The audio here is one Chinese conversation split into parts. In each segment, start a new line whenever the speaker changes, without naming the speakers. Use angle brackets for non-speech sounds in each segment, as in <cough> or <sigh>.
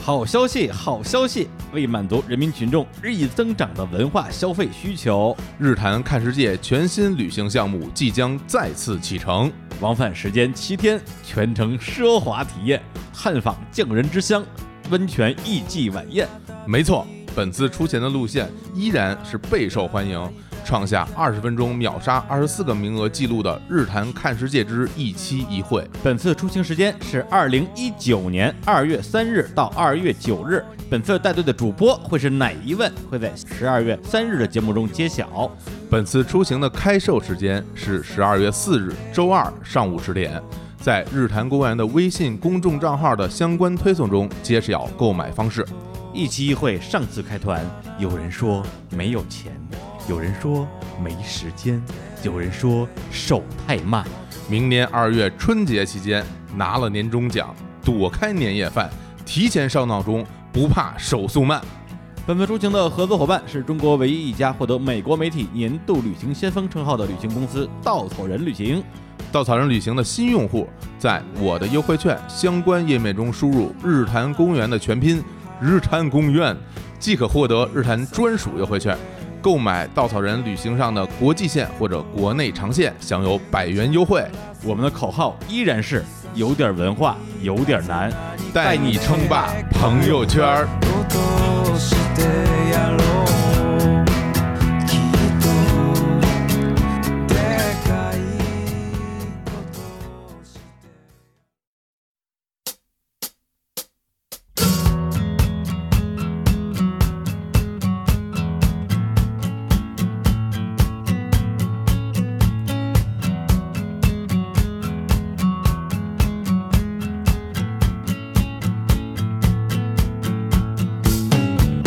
好消息，好消息！为满足人民群众日益增长的文化消费需求，
日坛看世界全新旅行项目即将再次启程。
往返时间七天，全程奢华体验，探访匠人之乡，温泉艺伎晚宴。
没错，本次出行的路线依然是备受欢迎，创下二十分钟秒杀二十四个名额记录的日坛看世界之一期一会。
本次出行时间是二零一九年二月三日到二月九日。本次带队的主播会是哪一位？会在十二月三日的节目中揭晓。
本次出行的开售时间是十二月四日周二上午十点，在日坛公园的微信公众账号的相关推送中揭晓购买方式。
一期一会上次开团，有人说没有钱，有人说没时间，有人说手太慢。
明年二月春节期间拿了年终奖，躲开年夜饭，提前上闹钟，不怕手速慢。
本次出行的合作伙伴是中国唯一一家获得美国媒体年度旅行先锋称号的旅行公司稻草人旅行。
稻草人旅行的新用户，在我的优惠券相关页面中输入“日坛公园”的全拼“日坛公园”，即可获得日坛专属优惠券。购买稻草人旅行上的国际线或者国内长线，享有百元优惠。
我们的口号依然是有点文化，有点难，
带你称霸朋友圈儿。
してやろうきっとでかいことして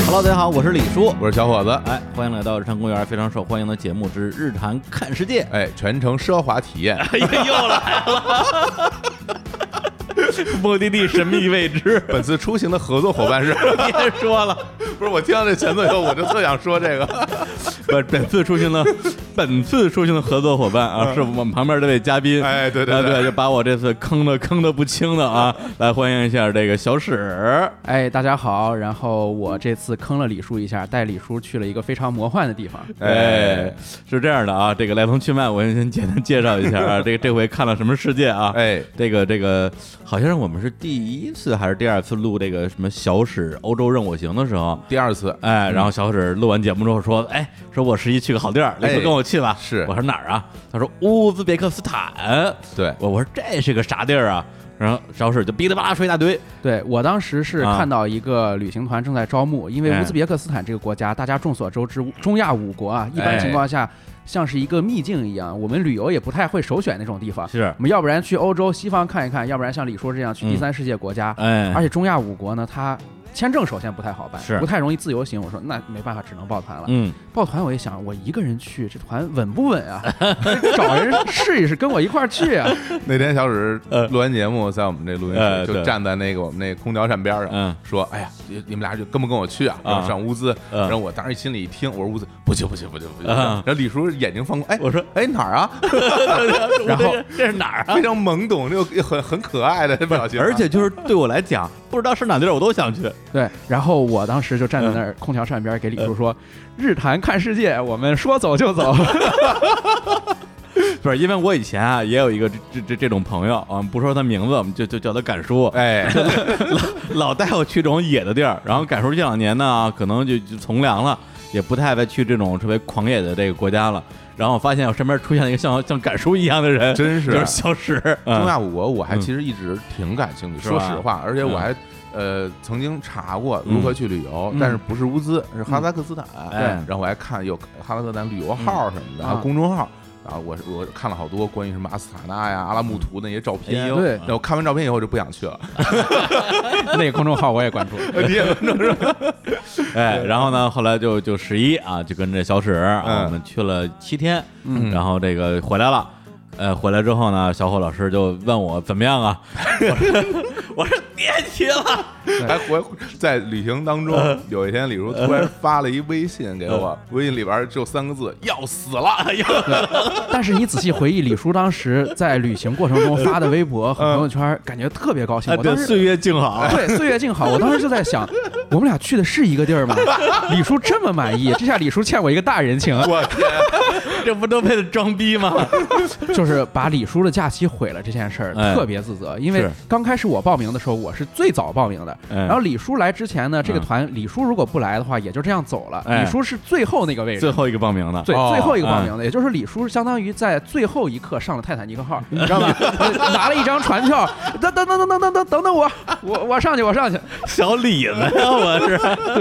Hello，大家好，我是李叔。
我是小伙子，
哎，欢迎来到日坛公园非常受欢迎的节目之《日坛看世界》。
哎，全程奢华体验。
哎呀，又来了，目的地神秘未 <laughs> 知。
本次出行的合作伙伴是，
别说了，
不是我听到这前奏以后，我就特想说这个。
本本次出行
<laughs>
的本次出行的合作伙伴啊，是我们旁边这位嘉宾。
嗯哎对对
啊
对
对，就把我这次坑的坑的不轻的啊，来欢迎一下这个小史。
哎，大家好！然后我这次坑了李叔一下，带李叔去了一个非常魔幻的地方。
<laughs> 哎，是这样的啊，这个来龙去脉，我先简单介绍一
<laughs>
下啊。这个这回看了什么世界啊？
哎
这个这个，好像是我们是第一次还是第二次录这个什么小史欧洲任我行的时候，
第二次，
哎，然后小史录完节目之后说，哎，说我十一去个好地儿，你
哎
说跟我去吧。
是
我说哪儿啊？他说乌兹别克斯坦。
对
我我说这是个啥地儿啊？然后小史就哔哩吧啦说一大堆，
对我当时是
啊
看到一个旅行团正在招募，因为
哎
乌兹别克斯坦这个国家，大家众所周知，中亚五国啊，一
哎
般情况下像是一个秘境一样，我们旅游也不太会首选那种地方。
是
我们要不然去欧洲西方看一看，要不然像李叔这样去
嗯
第三世界国家。
哎，
而且中亚五国呢，它签证首先不太好办
是，
不太容易自由行。我说那没办法，只能抱团了。
嗯，
报团我一想，我一个人去，这团稳不稳
<laughs>
啊？找人试一试，跟我一块儿去啊！
那天小史
呃
录完节目，在我们这录音
哎
室就
对
站在那个我们那空调站边上，
<laughs> 嗯
说：“哎呀，你你们俩就跟不跟我去啊？
啊
要上乌兹。”
嗯
然后我当时心里一听，我说：“乌兹不行不行不行不行！”
啊
然后李叔眼睛放光，哎，
我说
哎哪儿啊？
然
后
这是哪儿啊？
<laughs> 非常懵懂，又又很很可爱的表情
<laughs>
啊，
而且就是对我来讲，不知道是哪地儿我都想去。
对，然后我当时就站在那儿空调站边儿给李叔
嗯
说：“日坛看世界，我们说走就走。 <laughs>
不是，因为我以前啊也有一个这这这这种朋友啊，不说他名字，我们就就叫他敢叔，
哎，
老带我去这种野的地儿。然后敢叔这两年呢，可能就就从良了，也不太再去这种特别狂野的这个国家了。然后我发现我身边出现了一个像像敢叔一样的人，
真
就是啊
是啊
小史。
中
嗯
亚五国，我还其实一直挺感兴趣，
是
说
吧
实话，而且我
嗯
还。呃，曾经查过
嗯
如何去旅游，
嗯
但是不是乌兹，是哈萨克斯坦。
哎
然后我还看有哈萨克斯坦旅游号什么的，
嗯
还有
啊
公众号。然后我我看了好多关于什么阿斯塔纳呀、阿拉木图那些照
哎
片。
呦，
对
然后看完照片以后我就不想
<laughs>
去了。”
那个公众号我也关注。
你也
<laughs> 哎，然后呢，后来就就十一啊，就跟着小史啊，
嗯
我们去了七天，
嗯
然后这个回来了。 <laughs> 呃，回来之后呢，小伙老师就问我怎么样啊？我说我说别
贴了，
还回在旅行当中，
嗯
有一天李叔突然发了一微信给我，微信里边只有三个字：要死了。
但是你仔细回忆，李叔当时在旅行过程中发的微博和朋友圈，感觉特别高兴。
哎，
<laughs> 我当
对，
时
岁月静好，
<laughs> 对岁月静好，我当时就在想，我们俩去的是一个地儿吗？李叔这么满意，这下李叔欠我一个大人情，啊
我天，
<laughs> 这不都为了装逼吗？ <laughs>
就是把李叔的假期毁了这件事儿，
哎
特别自责。因为
是
刚开始我报名的时候，我是最早报名的，
哎
然后李叔来之前呢，这个
嗯
团李叔如果不来的话，也就这样走了。
哎
李叔是最后那个位置
最。后一哎个报名的，
最
哦
最后一个报名的，也就是李叔，相当于在最后一刻上了泰坦尼克
<laughs>
号，你知道吧？ <laughs> 拿了一张船票，等等等等等等等等等我，我我上去，我上去。
小李
<laughs>
子呀，我是。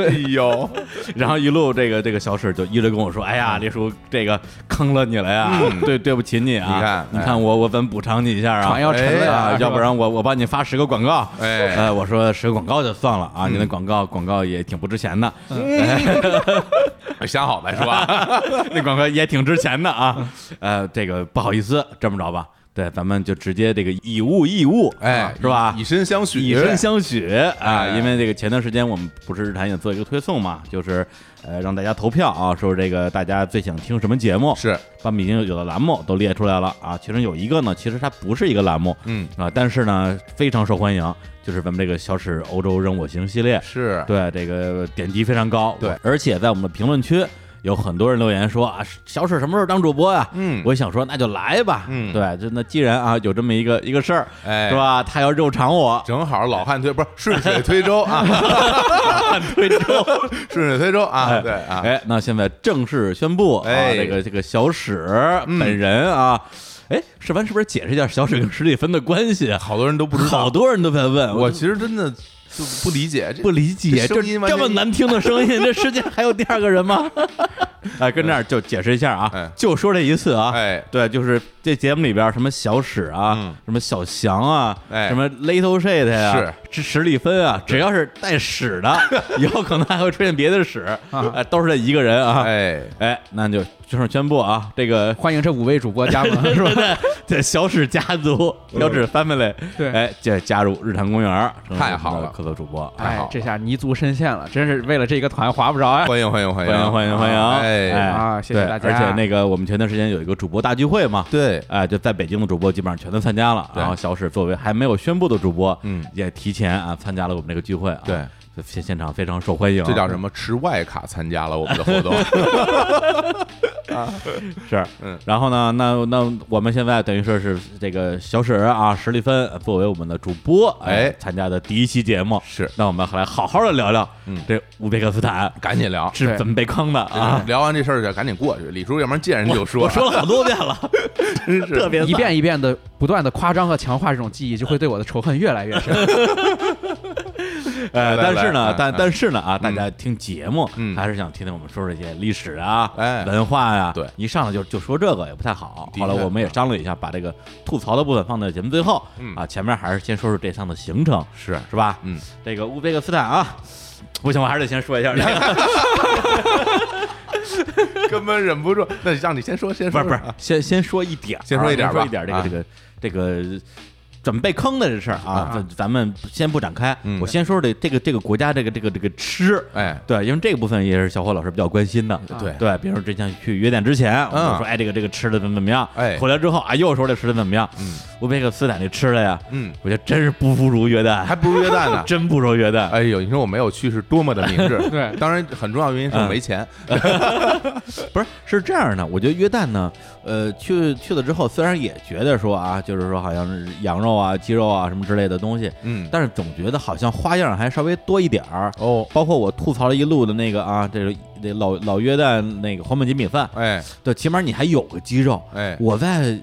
哎呦，
然后一路这个这个小史就一直跟我说：“哎
嗯
呀，李叔，这个坑了你了呀，对对不起你啊！
你看哎
你看我我怎么补偿你一下啊？
船要沉了呀
哎呀
是吧
要不然我我帮你发十个广告。”
哎嗯
呃，我说十个广告就算了啊，你的广告广告也挺不值钱的， <laughs>
想好再说啊。
那广告也挺值钱的啊。呃，这个不好意思，这么着吧，对，咱们就直接这个以物易物，
<laughs>
啊
哎，
是吧？
以身相许，
以身相许啊！
哎
因为这个前段时间我们不是日坛也做一个推送嘛，就是呃让大家投票啊，说这个大家最想听什么节目，
是，
把已经有的栏目都列出来了啊。其中有一个呢，其实它不是一个栏目
嗯，
啊，但是呢非常受欢迎，就是咱们这个小史欧洲任我行系列，
是，
对这个点击非常高，
对，
而且在我们的评论区有很多人留言说啊，小史什么时候当主播呀、
嗯
我想说那就来吧，
嗯
对，就那既然啊有这么一个一个事儿，
哎
是吧？他要肉偿我，
正好老汉推不是顺水推舟啊，
<laughs>
<laughs>
对肉。
顺水推舟啊，对啊，
哎，那现在正式宣布啊，
哎
这个这个小史本人啊，
嗯
哎，世凡是不是解释一下小史跟史蒂芬的关系啊？
好多人都不知道，
好多人都在问
我
我
其实真的就不理解这
不理解，
这
这
声音完
这
全
么难听的
<laughs>
声音，这世界还有第二个人吗？哎，跟这儿就解释一下
哎
啊，就说这一次啊，
哎
对，就是这节目里边什么小史
嗯
啊，什么小翔啊，
哎
什么 Little Shit 呀是
是，
史蒂芬啊，只要是带屎
<laughs>
的，以后可能还会出现别的屎，哎，都是这一个人啊，
哎，
哎，那就正式宣布啊，这个
<laughs>
欢迎这五位主播加盟，
<laughs>
是吧？
这小史家族小史 family，
对
哎，加加入日坛公园，成为
太
我
好
们的
了
客座主播，
太好
哎
了，
这下泥足深陷了，真是为了这个团划不着啊！
欢迎欢迎欢
欢迎欢迎欢迎，
哎
啊谢谢
对
大家
而且那个我们前段时间有一个主播大聚会嘛，
对，
哎，就在北京的主播基本上全都参加了，
对
然后小史作为还没有宣布的主播，
嗯
也提前啊参加了我们这个聚会啊，
对，
现现场非常受欢迎，
这叫什么？持外卡参加了我们的活动，
<laughs> 是，
嗯
然后呢，那那我们现在等于说是这个小史啊，史蒂芬作为我们的主播，
哎
参加的第一期节目
是
那我们来好好的聊聊，
嗯
这乌兹别克斯坦
赶紧聊。
是怎么被坑的啊？
聊完这事儿就赶紧过去，李叔，要不然见人就说， <laughs>
我说了好多遍了，
真是
特别
一
惨
遍一遍的不断的夸张和强化这种记忆，就会对我的仇恨越来越深。
呃，
来
但是
来
呢
来，
但
嗯
但是呢啊，大家听节目
嗯
还是想听听我们说这些历史啊
哎、
文化呀，
对
一上来就就说这个也不太好。
的确
后来我们也商量一下，把这个吐槽的部分放在节目最后
嗯
啊，前面还是先说说这趟的行程，
是
是吧？
嗯，
这个乌兹别克斯坦啊，不行，我还是得先
<laughs>
说一下这个，
根本忍不住。那让你先说，先
不
说，
是不是，先先说一点儿，
先说一点儿吧
说一点儿这个
啊
这个这个。准备坑的这事儿啊
啊，
咱咱们先不展开
嗯。
我先说说这这个这个国家这个这个这个吃，
哎，
对，因为这个部分也是小伙老师比较关心的。
啊对
对，比如说之前去约店之前，我们
嗯
说哎这个这个吃的怎么怎么样，
哎
回来之后啊又说这吃的怎么样，
嗯，
乌兹别克斯坦这吃的呀，
嗯，
我觉得真是不不如约旦，。
还不如约旦
<laughs>
呢
真不如约旦。
哎呦，你说我没有去是多么的明
<laughs>
智。
对
当然很重要原因是我
嗯
没钱。
不是是这样的，我觉得约旦呢，呃，去去了之后，虽然也觉得说啊，就是说好像是羊肉啊、鸡肉啊什么之类的东西，
嗯，
但是总觉得好像花样还稍微多一点儿。
哦，
包括我吐槽了一路的那个啊，这个那老老约旦那个黄焖鸡米饭，
哎
对，起码你还有个鸡肉，
哎，
我在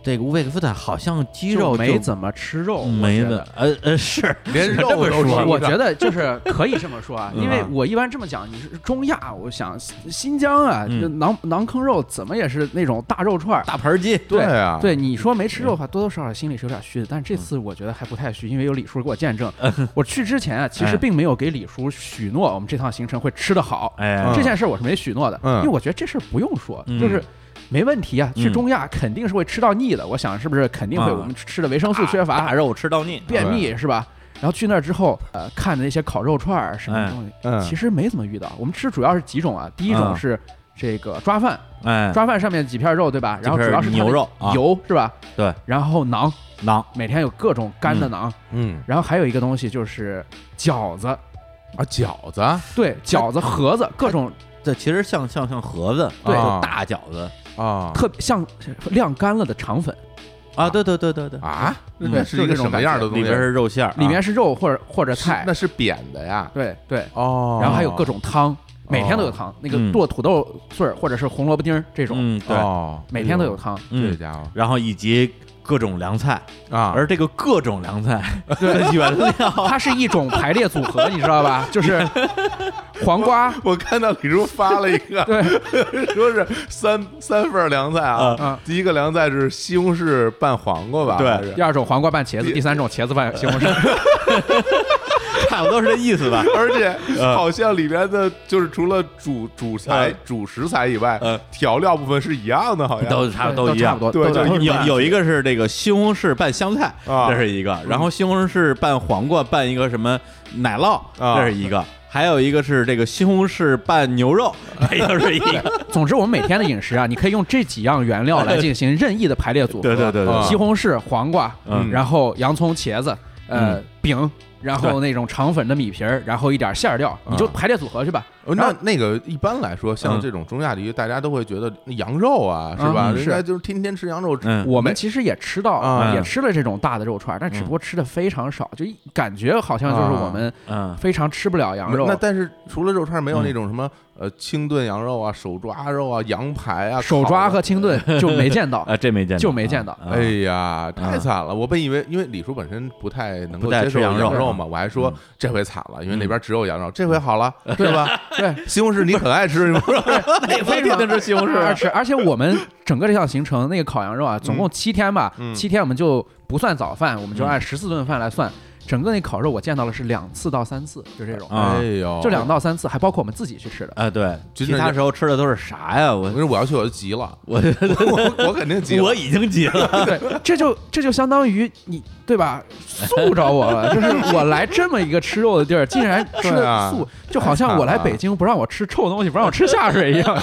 这个乌兹别克斯坦好像鸡肉
就
就
没怎么吃肉，
没
我觉
的
得。，
呃呃是，
连肉
这么
都
说
吃不
我
上
觉得就是可以这么说啊，
嗯
因为我一般这么讲，你是中亚，我想新疆啊，
嗯
就馕馕坑肉怎么也是那种大肉串儿，
大盆鸡，
对啊，
对你说没吃肉的话，
嗯
多多少少心里是有点虚的，但这次我觉得还不太虚，因为有李叔给我
<laughs>
见证。我去之前啊，其实并没有给李叔许诺我们这趟行程会吃得好，
哎
这件事我是没许诺的，
嗯
因为我觉得这事儿不用说，
嗯
就是。没问题啊，去
嗯
中亚肯定是会吃到腻的。我想是不是肯定会
啊
我们吃的维生素缺乏，
大肉吃到腻，
便秘是吧？然后去那儿之后，呃，看的那些烤肉串儿什
哎
么东西，
嗯，
其实没怎么遇到。我们吃主要是几种啊，第一种
嗯
是这个抓饭，
哎，
抓饭上面几片肉对吧？然后主要是它的
牛肉啊
油是吧？
对，
然后馕，
馕
每天有各种干的馕，
嗯
然后还有一个东西就是饺子，
啊，饺子啊，
对，饺
哎
子盒子各种
这其实像像像盒子，
对
就大饺子
啊
特别像晾干了的肠粉，
啊，对对对对对，
啊，
对
那是一个什么样的东
里
西
边？是肉馅儿，啊
里面是肉或者或者菜
是，那是扁的呀，
对对，
哦，
然后还有各种汤，每天都有汤，那个
嗯
剁土豆碎儿或者是红萝卜丁儿这种，
嗯对，
哦，
每天都有汤。
这
嗯，
家伙
然后以及各种凉菜，
啊，
而这个各种凉菜的原料， <laughs>
它是一种排列组合，你知道吧？就是黄瓜，
我看到李叔发了一个，
对，
说是三三份凉菜啊，
嗯
第一个凉菜是西红柿拌黄瓜吧？
对
还是
第二种黄瓜拌茄子，
第
第三种茄子拌西红柿。
差不多是这意思吧？
而且
嗯
好像里边的，就是除了主主材
嗯、
主食材以外
嗯，
调料部分是一样的，好
<laughs>
像
都 <laughs> 差不
都
都一样，
差不多
对
都
就
差不多
一
有
般
有一个是这个西红柿拌香菜，
啊
这是一个；然后西红柿拌黄瓜拌一个什么奶酪，
啊
这是一个；还有一个是这个西红柿拌牛肉，这又是一个。
总之，我们每天的饮食啊，你可以用这几样原料来进行任意的排列组合。
对对对对
啊
西红柿、黄瓜，
嗯
然后洋葱、茄子，呃
嗯，
饼，然后那种肠粉的米皮儿，然后一点馅儿料，
啊
你就排列组合去吧。
呃
然
那
后
那个一般来说，像
嗯
这种中亚地区，大家都会觉得羊肉啊，是吧？
嗯
应该就是天天吃羊肉，
嗯，
我们其实也吃到，
啊
也吃了这种大的肉串儿，但只不过吃的非常少，就一感觉好像就是我们
嗯，
非常吃不了羊肉
那。但是除了肉串，没有
嗯
那种什么呃清炖羊肉啊、手抓肉啊、羊排啊、
手
烤
抓
的
和
<laughs>
清炖就没见到，
啊，这没见到，
就没见到
啊
哎呀，太惨了！我本以为，因为李叔本身不太能够
不太
接
吃
受
羊
肉
肉
嘛，我还说这回惨了，因为
嗯
那边只有羊肉。这回好了，
对
对
<laughs>
吧？
对，
西红柿你很爱吃，是吧？
哪回哎 <laughs> 天天吃西红柿
爱
啊？
<laughs> 吃。而且我们整个这项行程，那个烤羊肉啊，总共七天吧，
嗯
七天我们就不算早饭，我们就
嗯
按十四顿饭来算。整个那烤肉我见到了是两次到三次，嗯就这种，
啊
哎呦，
就两到三次，还包括我们自己去吃的。
啊，对，
真
其
的
他
是
时候吃的都是啥呀？我
我说我要去我就急了，
我
我我肯定急了
我。已经急
<laughs>
了，
对，这就这就相当于你对吧？素着我了，就是我来这么一个吃肉的地儿，竟然吃
对啊
的素，就好像我来北京不让我吃臭东西，不让我吃下水一样。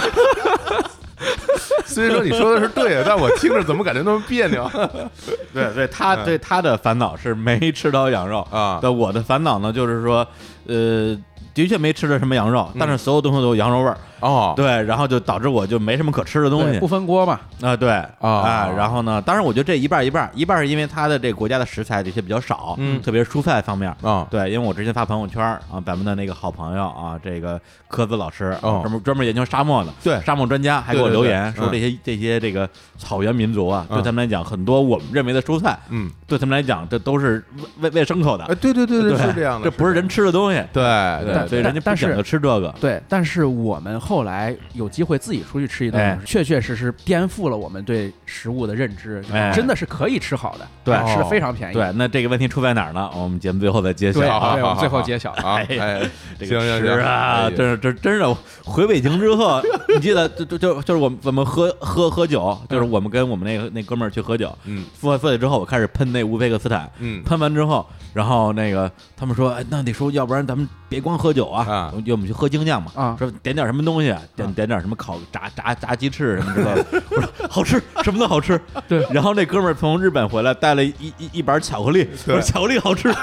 虽然说你说的是对的，但我听着怎么感觉那么别扭 <laughs>
对对，他对他的烦恼是没吃到羊肉
啊？
对，我的烦恼呢，就是说，呃，的确没吃着什么羊肉，但是所有东西都有羊肉味儿，
哦，
对，然后就导致我就没什么可吃的东
对
西
不分锅嘛，
啊，对
啊
哎然后呢，当然我觉得这一半儿一半儿，一半儿是因为它的这个国家的食材的确比较少，
嗯
特别是蔬菜方面。
啊，
对，因为我之前发朋友圈儿啊，咱们的那个好朋友啊，这个科子老师，啊
哦
专门专门研究沙漠的，
对
沙漠专家还给我
对对
留
对
言说
嗯
这些这些这个草原民族啊，对
嗯
他们来讲，很多我们认为的蔬菜，
嗯，
对他们来讲，这都是喂喂喂牲口的
哎，，对对对对，是这样的，
这不是人吃的东西。
是这样的，对
对，
但
所以人家不
但是
讲究吃这个。
对，但是我们后来有机会自己出去吃一顿，
哎
确确实实颠覆了我们对食物的认知，
哎
真的是可以吃好的，
对
哦
吃的非常便宜。
对，那这个问题出在哪儿呢？我们节目最后再揭
对，对，
晓
好
啊。
好
我们最
好
后揭晓。
啊，
哎
哎，
这
行
个
行哎
吃
行
啊，
这
真是这真是我回北京之后， <laughs> 你记得就就就就是我们我们喝喝喝酒，就是我们跟我们那个那哥们儿去喝酒，
嗯
付完费之后，我开始喷那乌兹别克斯坦，
嗯
喷完之后，然后那个他们说，哎，那李叔，要不然咱们别光喝酒
啊
啊，我们就我们去喝精酿嘛，
啊
说点点什么东西，点
啊
点点什么烤炸炸炸鸡翅什么之类的，我说好吃，什么都好吃。
<laughs> 对
然后那哥们儿从日本回来，带了一一一板巧克力，我
<laughs> 对
说巧克力好吃，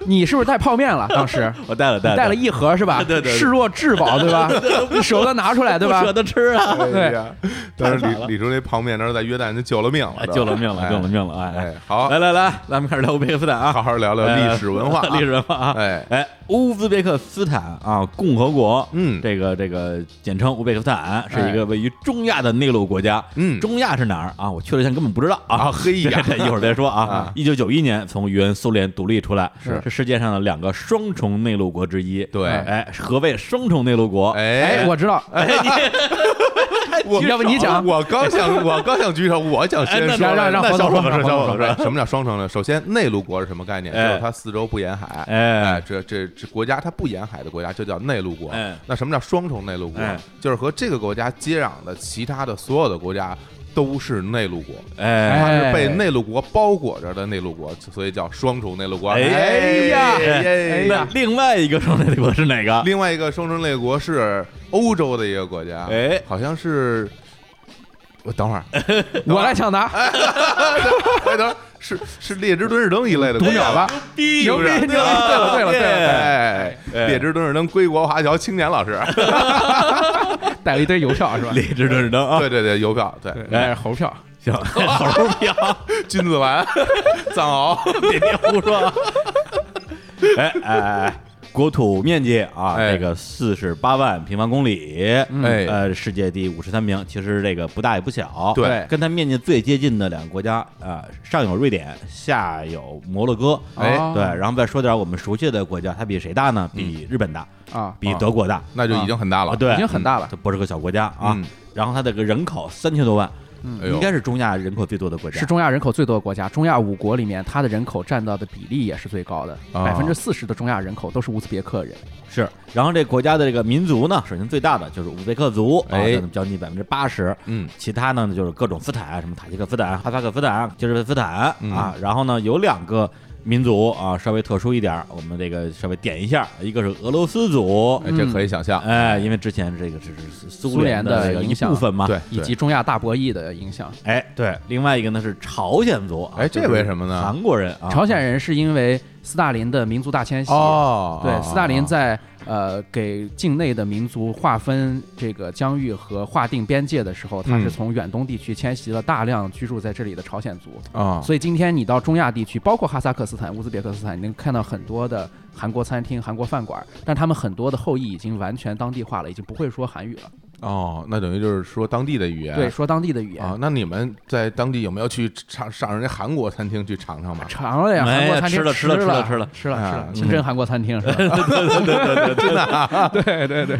<laughs>
你是不是带泡面了？当时
我带了带
带了一盒是吧？
对对对
视若至宝对吧？你 <laughs> 舍不得拿出来对吧
不？舍得吃啊，
哎呀，但是李李叔那泡面那是在约旦就救了命了，
救了命了，
哎
救了！命了，哎
哎，好，
来来来，咱们开始聊乌兹别克斯坦啊，
好好聊聊历史文化啊，
<laughs> 历史文化啊，
哎
哎，乌兹别克斯坦啊，共和国，
嗯
这个这个简称乌兹别克斯坦，是
哎
一个位于中亚的内陆国家。
嗯
中亚是哪儿啊？我去了一下，根本不知道
啊
啊。
嘿
<laughs>
呀
这这一会儿再说
<laughs> 啊
啊。一九九一年从原苏联独立出来，
是
世界上的两个双重内陆国之一。
对
哎，何谓双重内陆国？
哎
哎，我知道，
我
要不你讲
我刚想，我刚想举手，我想先
啊哎
说，
那
让让让
那
黄
小
总
伙说，
说
让
小
让
伙说
我说，什么叫双城呢？首先，内陆国是什么概念？就
哎
是它四周不沿海，
哎
这这这国家它不沿海的国家就叫内陆国
哎。
那什么叫双重内陆国
哎？
就是和这个国家接壤的其他的所有的国家都是内陆国，
哎，
它是
哎
被内陆国包裹着的内陆国，所以叫双重内陆国。
哎
呀
哎
那另外一个双内国是哪个？
另外一个双重内陆国是欧洲的一个国家，
哎
好像是，我等会儿， <laughs>
我来抢答，
哎，等会儿是是列支敦士登一类的
读
国
秒
家吧
吧？，
逼
牛逼牛逼！对了对了对了，
哎，
哎
列支敦士登归国华侨青年老师，
带了一堆邮票是吧？
理智的灯啊
<laughs> 对，对对，邮票，对，
对，带着猴票，
<laughs> 行，猴票，
君子兰、 <laughs> 藏獒，
<laughs> 别别胡说啊。哎哎哎，国土面积啊，
哎
这个四十八万平方公里，
哎
呃，世界第五十三名，其实这个不大也不小。
对
跟它面积最接近的两个国家啊，上有瑞典，下有摩洛哥。
哎
哦
对，然后再说点我们熟悉的国家，它比谁大呢？比日本大，
啊，
比德国大。
那就已经很大了
啊，。对，
已经很大了
它不是个小国家啊
嗯。
然后它这个人口三千多万，
哎呦
应该是中亚人口最多的国家
是。中亚人口最多的国家，中亚五国里面，它的人口占到的比例也是最高的，
啊
百分之四十的中亚人口都是乌兹别克人。
是，然后这国家的这个民族呢，首先最大的就是乌兹别克族，啊
哎，
将近百分之八十。
嗯，
其他呢就是各种斯坦，什么塔吉克斯坦、哈萨克斯坦、吉尔吉斯斯坦、
嗯
啊。然后呢有两个民族啊稍微特殊一点儿，我们这个稍微点一下，一个是俄罗斯族
哎，，这可以想象，
哎，因为之前这个只是苏
苏联的
这个一
影响
部分嘛，
对，
以
对
及中亚大博弈的影响。
哎对。另外一个呢是朝鲜族啊，
哎这
就是
为什么呢
韩国人啊，
朝鲜人是因为斯大林的民族大迁徙，
哦，
对，
哦
斯大林
哦
在呃给境内的民族划分这个疆域和划定边界的时候，他
嗯
是从远东地区迁徙了大量居住在这里的朝鲜族。
啊，
所以今天你到中亚地区，包括哈萨克斯坦、乌兹别克斯坦，你能看到很多的韩国餐厅、韩国饭馆，但他们很多的后裔已经完全当地化了，已经不会说韩语了，
哦，那等于就是说当地的语言，
对，说当地的语
啊
言。，
那你们在当地有没有去尝上人家韩国餐厅去尝
<laughs>
尝吧？
尝了呀，
哎呀
韩国餐厅
吃了
吃
吃了
了
吃了
吃了吃
啊
了，清真韩国餐厅是吧？
<laughs>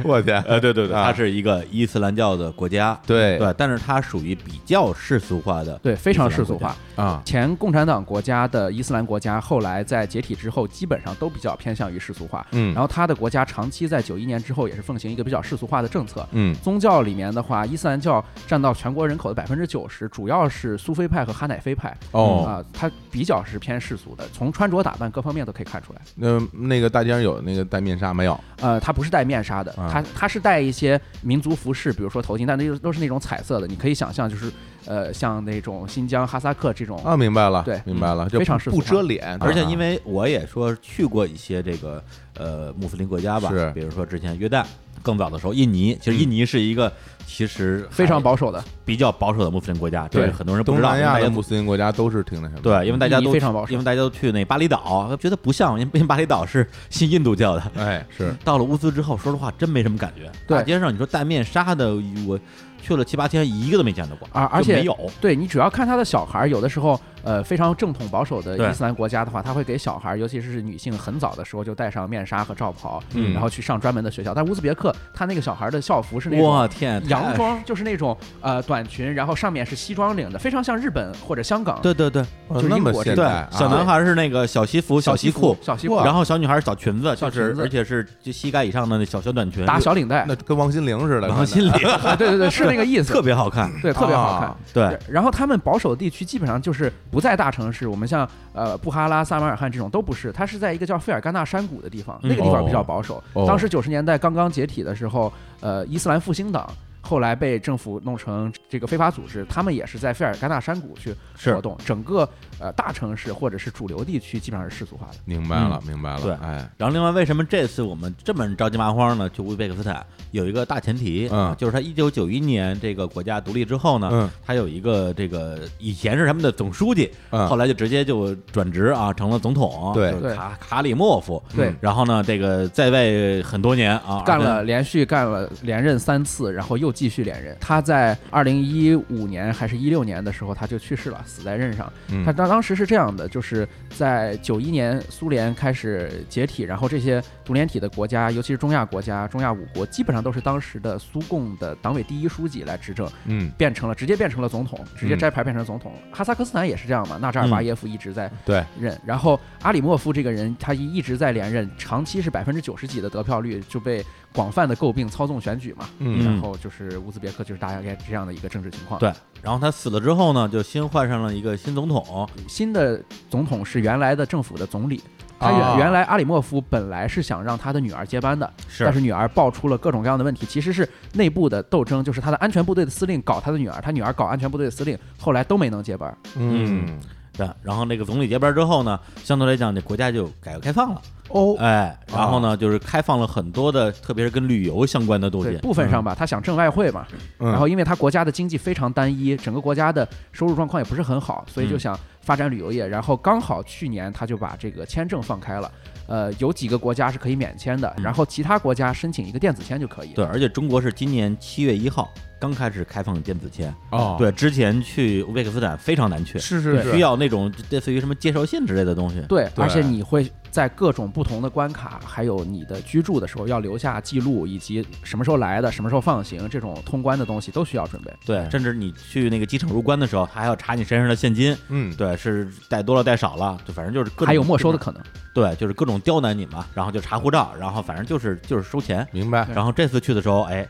我天，
呃对对对，
啊
它是一个伊斯兰教的国家，
对
对，但是它属于比较世俗化的，
对，非常世俗化。
啊，
前共产党国家的伊斯兰国家，后来在解体之后，基本上都比较偏向于世俗化。
嗯
然后他的国家长期在九一年之后也是奉行一个比较世俗化的政策。
嗯
宗教里面的话，伊斯兰教占到全国人口的百分之九十，主要是苏菲派和哈乃菲派。
哦
啊、它比较是偏世俗的，从穿着打扮各方面都可以看出来。
那那个大街上有那个戴面纱没有？
呃，它不是戴面纱的，
啊
它它是戴一些民族服饰，比如说头巾，但那都都是那种彩色的。你可以想象，就是呃，像那种新疆、哈萨克这种
啊，明白了，
对
明白了，就
非常
不
世俗
不
化
遮脸，啊
而
啊
且因
为
为我也说去过一些这个呃穆斯林国家吧，
是
比如说之前约旦，更早的时候印尼，其实印尼是一个其实
嗯非常
还
保守的，
比较保守的穆斯林国家，
对
这是很多人不
东
知道，
南
因为
亚
大
的
家
穆斯林国家都是挺那什么，
对，因为大家
印尼
都
非常保守
因为大家都去那巴厘岛，觉得不像，因为因为巴厘岛是信印度教的。
哎是，
到了乌兹之后，说实话真没什么感觉。
对
大街上你说戴面纱的，我去了七八天，一个都没见到过
啊而
就
且
没有。
对你主要看他的小孩儿，有的时候，呃，非常正统保守的
对
伊斯兰国家的话，他会给小孩儿，尤其是女性，很早的时候就戴上面纱和罩袍，
嗯
然后去上专门的学校。但乌兹别克他那个小孩儿的校服是那
我
种
天，
<laughs> 洋
太
装，就是那种呃短裙，然后上面是西装领的，非常像日本或者香港。
对对对
哦
就是
那
英
么
国
现
对
代，，
小男孩是那个小西服、
啊小
西
西
裤
裤、，小西裤，
然后小女孩是小裙子，就
小
是
裙子
而且是就膝盖以上的那小小短裙，
打小领带
那，跟王心凌似的，
王心凌
啊对对对，是那个意
<laughs>
思，
特别好看。
对，特别好看
啊。
对，
然后他们保守的地区基本上就是不在大城市，我们像呃布哈拉、萨马尔罕这种都不是，它是在一个叫费尔干纳山谷的地方，
嗯
那个地方比较保守。
哦哦
当时九十年代刚刚解体的时候，呃，伊斯兰复兴党。后来被政府弄成这个非法组织，他们也是在费尔干纳山谷去
是
活动。整个呃大城市或者是主流地区基本上是世俗化的。
明白了，明白了，
对
哎，
然后另外，为什么这次我们这么着急麻慌呢？去乌兹别克斯坦有一个大前提，
嗯
就是他一九九一年这个国家独立之后呢，
嗯
他有一个这个以前是他们的总书记，
嗯
后来就直接就转职啊，成了总统，
对
就是
对
卡卡里莫夫。
对
嗯然后呢，这个在位很多年啊，
干
而且
了连续干了连任三次，然后又继续连任。他在二零一五年还是一六年的时候，他就去世了，死在任上。
嗯
他当当时是这样的，就是在九一年苏联开始解体，然后这些独联体的国家，尤其是中亚国家、中亚五国，基本上都是当时的苏共的党委第一书记来执政，
嗯，
变成了直接变成了总统，直接摘牌变成总统。哈萨克斯坦也是这样嘛，纳扎尔巴耶夫一直在
对，
任，然后阿里莫夫这个人他一一直在连任，
嗯
长期是百分之九十几的得票率，就被广泛的诟病操纵选举嘛，
嗯
然后就是是乌兹别克，就是大概这样的一个政治情况。，
对，然后他死了之后呢，就新换上了一个新总统，
新的总统是原来的政府的总理，他原、
啊
原来阿里莫夫本来是想让他的女儿接班的，但是女儿爆出了各种各样的问题，其实是内部的斗争，就是他的安全部队的司令搞他的女儿，他女儿搞安全部队的司令，后来都没能接班。
嗯，
对，然后那个总理接班之后呢，相对来讲，这国家就改革开放了，
哦，
哎，然后呢，就是开放了很多的，特别是跟旅游相关的东
对，
西，
部分上吧，他想挣外汇嘛，
嗯
然后因为他国家的经济非常单一，整个国家的收入状况也不是很好，所以就
嗯
想发展旅游业。然后刚好去年他就把这个签证放开了，呃，有几个国家是可以免签的，
嗯
然后其他国家申请一个电子签就可以。
对，而且中国是今年七月一号刚开始开放电子签，
哦，，
对，之前去乌兹别克斯坦非常难去，
是是是，
需要那种类似于什么介绍信之类的东西，
对，
对
而且你会在各种不同的关卡，还有你的居住的时候要留下记录，以及什么时候来的、什么时候放行这种通关的东西都需要准备。
对，甚至你去那个机场入关的时候，他还要查你身上的现金，
嗯，
对，是带多了带少了，就反正就是各种
还有没收的，可能，
对，就是各种刁难你嘛，然后就查护照，然后反正就是就是收钱。
明白
对
然后这次去的时候，哎，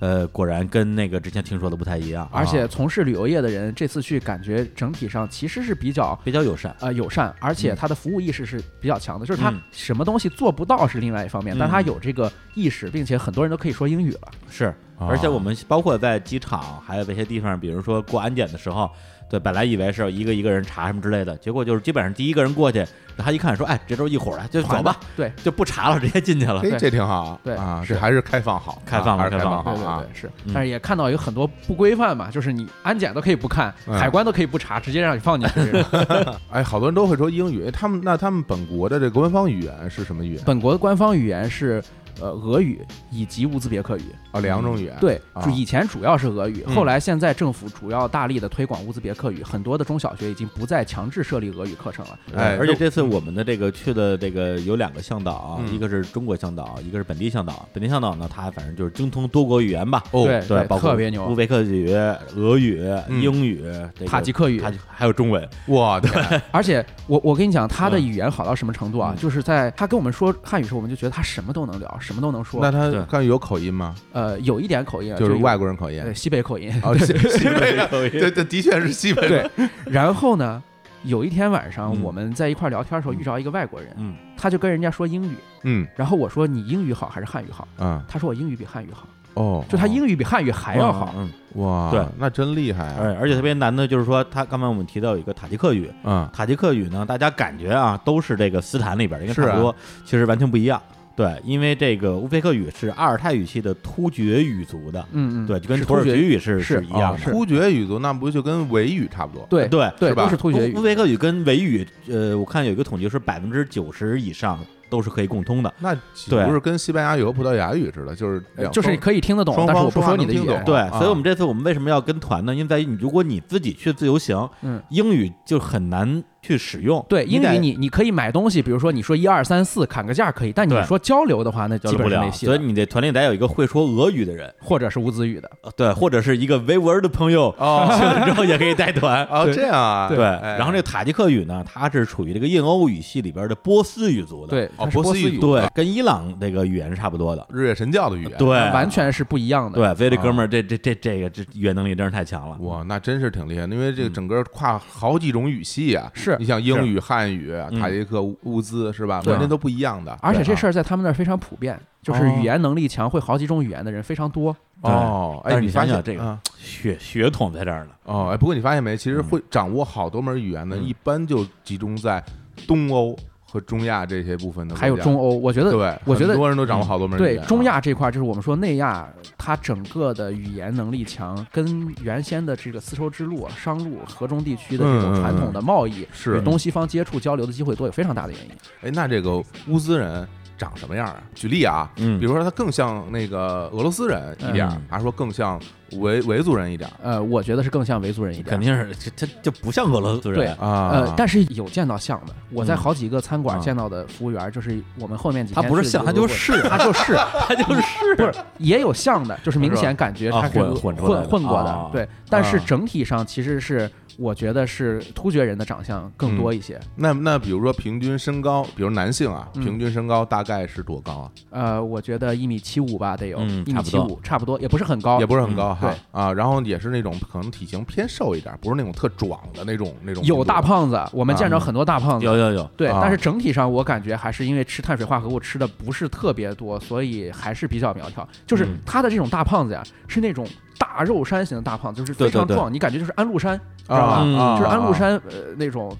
呃，果然跟那个之前听说的不太一样，啊
而且从事旅游业的人这次去感觉整体上其实是比较
比较友善。
呃友善，而且他的服务意识是比较强的，就是他
嗯
什么东西做不到是另外一方面，
嗯
但他有这个意识，并且很多人都可以说英语了。
是，
啊
而且我们包括在机场，还有这些地方，比如说过安检的时候，对，本来以为是一个一个人查什么之类的，结果就是基本上第一个人过去，他一看说，哎，这都是一伙儿的，就走吧，
对
<laughs> 就不查了，直接进去 <laughs> 了。
哎，
对
这挺好，
对
啊，
是
这还是开放好，
开放了
啊还是
开
开
放
放
对
好
对
啊
对，是
嗯，
但是也看到有很多不规范嘛，就是你安检都可以不看，
嗯
海关都可以不查，直接让你放进去这种。
哎，好多人都会说英语，哎他们那他们本国的这官方语言是什么语言？
本国的官方语言是呃俄语以及乌兹别克语。
哦，两种语言，
对，
啊
主以前主要是俄语，
嗯
后来现在政府主要大力的推广乌兹别克语，很多的中小学已经不再强制设立俄语课程了。
哎
而且这次我们的这个去的这个有两个向导啊，
嗯
一个是中国向导，一个是本地向导。本地向导呢，他反正就是精通多国语言吧，
哦，
对
对，包括
特别牛
乌兹别克语、俄语、
嗯
英语、这个
塔吉克语
塔吉还有中文。
我的天
而且我我跟你讲，他的
嗯
语言好到什么程度啊？
嗯
就是在他跟我们说汉语时，候，我们就觉得他什么都能聊，什么都能说
那。他
对
刚才有口音吗？
呃，有一点口音，
就是
有
外国人口音。
呃西北口音。
哦，西西
<laughs>
北人，
口音
对对，的确是西北人。
然后呢，有一天晚
嗯
上我们在一块儿聊天的时候
嗯
遇着一个外国人，
嗯，
他就跟人家说英语，
嗯
然后我说你英语好还是汉语好？
啊
他说我英语比汉语好，
哦，
就他英语比汉语还要好。哎
嗯，
哇，
对，哎
那真厉害啊！
而而且特别难的就是说，他刚才我们提到有一个塔吉克语，
嗯，
塔吉克语呢，大家感觉啊都是这个斯坦里边的，因为
是啊
差不多，其实完全不一样。对，因为这个乌兹别克语是阿尔泰语系的突厥语族的，
嗯嗯，
对，就跟
是
土耳
突
其
厥
语是
是
一样
哦
的。
突厥语族那不就跟维语差不多？
对
对
对，
是吧
都是突厥
乌乌
语。
兹别克语跟维语，呃，我看有一个统计是百分之九十以上都是可以共通的。
那岂
对
不是跟西班牙语和葡萄牙语似的？就是两
就是可以听得懂
哎双，
但是
方
我不
说话
说你
能
的语
听懂
言。
对，
啊
所以我们这次我们为什么要跟团呢？因为在于你，如果你自己去自由行，
嗯，
英语就很难去使用。
对，英
得
语你你可以买东西，比如说你说一二三四砍个价可以，但你
对
说交流的话，那
交
基
流不
本上
了，
没戏
所以
了，
你的团里得有一个会说俄语的人，
或者是乌兹语的。
呃对，或者是一个维吾尔的朋友，
哦
去了之后也可以带
<laughs>
团。
哦这样啊，
对，
哎
然后这个塔吉克语呢，它是属于这个印欧语系里边的波斯语族的，
对，
哦
它是
波斯
斯
语
对，跟伊朗这个语言是差不多的，
日月神教的语言，
对，
完全是不一样的。
对，所以这哥们儿这这这这个这语言能力真是太强了。
哇，那真是挺厉害，因为这个
嗯
整个跨好几种语系啊，
是
你像英语、汉语、啊
嗯
塔吉克、乌乌兹是吧？
对
完全都不一样的。
而且这
儿
事儿在他们那儿非常普遍，就是语言能力强、会好几种语言的人非常多。
哦，
但
哎，
是你想
发现
想这个
啊
血血统在这儿呢，
哦，哎，不过你发现没，其实
嗯
会掌握好多门语言的，
嗯
一般就集中在东欧和中亚这些部分的国家，
还有中欧，我觉得
对，
我觉得
很多人都掌握好多门语
对
言啊。
中亚这块，就是我们说内亚，它整个的语言能力强，跟原先的这个丝绸之路啊、商路、河中地区的这
嗯嗯
种传统的贸易。
是
与，东西方接触交流的机会多，有非常大的原因。
哎，那这个乌兹人长什么样啊？举例啊，
嗯
比如说他更像那个俄罗斯人一点儿
嗯，
还是说更像维维族人一点儿
呃，我觉得是更像维族人一点
肯。定是这这就不像俄罗斯人，
对
啊。
呃，但是有见到像的，我在
嗯
好几个餐馆
啊
见到的服务员，就是我们后面几
他
天
不是像，他就是啊是，
他就是， <laughs>
他就是
不是也有像的，就是明显感觉
啊
他是
混混
混
出来的
混过
啊
的，对。但是整体上其实是我觉得是突厥人的长相
嗯
更多一些。
那那比如说平均身高，比如男性啊，
嗯
平均身高大概是多高啊？
呃，我觉得一米七五吧，得有
嗯
一
差
米
不
七
多
五，差不多，也不是很高
也。不是很高
嗯
哈啊，然后也是那种可能体型偏瘦一点，不是那种特壮的那种那种。
有大，胖子，我们见着很多大胖子，
有有有，
对，
嗯啊
但是整体上我感觉还是因为吃碳水化合物吃的不是特别多，所以还是比较苗条。就是
嗯
他的这种大胖子呀，是那种大肉山型的大胖子，就是
对
非常
对对
壮，你感觉就是安禄山，
啊
知道吧
嗯
啊，
就是安禄
啊，
山呃那种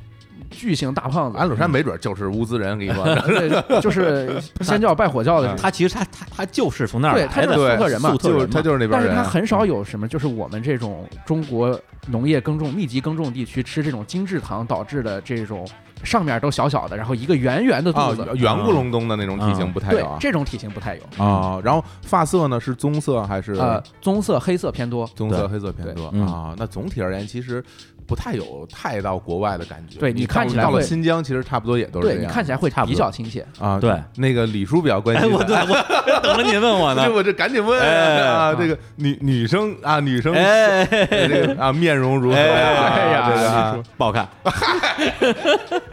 巨型大胖子。
安禄山没准就是乌兹人，跟你
<laughs>
说，<laughs>
对，就是先教拜火教的
啊
时候。
他其实他他他就是从那儿
对
来
他
的，
是
对
粟特人嘛
粟特
就是
人
他
嘛，
就是那边
但是
人。啊
他很少有什么，就是我们这种中国农业耕种密集耕种地区吃这种精制糖导致的这种上面都小小的，然后一个圆圆的
啊
肚子，，嗯
圆咕隆咚的那种体型不太
对
有啊
这种体型不太有。
啊。然后发色呢是棕色还是
呃，棕色、黑色偏多。
棕色、黑色偏多
对嗯
啊？那总体而言，其实不太有太到国外的感觉。
对
你
你看
到
起来
到了
会
新疆，其实差不多也都是
对
这
你
样
看起来会
差不多
比较亲切，
啊。
对，
那个李叔比较关
哎，
心的。
我对我等着您问我呢
这，我这赶紧问
哎
啊！这个女女生啊，女生
哎，嘿嘿
这个啊，面容如何呀？
哎
呀
这个
嘿
啊
不好看，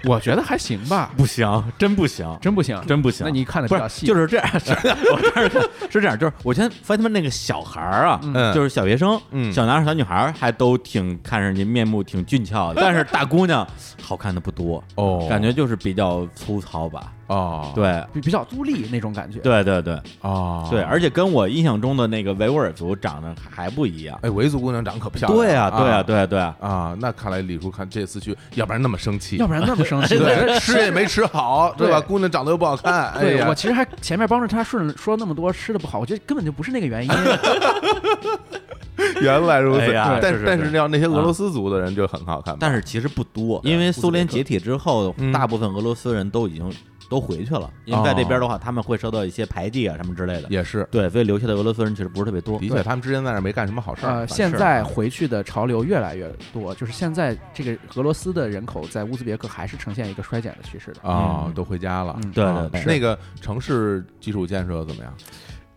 我觉得还行吧，
不行，真不行，
真不行，
真不行。
那你看的
不
比
是
较细，
就是这样，是我这儿看是这样，就是我先发现他们那个小孩儿啊，
嗯
就是小学生，
嗯
小男孩儿、小女孩儿还都挺看上去面目挺俊俏的，但是大姑娘好看的不多，
哦
感觉就是比较粗糙吧。
哦，
对，
比比较孤立那种感觉。
对对对
哦，
对，啊而且跟我印象中的那个维吾尔族长得还不一样。
哎，维族姑娘长得可漂亮，
对啊，对啊，
啊，
对啊，对啊，
啊，那看来李叔看这次去，要不然那么生气
要，不然那么
<laughs>
生气。
对，
对
吃也没吃好，对吧？
对
姑娘长得又不好看，哎
对
呀
我，其实还前面帮着他顺说那么多吃的不好，我觉得根本就不是那个原因。
<laughs>
原来如此
哎呀，
但
是是
但是
是
要那些俄罗斯族的人就很好看吧，
但是其实不多，因为苏联解体之后
嗯，
大部分俄罗斯人都已经都回去了，因为在这边的话，他们会受到一些排挤啊什么之类的。
也是，
对，所以留下的俄罗斯人其实不是特别 <laughs> 多。
的确，他们之前在那儿没干什么好事儿，反
呃，
正
现
嗯
在回去的潮流越来越多，就是现在这个俄罗斯的人口在乌兹别克还是呈现一个衰减的趋势的。
啊
嗯
都回家了，
嗯
对
啊
对对
那个城市基础建设怎么样？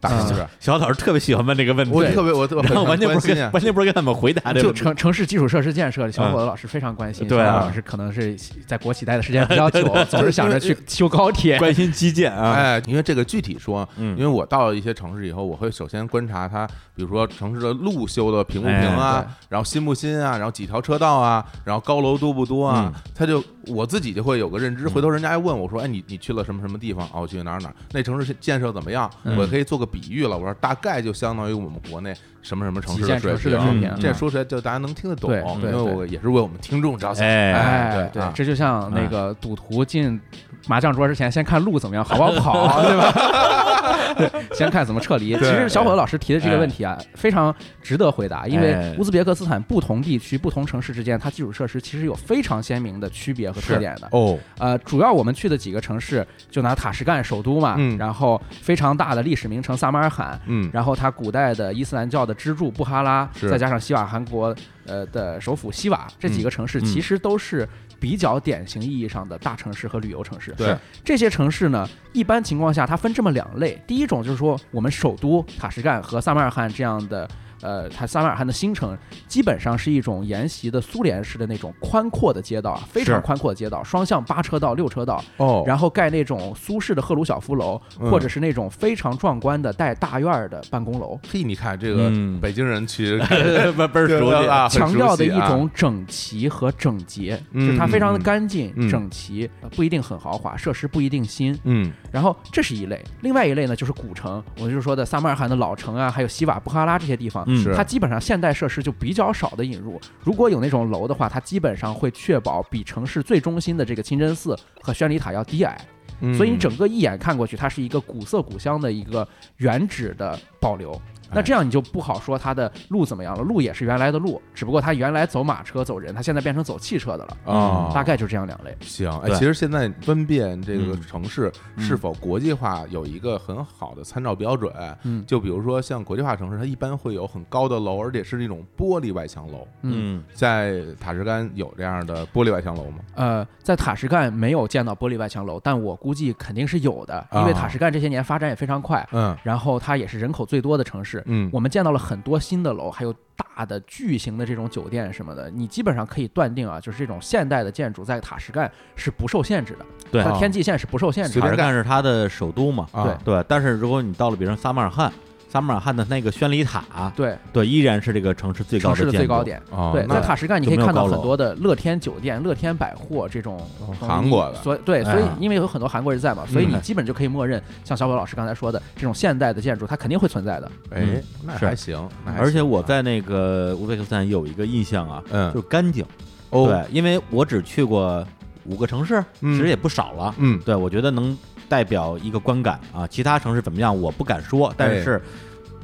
大
嗯
城市，
小老师特别喜欢问这个问题，
我特别我特
<laughs> 然
别
后完全
关
不是
心
跟
啊
完全不是跟他们回答这个
就
问题。
城城市基础设施建设，小伙子老师非常关心。
嗯对啊
小伙子老师可能是在国企待的时间
<laughs>
比较久，总是想着去修高铁。
关心基建啊，
哎，因为这个具体说，
嗯 <laughs>
因为我到了一些城市以后，我会首先观察它，比如说城市的路修的平不平
哎
啊
对，
然后新不新啊，然后几条车道啊，然后高楼多不多啊，
嗯
他就我自己就会有个认知。回头人家还问我说，哎，你你去了什么什么地方？哦，我去哪儿哪儿，那城市建设怎么样？
嗯
我可以做个比喻了，我说大概就相当于我们国内什么什么城市
几
的
线
水
城市
平
的水
平
平，
这
嗯
说出来就大家能听得懂
对，
因
对
为我也是为我们听众着想。
哎
哎，
对
对
啊，
这就像那个赌徒进麻将桌之前，先看路怎么样，好不好跑，
<laughs>
啊对吧？ <laughs> 对先看怎么撤离。其实小伙子老师提的
哎
这个问题啊，非常值得回答，因
哎
为乌兹别克斯坦不同地区、不同城市之间，它基础设施其实有非常鲜明的区别和特点的。
哦，
呃，主要我们去的几个城市，就拿塔什干首都嘛，
嗯
然后非常大的历史名城萨马尔罕，
嗯，
然后它古代的伊斯兰教的支柱布哈拉，
是
再加上西瓦汗国呃的首府西瓦，这几个城市
嗯
其实都是比较典型意义上的大城市和旅游城市。
对，
这些城市呢，一般情况下它分这么两类，第一种就是说我们首都塔什干和萨马尔罕这样的。呃，它萨马尔罕的新城基本上是一种沿袭的苏联式的那种宽阔的街道啊，非
是
常宽阔的街道，双向八车道、六车道，
哦，
然后盖那种苏式的赫鲁晓夫楼，
嗯
或者是那种非常壮观的带大院儿的办公楼，
嘿，你看这个
嗯
北京人
<laughs>
去
倍倍儿熟悉
啊，很熟
强
悉
调的一
啊
种整齐和整洁，
嗯
就是它非常的
嗯
干净、
嗯
整齐，呃不一定很豪华，设施不一定新。
嗯
然后这是一类，另外一类呢就是古城，我就是说的萨马尔罕的老城啊，还有西瓦布哈拉这些地方。
嗯
是
它基本上现代设施就比较少的引入，如果有那种楼的话，它基本上会确保比城市最中心的这个清真寺和宣礼塔要低矮，
嗯
所以你整个一眼看过去，它是一个古色古香的一个原址的保留。
哎
那这样你就不好说它的路怎么样了，路也是原来的路，只不过它原来走马车走人，它现在变成走汽车的了，
啊
嗯大概就这样两类。
行，哎，
对
其实现在分辨这个
嗯
城市是否国际化有一个很好的参照标准。
嗯
就比如说像国际化城市，它一般会有很高的楼，而且是那种玻璃外墙楼。
嗯，
嗯
在塔什干有这样的玻璃外墙楼吗？
呃，在塔什干没有见到玻璃外墙楼，但我估计肯定是有的，因为
啊
塔什干这些年发展也非常快，
嗯
然后它也是人口最多的城市，
嗯，
我们见到了很多新的楼，还有大的巨型的这种酒店什么的，你基本上可以断定啊，就是这种现代的建筑在塔什干是不受限制的，
对
它
啊
天际线是不受限制
随
塔
的。
便
什
盖
干是它的首都嘛，
啊
对
对。但是如果你到了，比如说撒马尔罕，撒马尔罕的那个宣礼塔，
对，
对，依然是这个城市最高
城
的
市的
建
最
筑
高。点。
哦，
对，
那
在塔什干你可以
就没有
看到
高楼哦
很多的乐天酒店、乐天百货这种东西
韩国的
所以对，
哎嗯
所以因为有很多韩国人在嘛，所以你基本就可以默认，像小宝老师刚才说的这种现代的建筑，它肯定会存在的。
哎
嗯，
那
是
还行，那还
而且
行
我
啊
在那个乌兹别克斯坦有一个印象啊，就
嗯
是干净。
哦
对，因为我只去过五个城市，
嗯
其实也不少了。
嗯
对，我觉得能代表一个观感啊。其他城市怎么样，我不敢说，
哎
但是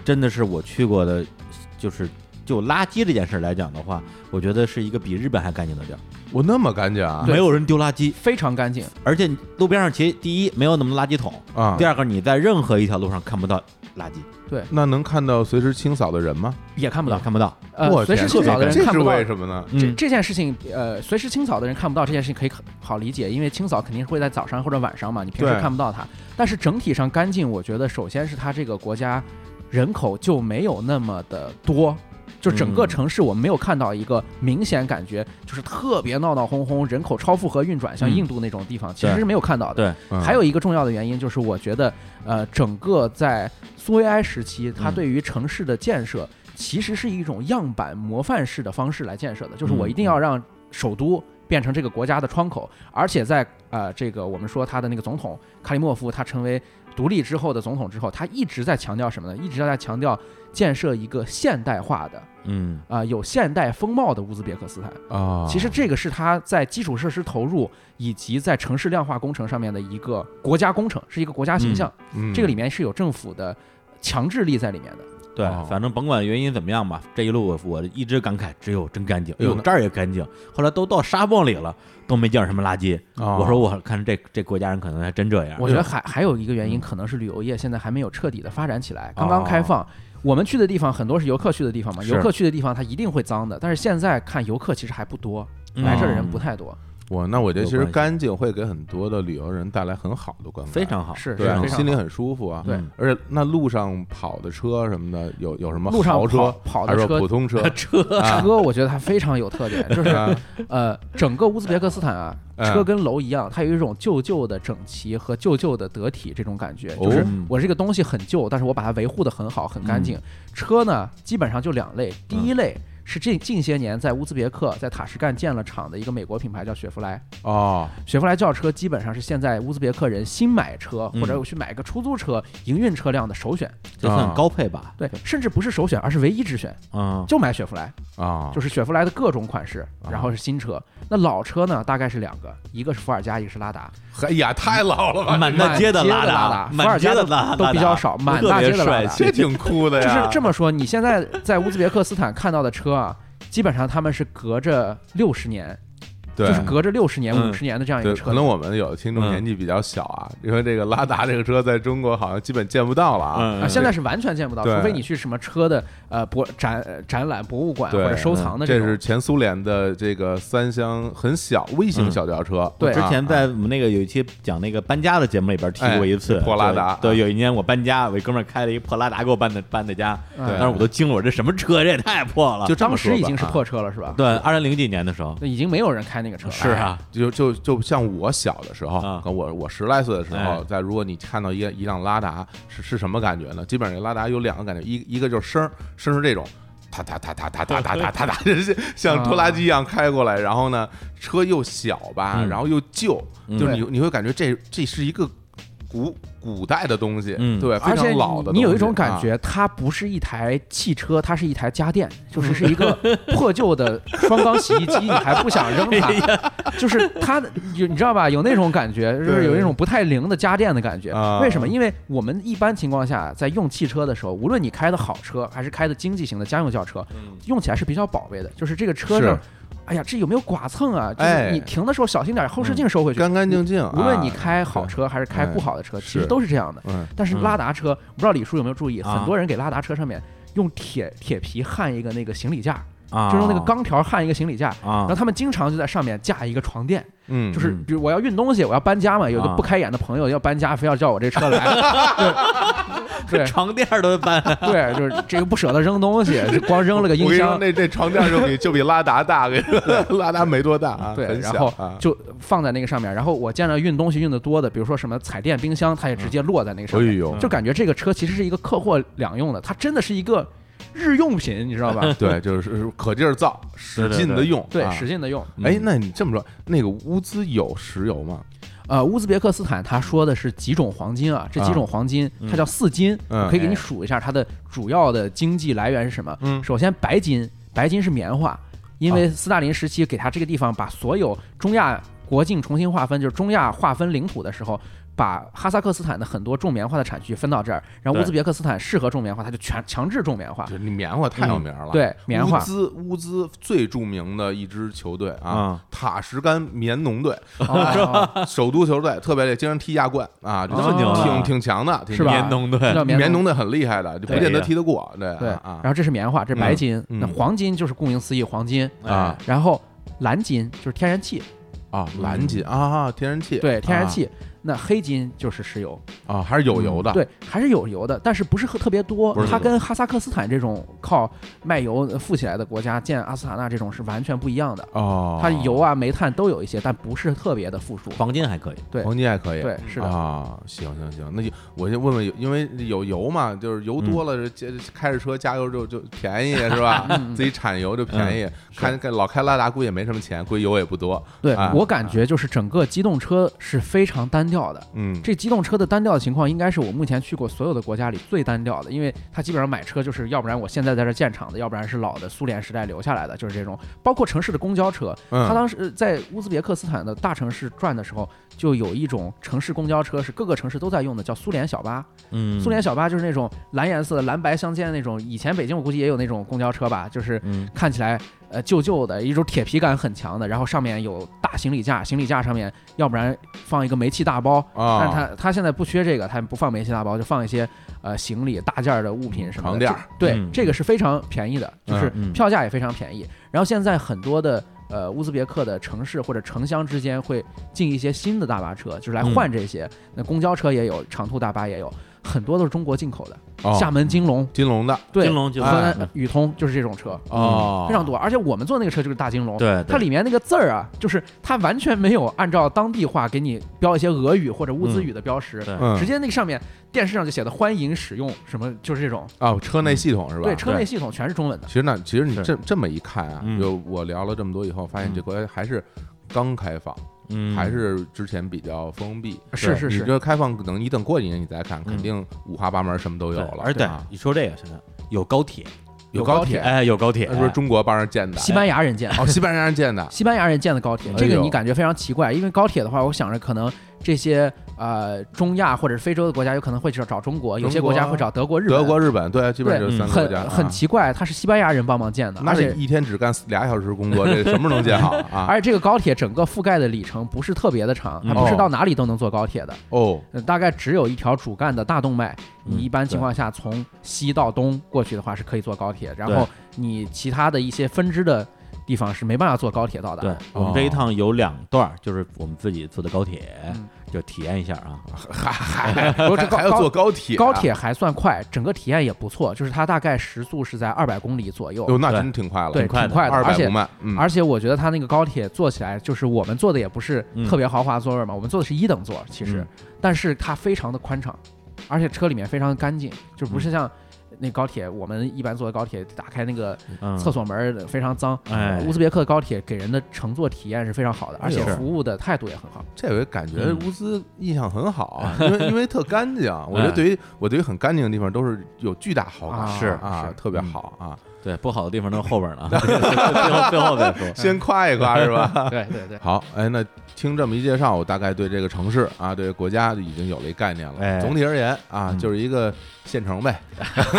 真的是我去过的，就是就垃圾这件事来讲的话，我觉得是一个比日本还干净的地儿，
我那么干净啊
对
没有人丢垃圾，
非常干净，
而且路边上其实第一没有那么多垃圾桶，
啊
第，二个你在任何一条路上看不到垃圾，
那能看到随时清扫的人吗？
也看不到。
看不到。
我
呃，随时
天
清扫的人
这
看
是
不到
为什么呢？
这
嗯，
这件事情，呃，随时清扫的人看不到这件事情可以可好理解，因为清扫肯定是会在早上或者晚上嘛，你平时
对
看不到它。但是整体上干净，我觉得首先是它这个国家人口就没有那么的多，就整个
嗯
城市我们没有看到一个明显感觉就是特别闹闹哄哄、人口超负荷运转，像
嗯
印度那种地方其实
对
是没有看到的。
对，
嗯
还有一个重要的原因就是，我觉得，呃，整个在苏维埃时期，它
嗯
对于城市的建设其实是一种样板模范式的方式来建设的，就是我一定要让首都变成这个国家的窗口，而且在呃这个我们说他的那个总统卡里莫夫他成为独立之后的总统之后，他一直在强调什么呢？一直在强调建设一个现代化的
嗯，
啊、呃有现代风貌的乌兹别克斯坦。
啊，
其实这个是它在基础设施投入以及在城市量化工程上面的一个国家工程，是一个国家形象。
嗯
这个里面是有政府的强制力在里面的。
对
哦，
反正甭管原因怎么样吧，这一路我我一直感慨，只有真干净，哎
哎呦
呦
那
这儿也干净，后来都到沙漠里了，都没见着什么垃圾。
啊
我说我看这这国家人可能还真这样。
哦我觉得还还有一个原因，
嗯
可能是旅游业现在还没有彻底的发展起来，刚
哦
刚开放。我们去的地方很多是游客去的地方嘛，
是
游客去的地方它一定会脏的，但是现在看游客其实还不多，
嗯
来这儿的人不太多，
我那我觉得其
有
实
关系
干净会给很多的旅游人带来很好的观感，
非常好，
是
对啊，
非常
心里很舒服啊。
对
嗯
而且那路上跑的车什么的，有有什么
路上
豪车
跑跑
还
的
是
车
普通车
车
啊
车我觉得它非常有特
<laughs>
点，就是
啊
呃，整个乌兹别克斯坦啊，
嗯
车跟楼一样，它有一种旧旧的整齐和旧旧的得体这种感觉，
哦
就是我这个东西很旧，但是我把它维护的很好，很干净。车呢，基本上就两类，第一类。是近近些年在乌兹别克在塔什干建了厂的一个美国品牌叫雪佛兰，
哦，
雪佛兰轿车基本上是现在乌兹别克人新买车或者
嗯
我去买个出租车营运车辆的首选，
这算高配吧？
对，甚至不是首选，而是唯一之选，
嗯，
嗯就买雪佛兰。
啊，
就是雪佛兰的各种款式，然后是新车。那老车呢，大概是两个，一个是伏尔加，一个是拉达，
哎呀，太老了吧，
满大街的
拉
达，
伏尔
满
加
街
都
的拉
都比较少，满大街的啊拉
特别帅
达。
气
<laughs> 这挺酷的
就
呀，
是这么说，你现在在乌兹别克斯坦看到的车啊，基本上他们是隔着六十年，
对
就是隔着六十年、
嗯
五十年的这样一
对，
个车嗯
可能。我们有听众年纪比较小啊，因为这个拉达这个车在中国好像基本见不到了啊。
嗯
啊，现在是完全见不到，
对
除非你去什么车的呃博展呃展览、博物馆或
对嗯
者收藏的
这
种。
是前苏联的这个三厢很小微型小轿车，
嗯对
之
啊
前在我们那个有一期讲那个搬家的节目里边提过一次
哎破拉达
对，对有一年我搬家，我一哥们儿开了一破拉达给我搬的搬的家，
嗯
当时我都惊了，我这什么车，这也太破了
哎就。这么
当
说吧
时已经是
啊
破车了，是吧？
对，二零零几年的时候，
那已经没有人开那个车了。哎
是啊，
就就就像我小的时候，
啊
我我十来岁的时候，
哎
在如果你看到一一辆拉达，是是什么感觉呢？基本上这拉达有两个感觉，一一个就是声儿，声是这种。哒哒哒哒哒哒哒哒哒哒， <laughs> 就是像拖拉机一样开过来，然后呢，车又小吧，
啊嗯
然后又旧，
嗯
就是你你会感觉这这是一个古古代的东西，
嗯
对，非
而且
常
你
老的东西
你有一种感
啊
觉，它不是一台汽车，它是一台家电，就是是一个
嗯
<laughs> 破旧的双缸洗衣机，你还不想扔
哎
它，就是它的，有你知道吧？有那种感觉，就是有一种不太灵的家电的感觉
啊。
为什么？因为我们一般情况下在用汽车的时候，无论你开的好车还是开的经济型的家用轿车，
嗯
用起来是比较宝贝的，就是这个车上
是。
哎呀，这有没有剐蹭啊？就
哎嗯
是你停的时候小心点，后视镜收回去。
干干净净。
无论你
啊
开好，车还是开
哎
不好的车，其
是
实都是这样的。
对嗯，
但是
嗯
拉达车，我不知道李叔有没有注意，
啊
很多人给拉达车上面用铁铁皮焊一个那个行李架，
啊，
就用那个钢条焊一个行李架。
啊
然后他们经常就在上面架一个床垫，
嗯，
就是
嗯
比如我要运东西，我要搬家嘛，有个
啊
不开眼的朋友要搬家，非要叫我这车来，
啊
对
床垫儿都搬，
<laughs>
对对，就是这个不舍得扔东西，就光扔了个
我
音
跟你说，
箱，
那这床垫就比就比拉达
<laughs>
大，跟拉达没多大啊，
对，
很
然
小
后
啊。
就放在那个上面。然后我见到运东西运的多的，比如说什么彩电、冰箱，它也直接落在那个上
哎
面，
呦，
就感觉这个车其实是一个客货两用的，它真的是一个日用品，你知道吧？
<laughs> 对，就是可劲儿造，使
对
劲的
对
用，
对，
啊
使劲的用。
哎，那你这么说，那个乌兹有石油吗？
呃，乌兹别克斯坦他说的是几种黄金啊？这几种黄金它叫四金，
嗯
我可以给你数一下它的主要的经济来源是什么。
嗯啊
首先白金，白金是棉花，因为斯大林时期给他这个地方把所有中亚国境重新划分，就是中亚划分领土的时候。把哈萨克斯坦的很多种棉花的产区分到这儿，然后乌
对
兹别克斯坦适合种棉花，他就全强制种棉花
就。是啊你棉花太有名了，
嗯对棉花
乌兹乌兹最著名的一支球队啊
啊，
塔什干棉农
<laughs>
队，
哦
首都球队，特别厉害，经常踢亚冠啊，这
这么牛啊
挺挺强的，挺
是吧
棉农队
叫
棉
棉
农队很厉害的，就不
对
见得踢得过，对
对，
啊
然，后这是棉花，这是白金，
嗯嗯
那黄金就是顾名思义黄金，
啊
然后蓝金就是天然气，
啊，蓝金啊，天然气，
对，天然
啊
气。那黑金就是石油，
啊，还是有油的，
嗯对，还是有油的，但是不是特别多
不是。特
它
别多
跟哈萨克斯坦这种靠卖油呃富起来的国家，建阿斯塔纳这种是完全不一样的。
哦，
它油啊、煤炭都有一些，但不是特别的富庶。
黄金还可以，
对
黄金还可以，
对，是的，
啊，行行行，那就我先问问有，因为有油嘛，就是油多
嗯
了，这开着车加油就就便宜是吧？自己产油就便
嗯
宜，开开老开拉达估计也没什么钱，估计油也不多。
对
啊
我感觉就是整个机动车是非常单调的。
嗯，
这机动车的单调情况，应该是我目前去过所有的国家里最单调的，因为它基本上买车就是要不然我现在在这建厂的，要不然是老的苏联时代留下来的，就是这种。包括城市的公交车，
嗯
它当时呃在乌兹别克斯坦的大城市转的时候，就有一种城市公交车是各个城市都在用的，叫苏联小巴。
嗯，
苏联小巴就是那种蓝颜色的蓝白相间的那种，以前北京我估计也有那种公交车吧，就是
嗯
看起来呃旧旧的，一种铁皮感很强的，然后上面有大行李架，行李架上面要不然放一个煤气大包，但
啊，
他他现在不缺这个，他不放煤气大包，就放一些呃行李大件儿的物品什么
床
的。
垫儿
这对、
嗯
这个是非常便宜的，就是
嗯嗯
票价也非常便宜。然后现在很多的呃乌兹别克的城市或者城乡之间会进一些新的大巴车，就是来换这些。那公交车也有，长途大巴也有，很多都是中国进口的，
哦
厦门金龙
金龙的
对，
金龙就
河
哎
南宇通就是这种车。
哦，
嗯非常多，而且我们坐那个车就是大金龙，
对，对
它里面那个字儿啊，就是它完全没有按照当地话给你标一些俄语或者乌兹语的标识，
对
嗯
直接那个上面电视上就写的欢迎使用什么，就是这种。
啊，车内系统是吧？
嗯对，车内系统全是中嗯文的
其。实那其实你
是
这这么一看啊，
嗯
就我聊了这么多以后，发现这国家还是刚开放，
嗯
还是之前比较封闭。
是是嗯
你
是，
这开放可能你等过几年你再看，肯定五花八门什么都有
对
了。
而
对
且
啊
啊
吧
你说这个想想有高铁，
有
有
高
高铁
哎，有高铁，
呃那是不是中国帮人建的？
西班牙人建，
哦，西班牙人建的
西班牙人建的高铁，这
哎
个
呦
你感觉非常奇怪，因为高铁的话，我想着可能这些呃中亚或者是非洲的国家有可能会找中国，有些国家会找德 <laughs> 国、日本。
德国、日本，对，基本上
对嗯
就是三个国家，
很很
啊。
奇怪，它是西班牙人帮忙建的，
那
而且
得一天只干俩小时工作，这什么时候能建
<laughs>
好啊？
而且这个高铁整个覆盖的里程不是特别的长，它
嗯
不是
哦
到哪里都能坐高铁的，
哦，
呃大概只有一条主干的大动脉。
嗯
你一般情况下从西到东过去的话是可以坐高铁，然后你其他的一些分支的地方是没办法坐高铁到达
对
哦
的。
我们这一趟有两段儿，就是我们自己坐的高铁
嗯，
就体验一下啊。
还还
不
还
这高
还要坐高铁啊，
高铁还算快，整个体验也不错，就是它大概时速是在二百公里左右，
哟，那
对
真挺快了，
对，
挺
挺
快的
快的，
二
而
百
且
不慢，嗯，
而且我觉得它那个高铁坐起来，就是我们坐的也不是
嗯
特别豪华座位嘛，我们坐的是一等座，其实，
嗯
但是它非常的宽敞，而且车里面非常干净，就不是像那高铁、我们一般坐的高铁打开那个
嗯，
厕所门儿非常脏。
哎
乌兹别克高铁给人的乘坐体验是非常好的，而且
是
服务的态度也很好。
这回感觉
嗯
乌兹印象很好
<laughs>
啊，因为因为特干净。我觉得对于我对于很干净的地方都是有巨大好感，
嗯啊
是
啊
是，
特别
嗯
好啊。
对，不好的地方都后边呢，最后最后再说。
嗯
先夸一夸是吧？
对
<laughs>
对对，
好，哎，那听这么一介绍，我大概对这个城市啊，对国家已经有了一概念了。
哎
总体而言啊，
嗯哎
就是一个县城呗，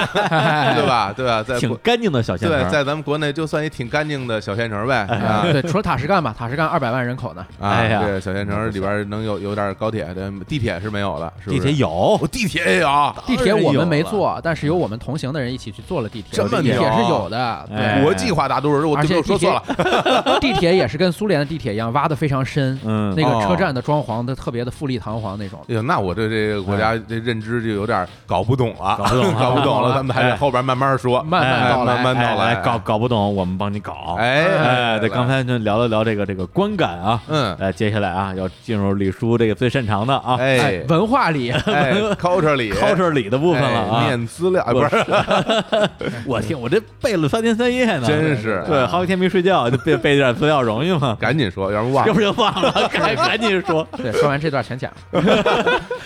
对吧？对吧？在
挺
国
干净的小县
对
城，，
在咱们国内就算一挺干净的小县城呗啊。
对，除了塔什干吧，塔什干二百万人口呢，
啊，
<laughs> 哎呀
对，小县城里边能有有点高铁，对，地铁是没有的，是不
地
是？
铁有
哦，地铁也有，
地铁我们
当然
没
有了，
坐，但是有我们同行的人一起去坐了地铁，
这么
地铁
牛
是有的，
哎
对，
国际化大都市，我
而
对不起，
且
我
地
说错
铁
了，哎
<laughs> 地铁也是跟苏联的地铁一样挖的非常深，
嗯，
那个
哦
车站的装潢的特别的富丽堂皇那种。
哎呦，那我对这个国家这认知就有点搞不懂了，搞
哎不
<laughs>
懂了
搞不懂了，咱们还得
哎
后边慢慢说，
慢慢
哎
道
慢
来
慢
哎
道
来
来，
搞搞不懂，我们帮你搞。
哎
哎，对，
来
刚才就聊了聊这个这个观感啊，
嗯，
哎，接下来啊，要进入李叔这个最擅长的啊
哎
哎，文化里
哎，culture 里
culture 里的部分了
哎
啊。
念资料，哎不是，
我听我这背了三天三夜呢，
真是啊
对，好几天没睡觉，就背背点资料容易吗？
<laughs> 赶紧说，要不然忘
要不
了。
就忘了， <laughs> 赶赶紧说。
对，说完这段全讲。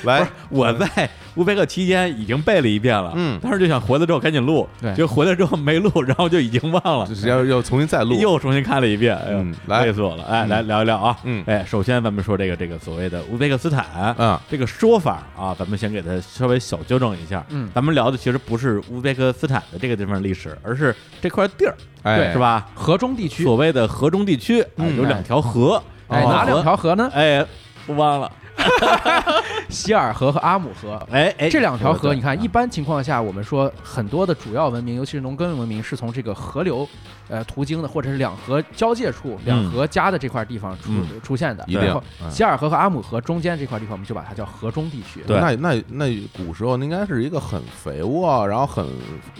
来，
<laughs> 我在乌贝克期间已经背了一遍了，
嗯
当时就想回来之后赶紧录，
对
就回来之后没录，然后就已经忘了
就，是要要重新再录，
又重新看了一遍，哎呦，
嗯来
累死我了，哎，
嗯
来聊一聊啊，
嗯
哎，首先咱们说这个这个所谓的乌贝克斯坦。
嗯，
这个说法啊，咱们先给它稍微小纠正一下。
嗯
咱们聊的其实不是乌贝克斯坦的这个地方历史，而是这块地儿，
哎，
是？吧？
河中地区，
所谓的河中地区，哎
嗯
有两条河，
哎，
哦
哪两？条河呢？
哎，忘了，
希尔河和阿姆河。
哎哎，
这两条河，你
啊
看，一般情况下，我们说很多的主要文明，尤其是农耕文明，是从这个河流，呃，途经的，或者是两河交界处、两河夹的这块地方出
嗯
出现的。
一定
然后
嗯
希尔河和阿姆河中间这块地方，我们就把它叫河中地区。
对
那那那古时候应该是一个很肥沃，然后很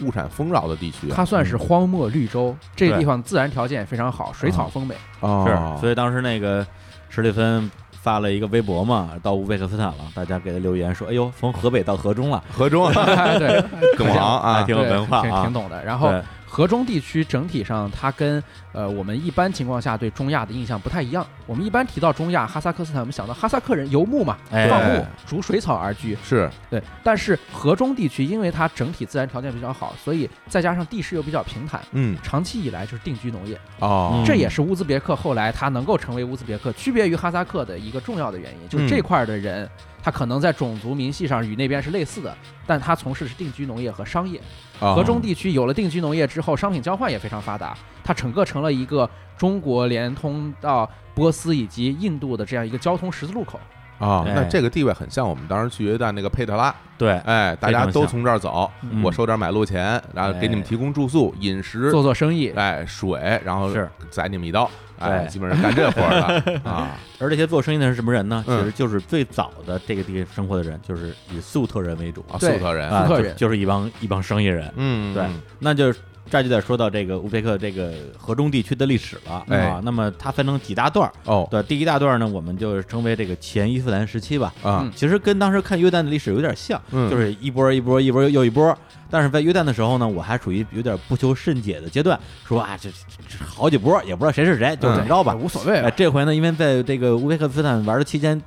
物产丰饶的地区啊。
它算是荒漠绿洲，这
嗯对啊
地方自然条件也非常好，水草丰美。 <laughs>
哦
是，所以当时那个史蒂芬发了一个微博嘛，到乌贝克斯坦了，大家给他留言说，哎呦，从河北到河中了，
河中啊
<laughs>
对，
懂行
还
啊，
挺有
对
文化
挺
啊
挺。懂的。然后
哦
对，
河中地区整体上，它跟呃我们一般情况下对中亚的印象不太一样。我们一般提到中亚哈萨克斯坦，我们想到哈萨克人游牧嘛，
哎
放牧、逐水草而居。
是
对，但是河中地区因为它整体自然条件比较好，所以再加上地势又比较平坦。
嗯
长期以来就是定居农业，
哦
嗯
这也是乌兹别克后来它能够成为乌兹别克，区别于哈萨克的一个重要的原因，就是这
嗯
块儿的人，他可能在种族民系上与那边是类似的，但他从事的是定居农业和商业。
哦
啊
河中地区有了定居农业之后，商品交换也非常发达，它整个成了一个中国连通到波斯以及印度的这样一个交通十字路口。
啊，
哎
那这个地位很像我们当时去约旦那个佩特拉，
对，
哎，大家
非常像
都从这儿走，
嗯哎
我收点买路钱，然后给你们提供住宿、饮食，
做做生意，
哎，水，然后
是
宰你们一刀，哎，
对
基本上干这活儿
<laughs>
的啊，
而这些做生意的是什么人呢？
嗯
其实就是最早的这个地方生活的人，就是以粟特人为主
啊，粟
对
特人，
啊，
粟特
就
人
就是一帮一帮生意人。
嗯，
对，那就是这就得说到这个乌贝克这个河中地区的历史了
哎
啊。那么它分成几大段儿，
哦，
对，第一大段呢，我们就称为这个前伊斯兰时期吧。
啊
嗯，
其实跟当时看约旦的历史有点像，
嗯
就是一波一波一波又一波。但是在约旦的时候呢，我还处于有点不求甚解的阶段，说啊，这这这好几波，也不知道谁是谁，就怎么着吧。
无所谓
哎，
了。
这回呢，因为在这个乌贝克斯坦玩的期间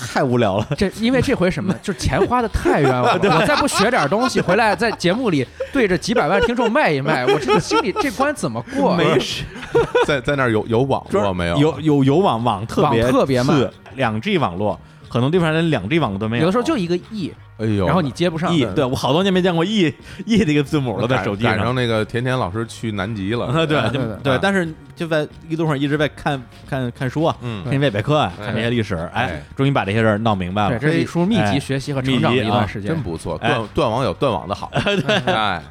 太无聊了，
这因为这回什么，就是钱花的太冤
<laughs>
枉了。我再不学点东西回来，在节目里对着几百万听众卖一卖，我这个心里这关怎么过？啊
没事，
在在那儿有有网络没有？
有有有网网特别
网特别慢
次，两 G 网络，很多地方连两 G 网络都没有，
有的时候就一个亿，
哎呦，
然后你接不上。
E，对我好多年没见过 E <laughs> E 这个字母
我
了，在手机上
赶。上那个甜甜老师去南极了，
啊， <laughs> 对
对
就
的
对
啊，
但是就在一路上一直在看看看书啊，
嗯
看一些百科啊，
哎
看这些历史，哎
哎，
终于把这些人闹明白
对，
了。
这是李叔密
哎
集学习和成长的一段时间
啊真。不错，
哎
断断网有断网
<laughs>
的好，哎，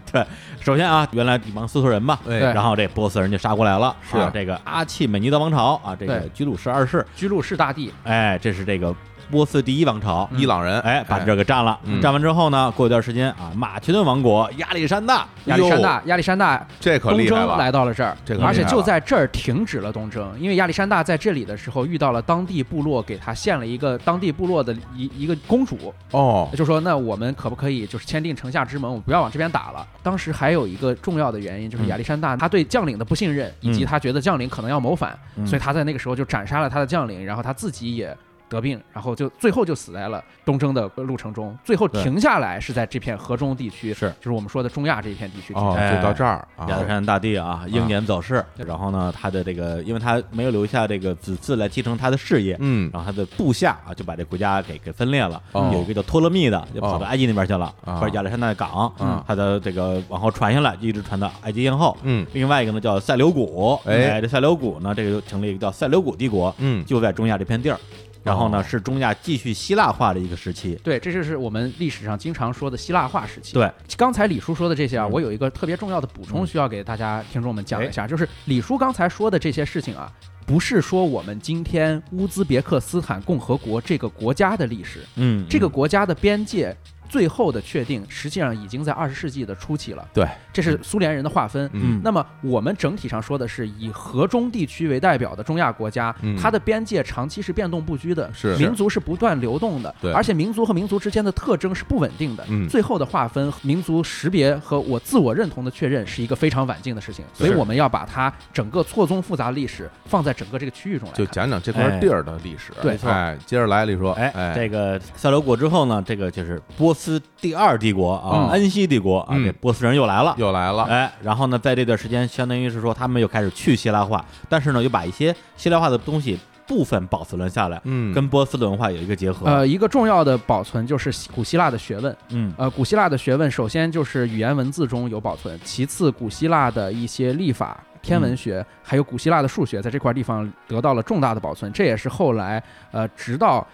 首先啊，原来一帮斯特人嘛，
对
对
然后这波斯人就杀过来了，
是
啊这个阿契美尼德王朝啊，这个
对
居鲁士二世，
<laughs> 居鲁士大帝，
哎，这是这个波斯第一王朝。
伊朗人，
哎，把这给占了
嗯，
占完之后呢，过一段时间啊，马其顿王国、亚历山大，
亚历山大，亚历山大
这可
东
厉害
征
了，
来到了这儿，
这可厉害
而且就
了
在这儿停止了东征，因为亚历山大在这里的时候遇到了当地部落，给他献了一个当地部落的一一个公主，
哦，
就说那我们可不可以就是签订城下之盟，我们不要往这边打了。当时还有一个重要的原因就是亚历山大他对将领的不信任，以及
嗯
他觉得将领可能要谋反，
嗯
所以他在那个时候就斩杀了他的将领，然后他自己也得病，然后就最后就死在了东征的路程中，最后
对
停下来是在这片河中地区，
是
就是我们说的中亚这一片地区。
哦，
哎
就到这儿啊，
亚历山大帝啊，英年早逝。
对
然后呢，他的这个，因为他没有留下这个子嗣来继承他的事业，
嗯
然后他的部下啊就把这国家给给分裂了。
哦
有一个叫托勒密的，就跑到埃及那边去了，
啊
或者亚历山大的港，
嗯
他的这个往后传下来，一直传到埃及艳后。
嗯
另外一个呢叫塞琉古，
哎
这塞琉古呢，这个就成立一个叫塞琉古帝国，
嗯，
就在中亚这片地儿。然后
哦
呢，是中亚继续希腊化的一个时期。
对，这就是我们历史上经常说的希腊化时期。
对，
刚才李叔说的这些啊，
嗯
我有一个特别重要的补充
嗯哎
需要给大家听众们讲一下，就是李叔刚才说的这些事情啊，不是说我们今天乌兹别克斯坦共和国这个国家的历史，
嗯，
这个国家的边界最后的确定，实际上已经在二十世纪的初期了。
对，
这
嗯
是苏联人的划分。
嗯
那么我们整体上说的是以河中地区为代表的中亚国家，
嗯
它的边界长期是变动不居的，
是
民族是不断流动的，
对
而且民族和民族之间的特征是不稳定的。
嗯
最后的划分、民族识别和我自我认同的确认是一个非常晚近的事情，所以
是
我们要把它整个错综复杂的历史放在整个这个区域中来
就
看。
讲讲这块地儿的历史。
对
哎，接着来，李叔，
哎，
哎，
这个塞琉古之后呢，这个就是波斯第二帝国啊，
嗯
恩熙帝国啊，
嗯
这波斯人又来了。
又来了，
哎，然后呢，在这段时间，相当于是说他们又开始去希腊化，但是呢，又把一些希腊化的东西部分保存下来，
嗯，
跟波斯的文化有一个结合。
呃，一个重要的保存就是古希腊的学问，
嗯，
呃，古希腊的学问首先就是语言文字中有保存，其次古希腊的一些历法、天
嗯
文学，还有古希腊的数学，在这块地方得到了重大的保存。这也是后来呃，直到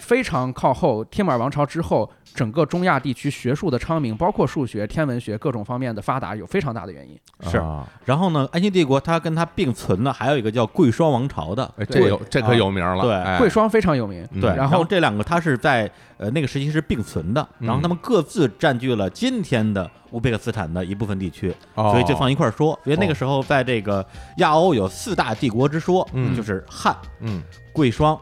非常靠后帖木儿王朝之后，整个中亚地区学术的昌明，包括数学、天文学各种方面的发达，有非常大的原因。
是
啊
然后呢，安息帝国它跟它并存的还有一个叫贵霜王朝的，
哎，
对
这有这可
啊
有名了，
对
哎
贵霜非常有名，
嗯
对，
然
然
后
这两个它是在呃那个时期是并存的，然后他们各自占据了今天的乌兹别克斯坦的一部分地区，
哦
所以就放一块儿说。因为那个时候在这个亚欧有四大帝国之说，
嗯
就是汉、
嗯
贵霜、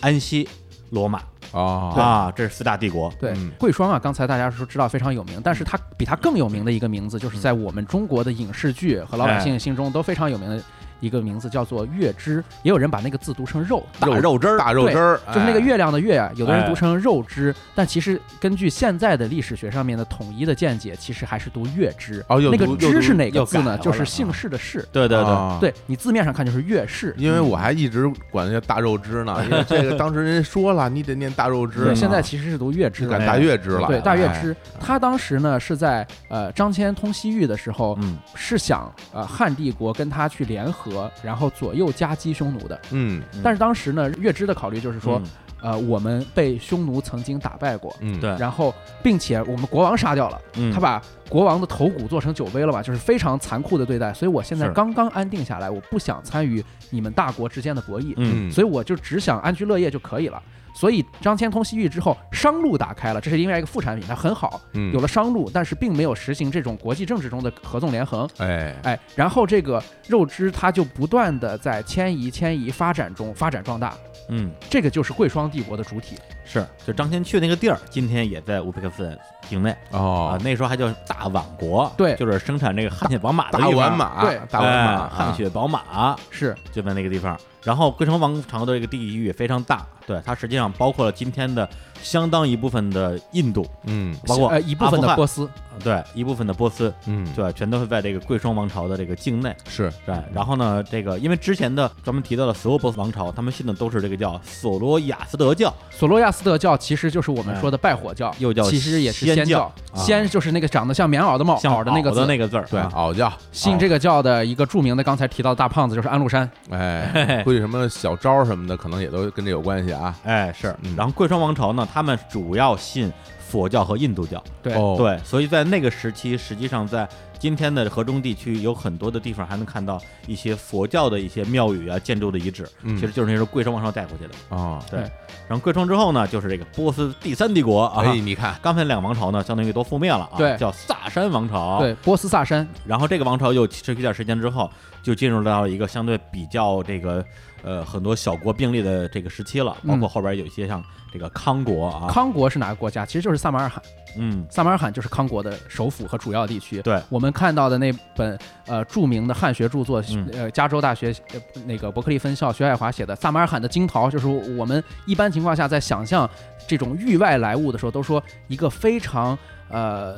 安息、罗马
哦
啊，这是四大帝国。
对
嗯，
贵霜啊，刚才大家说知道非常有名，但是它比它更有名的一个名字，就是
嗯
在我们中国的影视剧和老百姓心中都非常有名的一个名字，叫做月枝，也有人把那个字读成肉，
大肉汁儿，
大肉汁儿，
就是那个
哎
月亮的月啊，有的人
哎
读成肉枝，但其实根据现在的历史学上面的统一的见解，其实还是读月枝。
哦又
那个
读又
枝是
读
哪
又
个字
改
呢？
了
就是
啊
姓氏的氏。
对对对，
啊
对你字面上看就是月氏，
因为我还一直管那叫大肉汁呢，因为这个当时人家说了，你得念大肉汁
对，
嘛，
现在其实是读月枝
就
的
改。大月汁了，
对，大月
哎
支，他当时呢是在呃张骞通西域的时候，
嗯，
是想呃汉帝国跟他去联合，然后左右夹击匈奴的。
嗯
嗯
但是当时呢，月支的考虑就是说，
嗯
呃，我们被匈奴曾经打败过，
嗯，
对，
然后并且我们国王杀掉了，
嗯
他把国王的头骨做成酒杯了嘛，就是非常残酷的对待。所以我现在
是
刚刚安定下来，我不想参与你们大国之间的博弈，
嗯
嗯，
所以我就只想安居乐业就可以了。所以张骞通西域之后，商路打开了，这是另外一个副产品，它很好，
嗯
有了商路，但是并没有实行这种国际政治中的合纵连横。
哎
哎，然后这个肉汁它就不断的在迁移、迁移、发展中发展壮大，
嗯
这个就是贵霜帝国的主体。
是，就张骞去那个地儿，今天也在乌兹别克斯坦境内啊
哦，，
那时候还叫大宛国，
对
就是生产这个汗血宝马的
大
地
碗
方。
马，
对
大啊碗
哎
马，
啊
汗血宝马
是
就在那个地方。然后龟城王朝的这个地域也非常大，对它实际上包括了今天的相当一部分的印度，
嗯
包括
呃一部分
阿富
的
汗
波斯，
对一部分的波斯，
嗯，
对，全都是在这个贵霜王朝的这个境内。
是
对，然后呢，这个因为之前的咱们提到的所有波斯王朝，他们信的都是这个叫索罗亚斯德教，
索罗亚斯德教其实就是我们说的拜火教，
哎又叫
其实也是
仙
仙
教啊
仙就是那个长得像棉袄的帽
像
哦袄的那个
的
字。
那个字儿，
对
啊 <laughs>
袄叫，
信这个教的一个著名的，刚才提到的大胖子就是安禄山， <laughs>
哎，估计什么小招什么的，可能也都跟这有关系啊。
哎是
嗯。
然后贵霜王朝呢，他们主要信佛教和印度教，
对
哦，
对，所以在那个时期，实际上在今天的河中地区，有很多的地方还能看到一些佛教的一些庙宇啊、建筑的遗址，
嗯
其实就是那时候贵霜王朝带回去的。
哦，
对
对，
然后贵霜之后呢，就是这个波斯第三帝国啊。
哎，你看，
刚才两个王朝呢，相当于都覆灭了啊，
对
叫萨珊王朝。，
对，波斯萨珊，
然后这个王朝又持续一段时间之后，就进入到一个相对比较这个呃很多小国并立的这个时期了，包括
嗯
后边有一些像这个康国啊，
康国是哪个国家？其实就是萨马尔罕，
嗯，
萨马尔罕就是康国的首府和主要地区。
对，
我们看到的那本呃著名的汉学著作
嗯，
呃，加州大学呃那个伯克利分校徐爱华写的《萨马尔罕的金桃》，就是我们一般情况下在想象这种域外来物的时候，都说一个非常呃。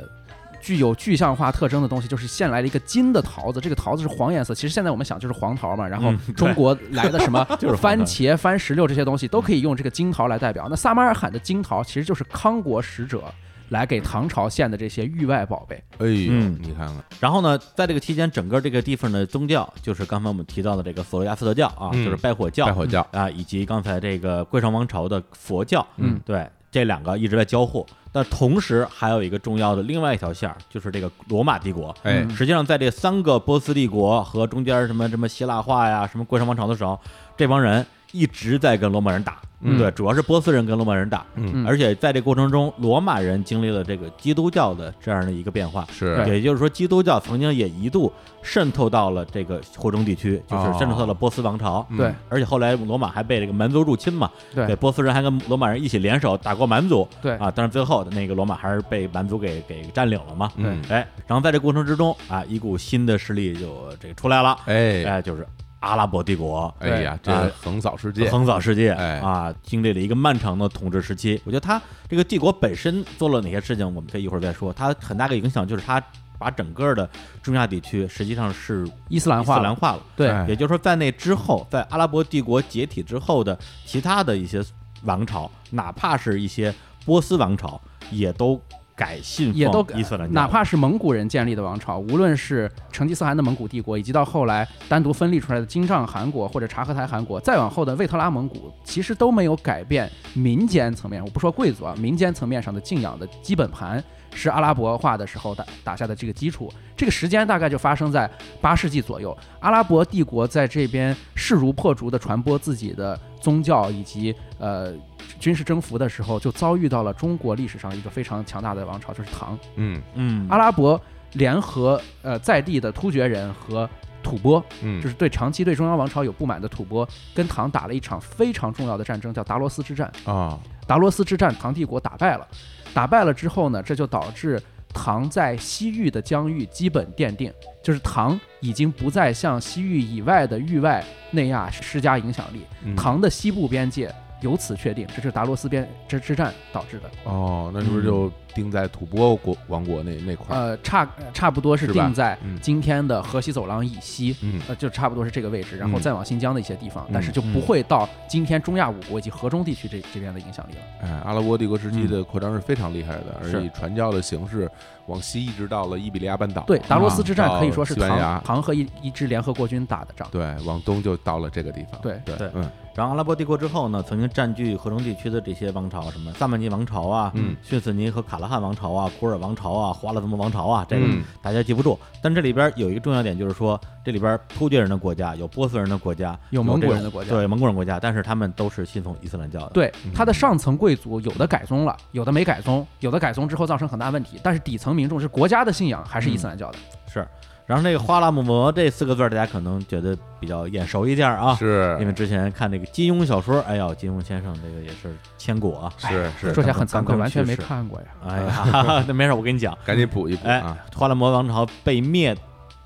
具有具象化特征的东西，就是现来了一个金的桃子，这个桃子是黄颜色。其实现在我们想就是黄桃嘛，然后
嗯对
中国来的什么
<laughs> 就是黄
番
桃
茄、番石榴这些东西，都可以用这个金桃来代表。那萨马尔罕的金桃其实就是康国使者来给唐朝献的这些域外宝贝。
哎呦，
嗯
你看看，
然后呢，在这个期间，整个这个地方的宗教就是刚才我们提到的这个索罗亚斯德教啊，
嗯
就是拜火教
拜火教，
啊，以及刚才这个贵船王朝的佛教，
嗯
对，这两个一直在交互。但同时还有一个重要的另外一条线儿，就是这个罗马帝国。
嗯
哎，
实际上，在这三个波斯帝国和中间什么什么希腊化呀、什么贵船王朝的时候，这帮人一直在跟罗马人打。
嗯
对，主要是波斯人跟罗马人打。
嗯
嗯
而且在这过程中，罗马人经历了这个基督教的这样的一个变化。
是，
也就是说，基督教曾经也一度渗透到了这个霍中地区，就是
哦
渗透到了波斯王朝。
嗯
对，
而且后来罗马还被这个蛮族入侵嘛，
对
波斯人还跟罗马人一起联手打过蛮族，
对
啊，但是最后那个罗马还是被蛮族给给占领了嘛，
嗯，
哎，然后在这过程之中啊，一股新的势力就这个出来了，
哎，
哎，就是阿拉伯帝国，
哎呀，这
对啊
横扫世界，
横扫世界，
哎
啊，经历了一个漫长的统治时期。我觉得他这个帝国本身做了哪些事情，我们可以一会儿再说。它很大的影响就是它把整个的中亚地区实际上是
伊斯
伊
兰
斯
化了
兰化了，
对
哎
也就是说，在那之后，在阿拉伯帝国解体之后的其他的一些王朝，哪怕是一些波斯王朝，也都改信
也都
奉伊斯兰教，
哪怕是蒙古人建立的王朝，无论是成吉思汗的蒙古帝国，以及到后来单独分立出来的金帐汗国或者察合台汗国，再往后的魏特拉蒙古，其实都没有改变民间层面，我不说贵族啊，民间层面上的敬仰的基本盘。是阿拉伯化的时候打打下的这个基础，这个时间大概就发生在八世纪左右。阿拉伯帝国在这边势如破竹地传播自己的宗教以及呃军事征服的时候，就遭遇到了中国历史上一个非常强大的王朝，就是唐。
嗯
嗯，
阿拉伯联合呃在地的突厥人和吐蕃，
嗯，
就是对长期对中央王朝有不满的吐蕃，跟唐打了一场非常重要的战争，叫达罗斯之战。
啊，
达罗斯之战，唐帝国打败了，打败了之后呢，这就导致唐在西域的疆域基本奠定，就是唐已经不再向西域以外的域外内亚施加影响力，
嗯
唐的西部边界由此确定，这是达罗斯边之之战导致的。
哦，那是
嗯
不是就定在吐蕃国王国那那块儿？
呃，差差不多是
是吧
定在
嗯
今天的河西走廊以西，
嗯
呃，就差不多是这个位置，然
嗯
后再往新疆的一些地方，
嗯
但是就不会到今天中亚五国以及河中地区这这边的影响力了。
哎，阿拉伯帝国时
嗯
期的扩张是非常厉害的，
是
而以传教的形式往西一直到了伊比利亚半岛，
对，达罗斯之战
啊
可以说是
到西班牙
唐，唐和一一支联合国军打的仗。
对，往东就到了这个地方，
对
对
对
嗯
然后阿拉伯帝国之后呢，曾经占据河中地区的这些王朝，什么萨曼尼王朝啊、
嗯
逊斯尼和卡拉汗王朝啊、库尔王朝啊、花剌子模王朝啊，这个
嗯
大家记不住。但这里边有一个重要点，就是说这里边突厥人的国家有波斯人的国家，
有
有
蒙古
这个
人的国家嗯
对蒙古人国家，但是他们都是信奉伊斯兰教的。，
对，
嗯
他的上层贵族有的改宗了，有的没改宗，有的改宗之后造成很大问题，但是底层民众是国家的信仰还是伊斯兰教的。
是。然后这个花剌木模这四个字儿，大家可能觉得比较眼熟一点儿啊，因
是
为之前看这个金庸小说，哎呦，金庸先生这个也是千古啊。
是是，
哎说起来
刚
很惭
刚
愧，完全
去
没
世
看过呀。
哎呀，那 <laughs> 没事儿，我跟你讲，
赶紧补一补
哎
啊，
花剌摩王朝被灭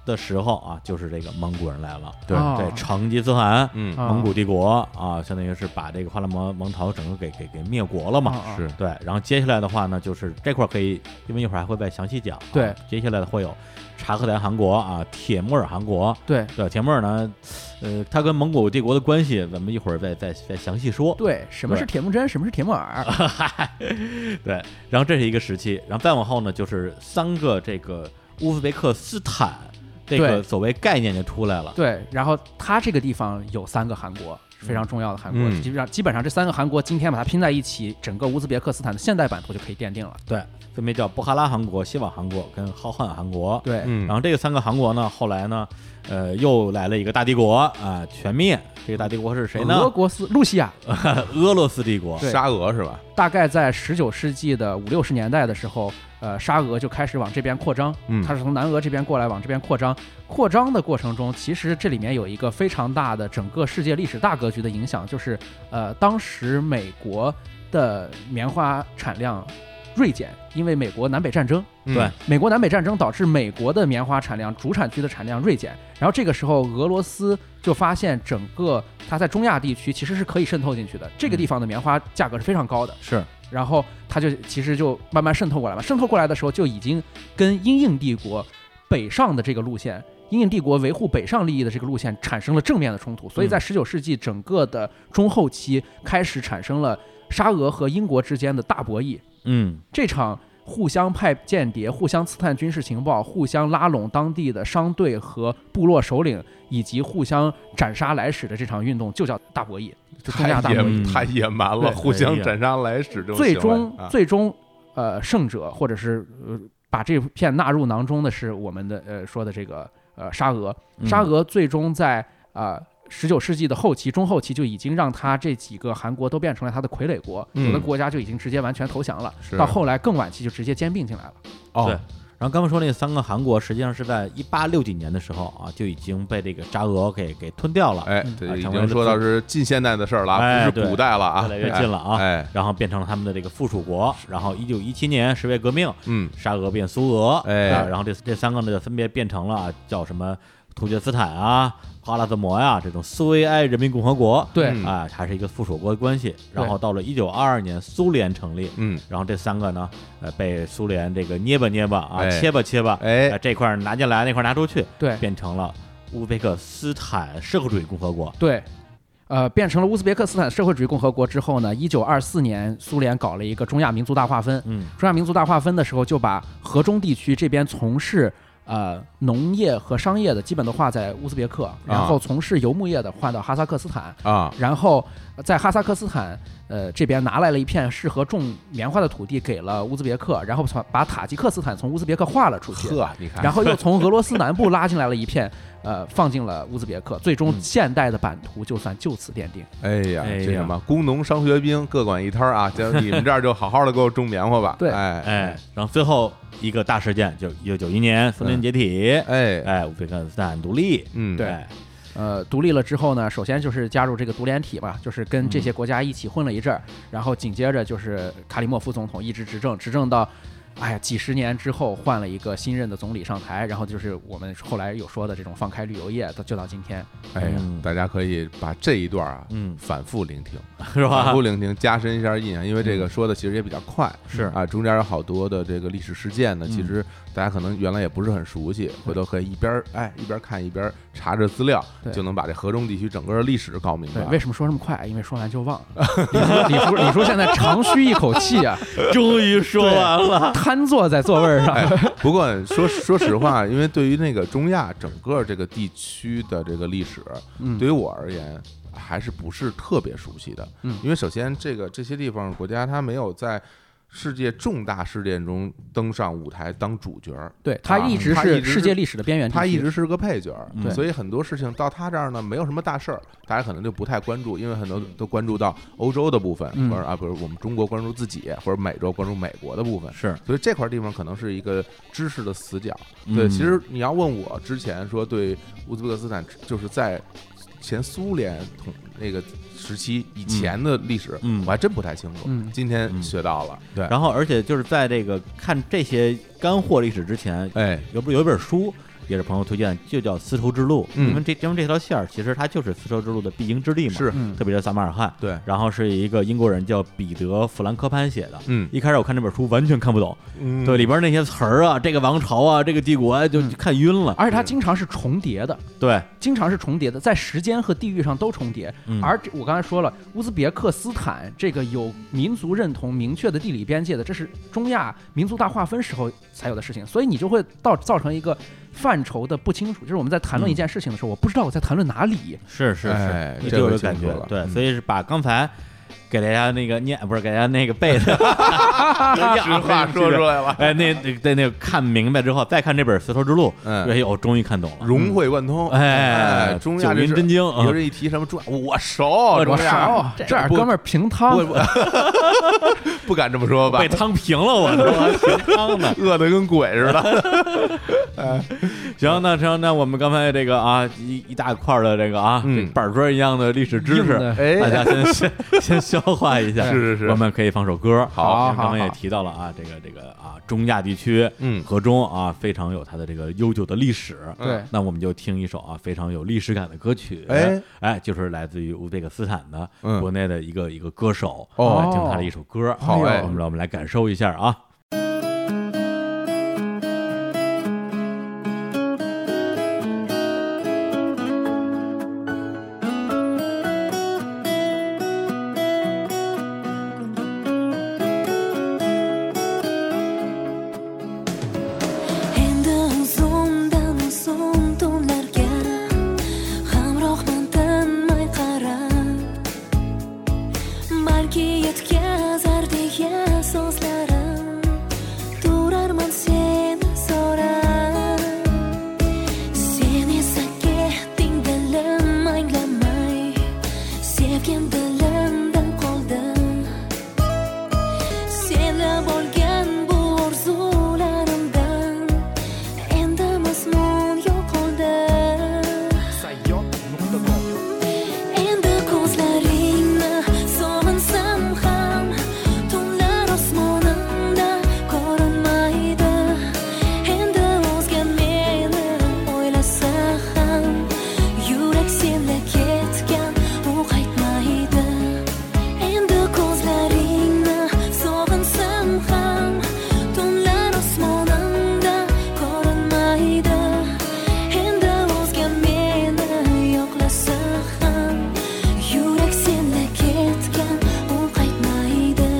的时候啊，就是这个蒙古人来了，
对
啊
对，成吉思汗。
嗯
啊
蒙古帝国啊，相当于是把这个花剌摩王朝整个给给给灭国了嘛。
啊啊
是
对，然后接下来的话呢，就是这块儿可以，因为一会儿还会再详细讲啊。
对
接下来的会有察合台汗国啊，铁木尔汗国。
对
对，铁木尔呢，呃，他跟蒙古帝国的关系，咱们一会儿再再再详细说。
对，什么是铁木真，什么是铁木尔？
对，然后这是一个时期，然后再往后呢，就是三个这个乌兹别克斯坦这个
对
所谓概念就出来了。
对，然后它这个地方有三个韩国，是非常重要的韩国。
嗯
基本上基本上这三个韩国，今天把它拼在一起，整个乌兹别克斯坦的现代版图就可以奠定了。
对，分别叫布哈拉汗国、西瓦汗国跟浩瀚汗国。
对，
嗯，
然后这个三个汗国呢，后来呢，呃，又来了一个大帝国啊、全灭。这个大帝国是谁
俄
呢？
国斯露西亚
俄罗斯帝国。
啊对
沙俄是吧？
大概在十九世纪的五六十年代的时候，呃沙俄就开始往这边扩张，
嗯
它是从南俄这边过来往这边扩张。扩张的过程中，其实这里面有一个非常大的整个世界历史大格局的影响，就是呃当时美国的棉花产量锐减，因为美国南北战争。
嗯
对
美国南北战争导致美国的棉花产量主产区的产量锐减，然后这个时候俄罗斯就发现整个它在中亚地区其实是可以渗透进去的，这个地方的棉花价格是非常高的，
是
然后它就其实就慢慢渗透过来嘛，渗透过来的时候就已经跟英印帝国北上的这个路线。英印帝国维护北上利益的这个路线产生了正面的冲突，所以在19世纪整个的中后期开始产生了沙俄和英国之间的大博弈，
嗯
这场互相派间谍、互相刺探军事情报、互相拉拢当地的商队和部落首领，以及互相斩杀来使的这场运动，就叫大博弈，就中
太
亚大博
博
野
弈
太野蛮了，
对
互相
对
斩杀来使这种
弈。
行
最
为
终，
啊
最终，呃，胜者或者是呃，把这片纳入囊中的是我们的呃说的这个呃沙俄。
嗯
沙俄最终在啊。十九世纪的后期、中后期就已经让他这几个韩国都变成了他的傀儡国，有的
嗯
国家就已经直接完全投降了
是，
到后来更晚期就直接兼并进来了。
对
哦，。
然后刚刚说那三个韩国，实际上是在一八六几年的时候啊，就已经被这个沙俄给给吞掉了，
哎
嗯，
这
啊
已
成为了
经说到是近现代的事儿了啊，
哎
不是古代了
越
啊，
来越近了啊。
哎，
然后变成了他们的这个附属国。然后一九一七年十月革命，
嗯，
沙俄变苏俄，
哎
啊然后这这三个呢就分别变成了啊叫什么突厥斯坦啊、哈拉斯摩呀、这种苏维埃人民共和国，
对
嗯
啊，还是一个附属国的关系。然后到了一九二二年，苏联成立，
嗯，
然后这三个呢，呃，被苏联这个捏吧捏吧啊，
哎
切吧切吧，
哎
啊，这块儿拿进来，那块儿拿出去，
对
变成了乌兹别克斯坦社会主义共和国。
对，呃，变成了乌兹别克斯坦社会主义共和国之后呢，一九二四年苏联搞了一个中亚民族大划分。
嗯，
中亚民族大划分的时候，就把河中地区这边从事呃农业和商业的，基本都划在乌兹别克，然后从事游牧业的划到哈萨克斯坦。
啊，
然后在哈萨克斯坦，呃，这边拿来了一片适合种棉花的土地，给了乌兹别克，然后从把塔吉克斯坦从乌兹别克划了出去。
呵，你 <laughs> 看，
然后又从俄罗斯南部拉进来了一片，呃，放进了乌兹别克，最终现代的版图就算就此奠定。
哎呀，
哎呀
这什么工农商学兵各管一摊儿啊，就你们这儿就好好的给我种棉花吧，
<laughs> 对
哎
哎，然后最后一个大事件，就一九九一年苏联解体，
哎，
哎，乌兹别克斯坦独立，
嗯，
对
哎
呃，独立了之后呢，首先就是加入这个独联体吧，就是跟这些国家一起混了一阵儿，然后紧接着就是卡里莫夫总统一直执政，执政到。哎呀，几十年之后换了一个新任的总理上台，然后就是我们后来有说的这种放开旅游业，到就到今天。
哎呀
嗯，
大家可以把这一段啊，
嗯，
反复聆听，
是
反
啊
<laughs> 吧
复？聆听，加深一下印象，因为这
嗯
个说的其实也比较快。
是，
啊，中间有好多的这个历史事件呢，其
嗯
实大家可能原来也不是很熟悉，回头可以一边儿哎一边儿看一边儿查着资料，
对
就能把这河中地区整个的历史搞明
对
白，。
为什么说这么快？因为说完就忘了。李叔，李叔，李叔现在长吁一口气啊，
终于说完了。
瘫坐在座位上。
哎不过说说实话，因为对于那个中亚整个这个地区的这个历史，
嗯，
对于我而言还是不是特别熟悉的。
嗯
因为首先这个这些地方国家它没有在世界重大事件中登上舞台当主角儿，
对，它
啊
一直
它一
是
直
世界
是
历史的边缘地区。
他一直是个配角儿，
嗯
所以很多事情到他这儿呢没有什么大事儿，大家可能就不太关注，因为很多都关注到欧洲的部分，
嗯
或者啊，不是我们中国关注自己，或者美洲关注美国的部分。
是，
所以这块地方可能是一个知识的死角。
嗯
对，其实你要问我之前说对乌兹别克斯坦，就是在前苏联统那个时期以前的历史，
嗯
我还真不太清楚。
嗯
今天学到了，对，
然后而且就是在这个看这些干货历史之前，
哎，
有不有一本书也是朋友推荐，就叫《丝绸之路》，
嗯
因为这因为这条线儿其实它就是丝绸之路的必经之地嘛，
是，
嗯
特别是撒马尔罕。
对，
然后是一个英国人叫彼得·弗兰科潘写的。
嗯，
一开始我看这本书完全看不懂，
嗯
对里边那些词儿啊，这个王朝啊，这个帝国啊，就
嗯
就看晕了。
而且它经常是重叠的，
对，
经常是重叠的，在时间和地域上都重叠。
嗯
而这我刚才说了，乌兹别克斯坦这个有民族认同明确的地理边界的，这是中亚民族大划分时候才有的事情，所以你就会到造成一个范畴的不清楚。就是我们在谈
嗯
论一件
<laughs>
事情的时候，我不知道我在谈论哪里。
是是是，
哎
你
这
就有
个
这感
清
觉
楚了
对，
嗯
所以是把刚才给大家那个念，不是给大家那个背的，
<laughs> 实
<laughs>
话说出来了，
哎，那那在那个看明白之后，再看这本《丝绸之路》，
嗯
哎呦，终于看懂了。
融会贯通，
哎
中亚
九阴
这是
真经啊
有人一提什么中亚，我熟，中
少
亚，
这儿哥们儿平汤
啊不，不不敢这么说吧
被，汤平了
<laughs>
我，都还平汤呢。
饿的跟鬼似
<laughs>
的，
行，那行，那我们刚才这个啊，一一大块儿的这个啊，
嗯
这板砖一样的历史知识
硬的，
哎
大家先先先消化一下。
是是是
我们可以放首歌。
好
刚刚
好
也
好
提到了啊，这个这个啊，中亚地区，
嗯
河中啊，非常有它的这个悠久的历史。
对
那我们就听一首啊非常有历史感的歌曲，
哎
哎，就是来自于乌兹别克斯坦的
嗯
国内的一个一个歌手，啊
哦
来听他的一首歌，
好哎
我们来我们来感受一下啊。
عند زوندن زوندونlarga hamrohmandan may qarab balki yetkazar degan so'zlarim turarman seni so'rab sen esa ketding dilim anglamay sevgim dilimdan qoldi Senlab olgan bu orzularimdan Endi mazmun yo'qoldi Endi ko'zlaringni so'minsam ham Tunlar osmonimda ko'rinmaydi Endi o'zga meni o'ylasa ham Yurak senla ketgan u qaytmaydi Endi ko'zlaringni sog'insam ham tunlar osmonimda ko'rinmaydi Endi o'zga meni yo'qlasa ham yurak senla ketgan u qaytmaydi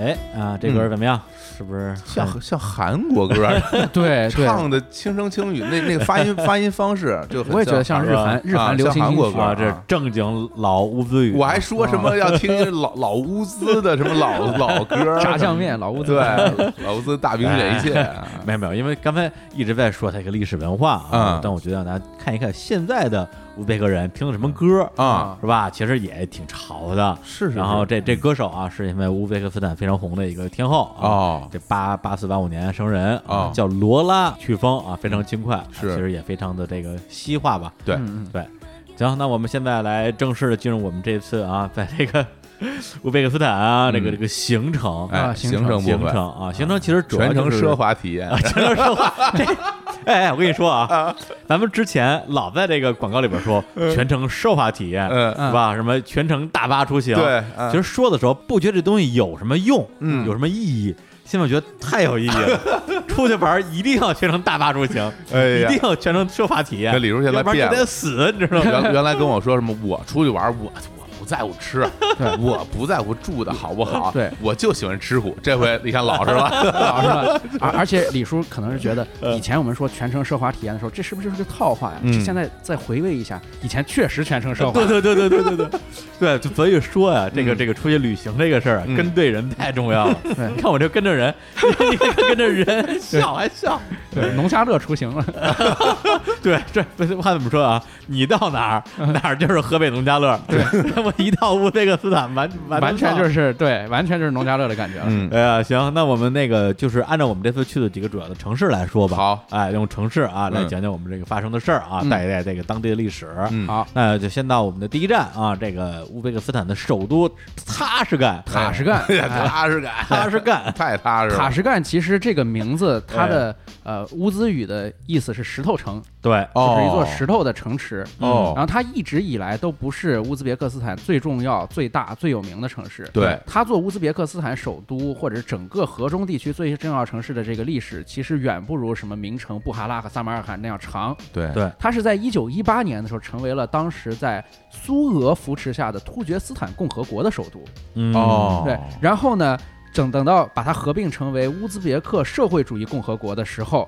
哎啊，这
嗯
歌怎么样？是不是
像像韩国歌儿
<laughs>
<laughs>
对对，
唱的轻声轻语，那那个发音发音方式就很
我也觉得像日
韩
韩日
啊
韩流行
像韩
音
国
乐
歌
啊？这正经老乌兹语，
我还说什
啊
么要听老老乌兹的什么
<laughs>
老老歌，
炸酱面老乌
对
贼，
老乌兹大兵这一切，啊
没有没有，因为刚才一直在说他一个历史文化啊
嗯，
但我觉得让大家看一看现在的乌兹别克人听的什么歌
啊，
是吧？其实也挺潮的。
是
然后这这歌手啊，是因为乌兹别克斯坦非常红的一个天后啊，
哦
这八八四八五年生人啊，
哦
叫罗拉，曲风啊非常轻快，啊
是
其实也非常的这个西化吧。
对
嗯嗯
对，行，那我们现在来正式的进入我们这次啊，在这个 <laughs> 乌兹别克斯坦啊，这个
嗯
这个行程
哎
啊
行
行
程部
行
分
程啊，行程其实主要
全程
就是
奢华体验，
<laughs> 全程奢华。
<laughs>
这，哎哎，我跟你说啊，咱们之前老在这个广告里边说全程奢华体验，
嗯
是吧？什么全程大巴出行，
对嗯
其实说的时候不觉得这东西有什么用，
嗯
有什么意义。现在我觉得太有意义
<laughs>
了，出去玩儿一定要全程大巴出行，
哎
一
呀
定要全程奢华体验。
这李叔现在
要不然
变
就
了
得死，你知道吗？
<laughs> 原原来跟我说什么，我出去玩，我我不在乎吃，啊
对
我不在乎住的好不好，
对
我就喜欢吃苦。这回你看老实
<laughs>
了，
老实了，而而且李叔可能是觉得，以前我们说全程奢华体验的时候，这是不是就是个套话呀？
嗯
这现在再回味一下，以前确实全程奢华
对，对对对对对对对，就所以说呀，这个
嗯
这个出去旅行这个事儿啊，
嗯
跟对人太重要了。
对
你看我这跟着人， <laughs> 你你看跟着人笑还笑，
对农家乐出行了，
<laughs> 对，这不是话怎么说啊？你到哪儿哪儿就是河北农家乐，对，我一到乌兹别克斯坦完
啊
完。
完全就是是对，完全就是农家乐的感觉了。
嗯，
哎呀，行，那我们那个就是按照我们这次去的几个主要的城市来说吧。
好，
哎，用城市啊来
嗯
讲讲我们这个发生的事儿啊，
嗯
带一带这个当地的历史。
嗯
好，
那就先到我们的第一站啊，这个乌兹别克斯坦的首都塔什干。
<laughs> 塔什干，
哎呀 <laughs>
哎
踏实感，
塔什干，
太踏实了，
塔什干其实这个名字，它的
哎
呃乌兹语的意思是石头城，
对，
就是一座
哦
石嗯头的城池。
哦
然后它一直以来都不是乌兹别克斯坦最重要、最大、最有名的城市。
对
它做乌兹别克斯坦首都或者是整个河中地区最重要城市的这个历史，其实远不如什么名城布哈拉和萨马尔罕那样长。
对
对
它是在一九一八年的时候成为了当时在苏俄扶持下的突厥斯坦共和国的首都。
嗯
哦
对，然后呢？等等到把它合并成为乌兹别克社会主义共和国的时候，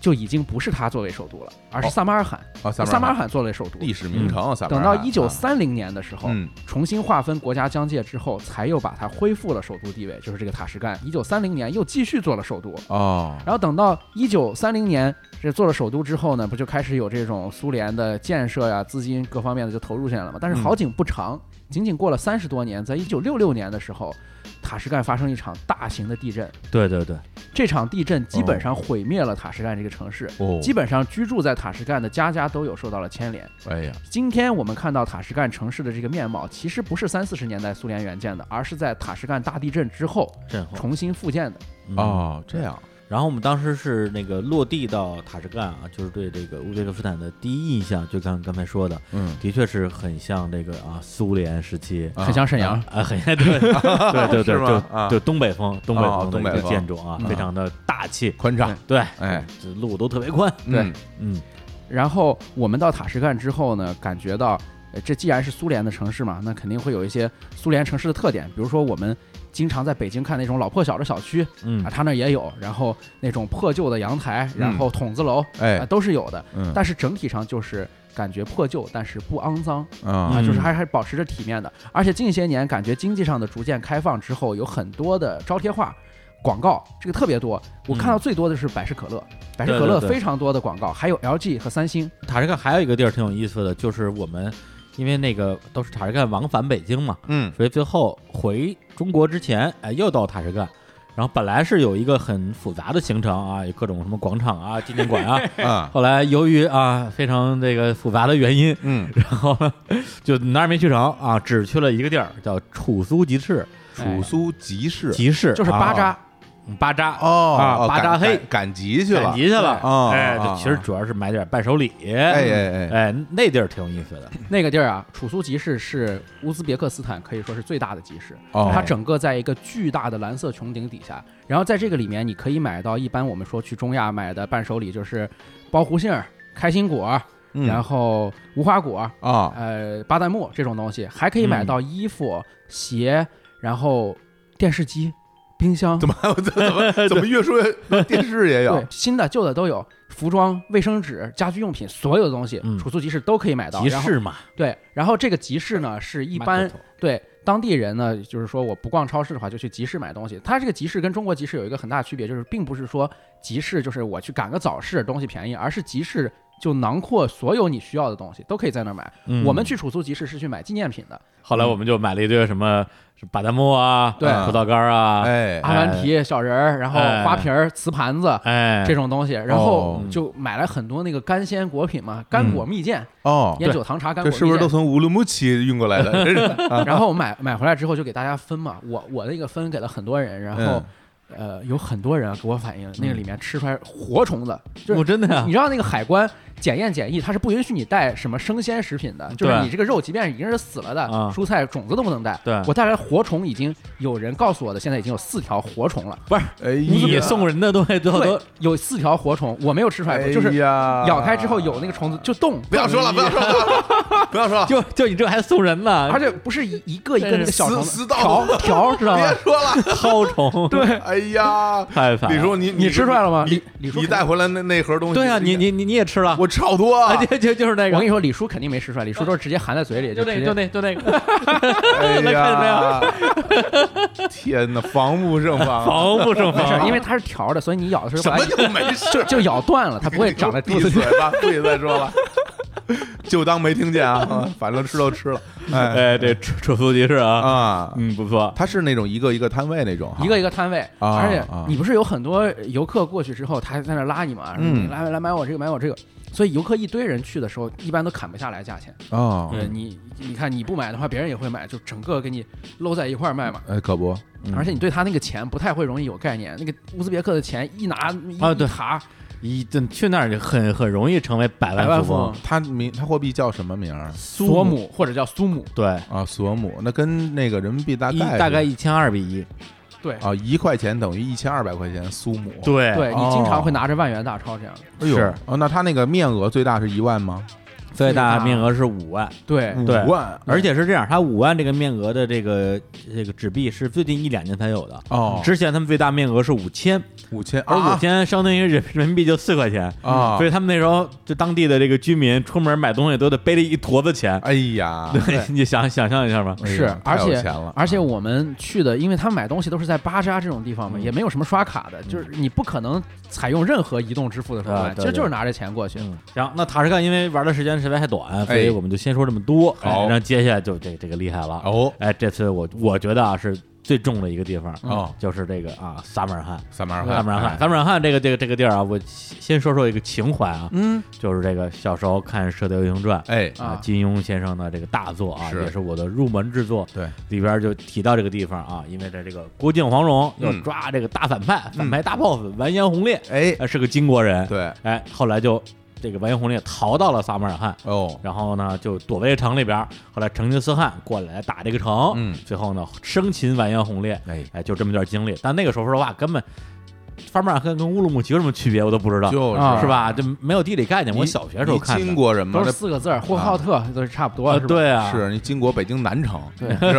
就已经不是它作为首都了，而是
哦
萨马尔罕，
啊，萨
萨马
马
尔
尔罕
罕作为首都。
历史名城啊，萨马
嗯等
尔
到
罕
一九
啊
三零年的时候，
嗯
重新划分国家疆界之后，才又把它恢复了首都地位，就是这个塔什干。一九三零年又继续做了首都，
哦，
然后等到一九三零年这做了首都之后呢，不就开始有这种苏联的建设呀、资金各方面的就投入进来了嘛？但是好景不长，仅仅过了三十多年，在一九六六年的时候，塔什干发生一场大型的地震，
对对对，
这场地震基本上毁灭了塔什干这个城市，
哦
基本上居住在塔什干的家家都有受到了牵连。
哎呀，
今天我们看到塔什干城市的这个面貌，其实不是三四十年代苏联援建的，而是在塔什干大地震之后
震后
重新复建的。
啊。
哦，这样
然后我们当时是那个落地到塔什干啊，就是对这个乌兹别克斯坦的第一印象，就刚刚才说的，
嗯，
的确是很像这个啊苏联时期
啊
很像沈阳，
啊，很 <laughs> 对对对对 <laughs>
是
对，
吗
就
啊
就东北风，东北
哦
风的
东北
一个
风
建筑啊，
嗯
非常的大气，
宽敞，
对，
哎，
这路都特别宽，
嗯，
嗯，
然后我们到塔什干之后呢，感觉到，呃，这既然是苏联的城市嘛，那肯定会有一些苏联城市的特点，比如说我们经常在北京看那种老破小的小区
嗯
啊，，它那儿也有，然后那种破旧的阳台，然后筒子楼，啊，
哎，
都是有的。
嗯，
但是整体上就是感觉破旧，但是不肮脏
啊
啊，就是
嗯
还还保持着体面的。而且近些年感觉经济上的逐渐开放之后，有很多的招贴画。广告这个特别多，我看到最多的是百事可乐，百事可
嗯对
乐
对对
非常多的广告，还有 LG 和三星，
塔什干还有一个地儿挺有意思的，就是我们因为那个都是塔什干往返北京嘛，
嗯，
所以最后回中国之前，哎，又到塔什干。然后本来是有一个很复杂的行程啊，有各种什么广场啊、 <laughs> 纪念馆啊。
啊，
后来由于啊非常这个复杂的原因，
嗯，
<laughs> 哎
然后呢就哪儿也没去成啊，只去了一个地儿，叫楚苏集市，
哎
楚苏集市，
集市
就是巴扎，
啊巴扎啊
哦，
巴扎黑
赶赶集去
赶
了，
集去了。
哦
哎，
哦
就其实主要是买点伴手礼。
哎
哎
哎哎，
哎，那地儿挺有意思的。
那个地儿啊，楚苏集市是乌兹别克斯坦可以说是最大的集市，
哦
它整个在一个巨大的蓝色穹顶底下，然后在这个里面你可以买到一般我们说去中亚买的伴手礼就是包胡杏儿、开心果，
嗯
然后无花果、
啊，
呃巴旦木这种东西，还可以买到衣服、鞋，然后电视机、冰箱
怎，么 <laughs> 怎
<laughs>
么怎么越说越电视也
啊
有
对，新的旧的都有，服装、卫生纸、家居用品，所有的东西，
嗯
楚苏集市都可以买到。
集
然后
市嘛，
对，然后这个集市呢，是一般
Market
对当地人呢，就是说我不逛超市的话，就去集市买东西。它这个集市跟中国集市有一个很大区别，就是并不是说集市就是我去赶个早市东西便宜，而是集市就囊括所有你需要的东西都可以在那儿买。
嗯
我们去楚苏集市是去买纪念品的，
后来我们就买了一堆什么巴旦木啊，
对
葡萄干儿啊，
哎
阿兰皮、小人儿，然后
哎
花瓶儿、瓷盘子。
哎，
这种东西，然后
哦
就买了很多那个干鲜果品嘛，干果蜜饯、
哦，
烟酒糖茶、干
这
果蜜饯，
是不是 <laughs> 都从乌鲁木齐运过来的？啊真是
<laughs> 然后我买买回来之后就给大家分嘛，我我那个分给了很多人，然后
嗯、
呃有很多人给我反映，那个里面吃出来活虫子，就是
我真的呀
你知道那个海关检验检疫，它是不允许你带什么生鲜食品的，就是
对
你这个肉即便已经是死了的，
啊
蔬菜种子都不能带。
对
我带来活虫已经有人告诉我的，现在已经有四条活虫了。
不是
哎呀
你送人的东西最后
对
都，
有四条活虫，我没有吃出来过，
哎
就是
呀
咬开之后有那个虫子就动，
不要说了，不要说了，不要说了，
就就你这还送人呢，
而且不是一一个一个那个小虫
撕
子
撕到
条条，知道吗
别？说了。
绦虫，
对，
哎
<laughs>
呀，
太烦了。
李叔，你
你吃出来了吗？李李叔
你
肯定
带回来那那盒东西？
对啊，你你你你也吃了，
我吃好多
哎
啊
啊，！就就就是那
我跟
个
你，说，李叔肯定没吃出来，李叔都是直接含在嘴里，
就
直
那
接
就那就那个
<laughs>
哎
看着没
呀，天哪，防不胜
<laughs>
防，啊
防不胜
没事儿，
防，
因为它是条的，所以你咬的时
<laughs>
候
什
把它
么就没事？
就咬断了，它不会长在肚
闭
子里
嘴。吧， <laughs> 不许再说了，就当没听见啊！啊反正吃都吃了，哎
<laughs> 哎，这楚楚苏集市啊，
啊，
嗯，不错，
它是那种一个一个摊位那种哈，
一个一个摊位，
啊
而且
啊
你不是有很多游客过去之后，他还在那拉你嘛，
嗯
你来来买我这个，买我这个，所以游客一堆人去的时候，一般都砍不下来价钱。
哦，
对你，你看你不买的话，别人也会买，就整个给你搂在一块儿卖嘛。
哎，可不，
嗯
而且你对他那个钱不太会容易有概念，那个乌兹别克的钱一拿一
啊对
一沓
一这去那儿就很很容易成为百
百万
万
富
富
翁
翁，，
它名它货币叫什么名儿
索姆或者叫苏姆，
对，
啊？索姆，那跟那个人民币大
一
概
大
是
概一千二比一，
对
啊，一块钱等于一千二百块钱苏姆，
对
对你经常
哦
会拿着万元大钞这样。
哎呦
是
哦，那他那个面额最大是一万吗？
最大面额是五万，
对，
对
五万
而且是这样，它五万这个面额的这个这个纸币是最近一两年才有的，
哦，
之前他们最大面额是五千，
五千，
嗯而
啊
五千嗯相当于人人民币就四块钱。
啊
所，以他们那时候就当地的这个居民出门买东西都得背着一坨子钱，
哎呀，
<laughs> 对，你想想象一下吧。
哎
是
呀，
而
太有
且
钱了
而且我们去的，因为他们买东西都是在巴扎这种地方嘛，
嗯
也没有什么刷卡的，就是你不可能采用任何移动支付的手
啊
段，
对
其实就是
对
拿着钱过去。
嗯，行，那塔什干因为玩的时间实在太短，所以
哎
我们就先说这么多。
好
哎那接下来就这这个厉害了。
哦
哎，这次我我觉得啊是最重的一个地方，
哦，哎
就是这个啊撒马尔罕。
三百二
萨马尔罕，萨马尔罕这个这个这个地儿啊，我先说说一个情怀啊，
嗯，
就是这个小时候看《射雕英雄传》
哎，
啊
金庸先生的这个大作啊，
是
也是我的入门之作。
对，
里边就提到这个地方啊，因为在这个郭靖、黄蓉要
嗯
抓这个大反派，反派大 boss 完颜洪烈，
哎，
呃是个金国人。，
对，
哎，后来就这个完颜洪烈逃到了撒马尔罕，
哦，
然后呢就躲在这城里边儿。后来成吉思汗过来打这个城，
嗯
最后呢生擒完颜洪烈，
哎，
哎，就这么段经历。但那个时候说实话，根本撒马尔罕跟乌鲁木齐有什么区别，我都不知道，
就是
啊
是？吧？这没有地理概念。
你
我小学时候
你
看的，
金国人嘛
都，是四个字儿，呼和浩特都是差不多
啊，
是吧，
对
那
啊，
是你金国北京南城，
对
是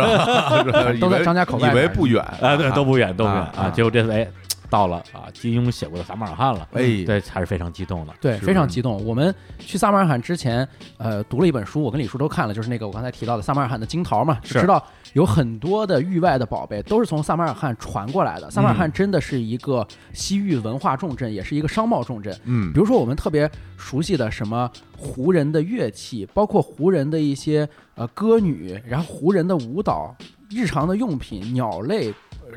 <laughs>
吧？是吧
都在
以为
张家口外
以为
边儿
不远
啊，对，都不远，都不远
啊
啊。结果这次哎，到了啊，金庸写过的撒马尔罕了，
哎，
对，还是非常激动的。
对，
是
非常激动。我们去撒马尔罕之前，呃，读了一本书，我跟李叔都看了，就是那个我刚才提到的撒马尔罕的金桃嘛，
是
就知道有很多的域外的宝贝都是从撒马尔罕传过来的。撒马尔罕真的是一个西域文化重镇，也是一个商贸重镇。
嗯
比，如说我们特别熟悉的什么胡人的乐器，包括胡人的一些呃歌女，然后胡人的舞蹈、日常的用品、鸟类。呃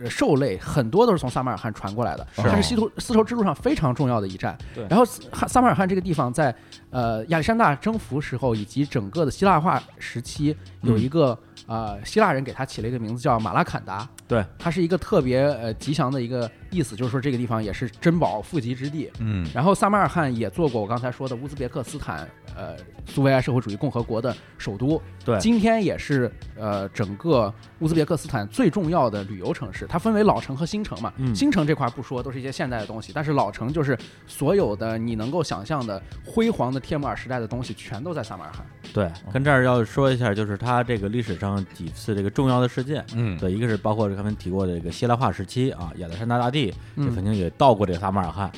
兽类很多都是从萨马尔罕传过来的，
是
它是西突丝绸之路上非常重要的一站
对。
然后斯哈萨马尔罕这个地方在呃亚历山大征服时候以及整个的希腊化时期有一个、呃希腊人给它起了一个名字叫马拉坎达，
嗯对，
它是一个特别呃吉祥的一个意思，就是说这个地方也是珍宝富集之地。
嗯，
然后撒马尔罕也做过我刚才说的乌兹别克斯坦，呃，苏维埃社会主义共和国的首都。
对
今天也是呃整个乌兹别克斯坦最重要的旅游城市。它分为老城和新城嘛。
嗯
新城这块不说，都是一些现代的东西，但是老城就是所有的你能够想象的辉煌的帖木儿时代的东西，全都在撒马尔罕。
对，跟这儿要说一下，就是它这个历史上几次这个重要的事件。
嗯，
对，一个是包括他们提过的这个希腊化时期啊，亚历山大大帝也
嗯
曾经也到过这个撒马尔罕，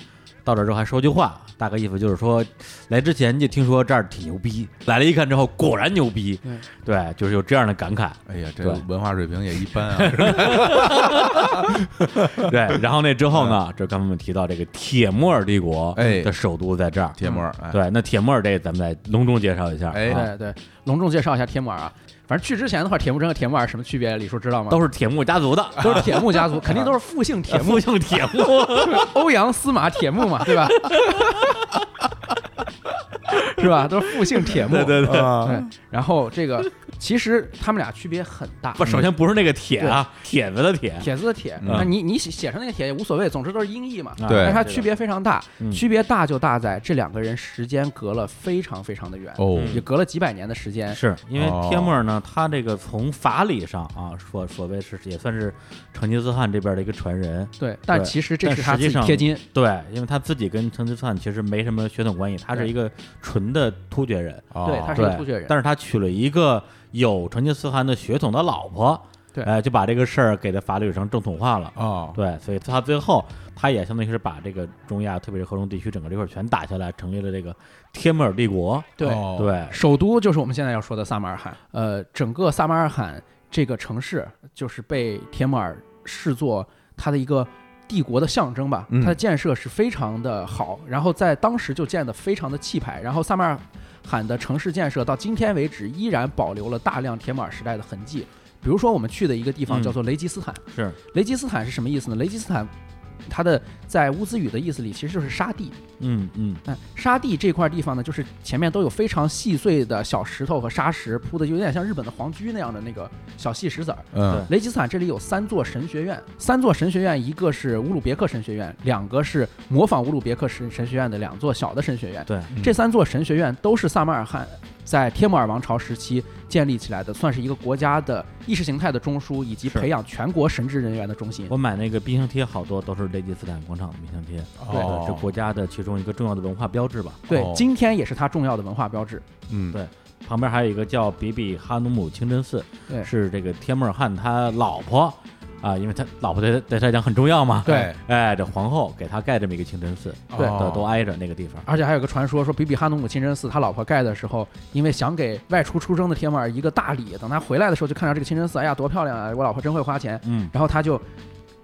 到这儿之后还说句话，大概意思就是说，来之前就听说这儿挺牛逼，来了一看之后果然牛逼，
对
对，就是有这样的感慨。
哎呀，这
对
文化水平也一般啊，
<laughs> 对，然后那之后 <laughs> 呢，这刚才我们提到这个铁木尔帝国
哎
的首都在这儿，
铁木儿，哎，
对，那铁木尔这咱们再隆重介绍一下，
哎
啊
对对，隆重介绍一下帖木儿啊。反正去之前的话，铁木真和铁木儿什么区别？李叔知道吗？
都是铁木家族
<laughs>
的，
<laughs> 都是铁木
<laughs>
家族，肯定都是复姓铁木
父姓铁木
欧阳司马铁木嘛，对吧？ <laughs> 是吧？都是复姓铁木。
对对
啊
对然后这个其实他们俩区别很大。
<laughs> 不，首先不是那个铁啊，铁子的铁，
铁子的铁，
嗯
那你你写写成那个铁也无所谓，总之都是音译嘛。
啊
对
但是它区别非常大
嗯，
区别大就大在这两个人时间隔了非常非常的远，
哦，
嗯
也隔了几百年的时间。
是因为
哦
帖木儿呢，他这个从法理上啊，说所谓是也算是成吉思汗这边的一个传人，
对，但
对
其实这
但
是他
实际
自己
上
贴金，
对，因为他自己跟成吉思汗其实没什么血统关系，他是
对
一个纯的突厥人，
对他是一个
对
突厥人，
但是他娶了一个有成吉思汗的血统的老婆，
对
哎，就把这个事儿给他法律上正统化了。
哦，
对，所以他最后他也相当于是把这个中亚，特别是河中地区整个这块儿全打下来，成立了这个帖木儿帝国。
对，
哦，
对，
首都就是我们现在要说的撒马尔罕。呃，整个撒马尔罕这个城市，就是被铁木尔视作它的一个帝国的象征吧。
嗯
它的建设是非常的好，然后在当时就建得非常的气派。然后撒马尔罕的城市建设到今天为止，依然保留了大量铁木尔时代的痕迹。比如说，我们去的一个地方
嗯
叫做雷吉斯坦。
是
雷吉斯坦是什么意思呢？雷吉斯坦，它的在乌兹语的意思里其实就是沙地。
嗯嗯，
嗯，沙地这块地方呢，就是前面都有非常细碎的小石头和沙石铺的，有点像日本的皇居那样的那个小细石子儿。
嗯，
雷吉斯坦这里有三座神学院，三座神学院，一个是乌鲁别克神学院，两个是模仿乌鲁别克神神学院的两座小的神学院。
对，
这三座神学院都是萨马尔罕在帖木儿王朝时期建立起来的，算是一个国家的意识形态的中枢，以及
是
培养全国神职人员的中心。
我买那个冰箱贴，好多都是雷吉斯坦广场的冰箱贴，
对
哦
这国家的其中一个重要的文化标志吧。
对
哦，
今天也是它重要的文化标志。
嗯
对旁边还有一个叫比比哈努姆清真寺，
对
是这个帖木儿汗他老婆啊，因为他老婆对他对他来讲很重要嘛。
对，
哎，这皇后给他盖这么一个清真寺，
对
都都
哦
挨着那个地方。
而且还有个传说，说比比哈努姆清真寺他老婆盖的时候，因为想给外出出征的帖木儿一个大礼，等他回来的时候就看到这个清真寺，哎呀，多漂亮啊！我老婆真会花钱。
嗯，
然后他就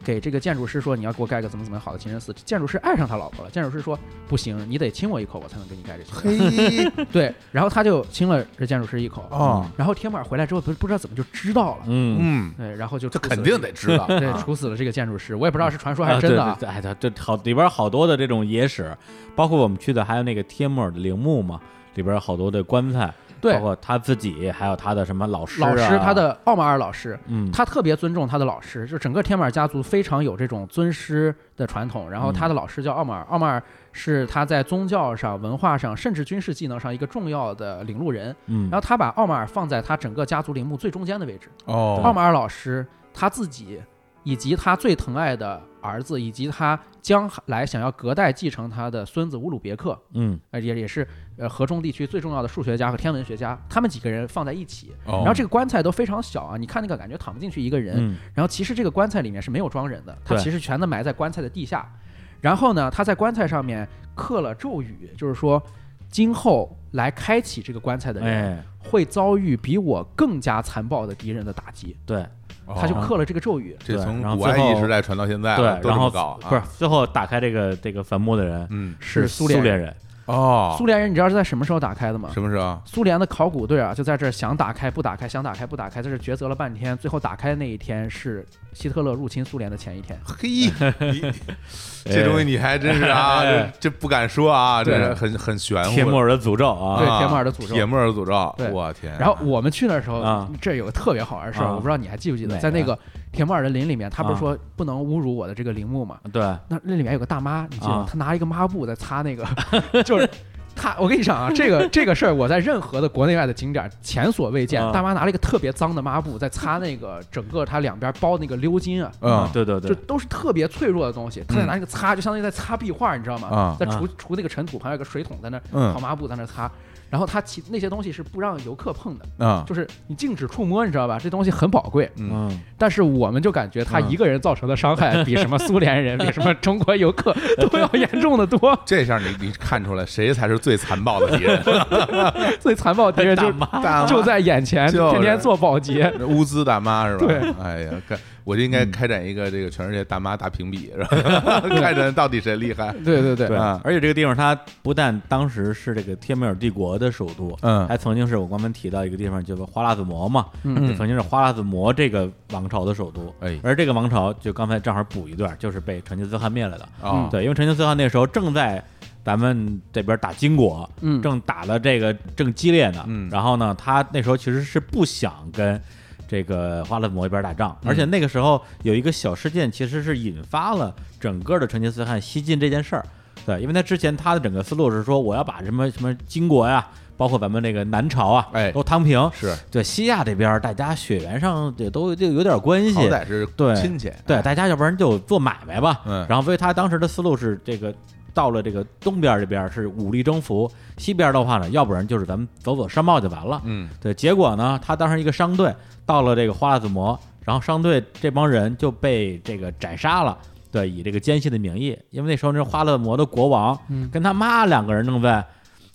给这个建筑师说：“你要给我盖个怎么怎么好的清真寺。”建筑师爱上他老婆了，建筑师说：“不行，你得亲我一口，我才能给你盖这
<laughs>
清真
<laughs>
嘿
寺。”对，然后他就亲了这建筑师一口。
哦，
然后铁木尔回来之后，不不知道怎么就 <laughs> 知道了，
嗯，
嗯，
对，然后就
这
处死了
肯定得知道，啊
这对处死了这个建筑师。我也不知道是传说还是真的
啊
啊。
对对对哎，它这好里边好多的这种野史，包括我们去的还有那个帖木儿的陵墓嘛，里边好多的棺材，
对
包，括他自己，还有他的什么老师、啊，
老师他的奥马尔老师，
嗯，
他特别尊重他的老师，就整个天马尔家族非常有这种尊师的传统。然后他的老师叫奥马尔，奥马尔是他在宗教上、文化上，甚至军事技能上一个重要的领路人。
嗯，
然后他把奥马尔放在他整个家族陵墓最中间的位置。
哦
奥马尔老师他自己，以及他最疼爱的儿子，以及他将来想要隔代继承他的孙子乌鲁别克，
嗯
呃，也也是呃河中地区最重要的数学家和天文学家，他们几个人放在一起。
哦
然后这个棺材都非常小啊，你看那个感觉躺不进去一个人。
嗯
然后其实这个棺材里面是没有装人的，它
对
其实全都埋在棺材的地下。然后呢，他在棺材上面刻了咒语，就是说，今后来开启这个棺材的人
哎，
会遭遇比我更加残暴的敌人的打击。
对
他就刻了这个咒语，
哦这从
对然后
古
最
埃
后
及时代传到现在
对
啊，，都这
然后
么搞啊，
不是最后打开这个这个坟墓的人
嗯
是
苏
联
联人。
人，
哦
苏，联人，你知道是在什么时候打开的吗？
什么时候？
苏联的考古队啊，就在这儿想打开不打开，想打开不打开，在这儿抉择了半天，最后打开的那一天是希特勒入侵苏联的前一天。
嘿， <laughs> 你这东西你还真是啊，
哎
这这不敢说啊，这
对
是很很玄乎的。
帖木儿的诅咒
对
啊，
啊
铁木尔的诅咒
铁木尔诅咒，
对
我天！
然后我们去那时候，
啊
这有个特别好玩的事儿，
啊
我不知道你还记不记
哪
得，
个啊
在那个铁木尔的林里面，他不是说不能侮辱我的这个陵墓嘛？
对，
那那里面有个大妈，你记得吗
啊？
她拿一个抹布在擦那个， <laughs> 就是。她，我跟你讲啊，这个这个事儿，我在任何的国内外的景点前所未见。
啊
大妈拿了一个特别脏的抹布在擦那个整个它两边包那个鎏金啊，
嗯，
对对嗯
就
对，
都是特别脆弱的东西。她在拿那个擦，就相当于在擦壁画，你知道吗？
啊
在除除那个尘土，旁边有个水桶在那儿，
嗯
跑抹布在那儿擦。然后她其那些东西是不让游客碰的，
嗯
就是你禁止触摸，你知道吧？这东西很宝贵，
嗯，
嗯，
但是我们就感觉他一个人造成的伤害比什么苏
<laughs>
联人、比什么中国游客 <laughs> 都要严重的多。
这下你你看出来谁才是最残暴的敌 <laughs> 人？
最残暴的敌人就
<laughs> 大妈
就在眼前，
就是
天天做保洁。
乌兹大妈是吧？
对，
哎呀，开我就应该开展一个这个全世界大妈大评比，是吧？ <laughs> 看人到底谁厉害？
对对对
对，
啊
而且这个地方它不但当时是这个帖木儿帝国的首
啊
都，
嗯
还曾经是我刚才提到一个地方叫做花剌子模嘛，
嗯
就曾经是花剌子模这个王朝的首都，
哎
而这个王朝就刚才正好补一段，就是被成吉思汗灭了的，
啊，
对，因为成吉思汗那时候正在咱们这边打金国，
嗯
正打的这个正激烈呢，
嗯
然后呢，他那时候其实是不想跟。这个花剌子模一边打仗，
嗯
而且那个时候有一个小事件，其实是引发了整个的成吉思汗西进这件事儿。对，因为他之前他的整个思路是说，我要把什么什么金国呀，包括咱们这个南朝啊，
哎
都摊平。
是，
对，西亚这边儿大家血缘上也都就有点关系，
好歹是
对
亲戚，
对，大家要不然就做买卖吧。
嗯
然后所以他当时的思路是这个。到了这个东边这边是武力征服，西边的话呢，要不然就是咱们走走商贸就完了。
嗯，
对，结果呢，他当时一个商队到了这个花剌子模，然后商队这帮人就被这个斩杀了。对，以这个奸细的名义，因为那时候那花剌子模的国王
嗯
跟他妈两个人正在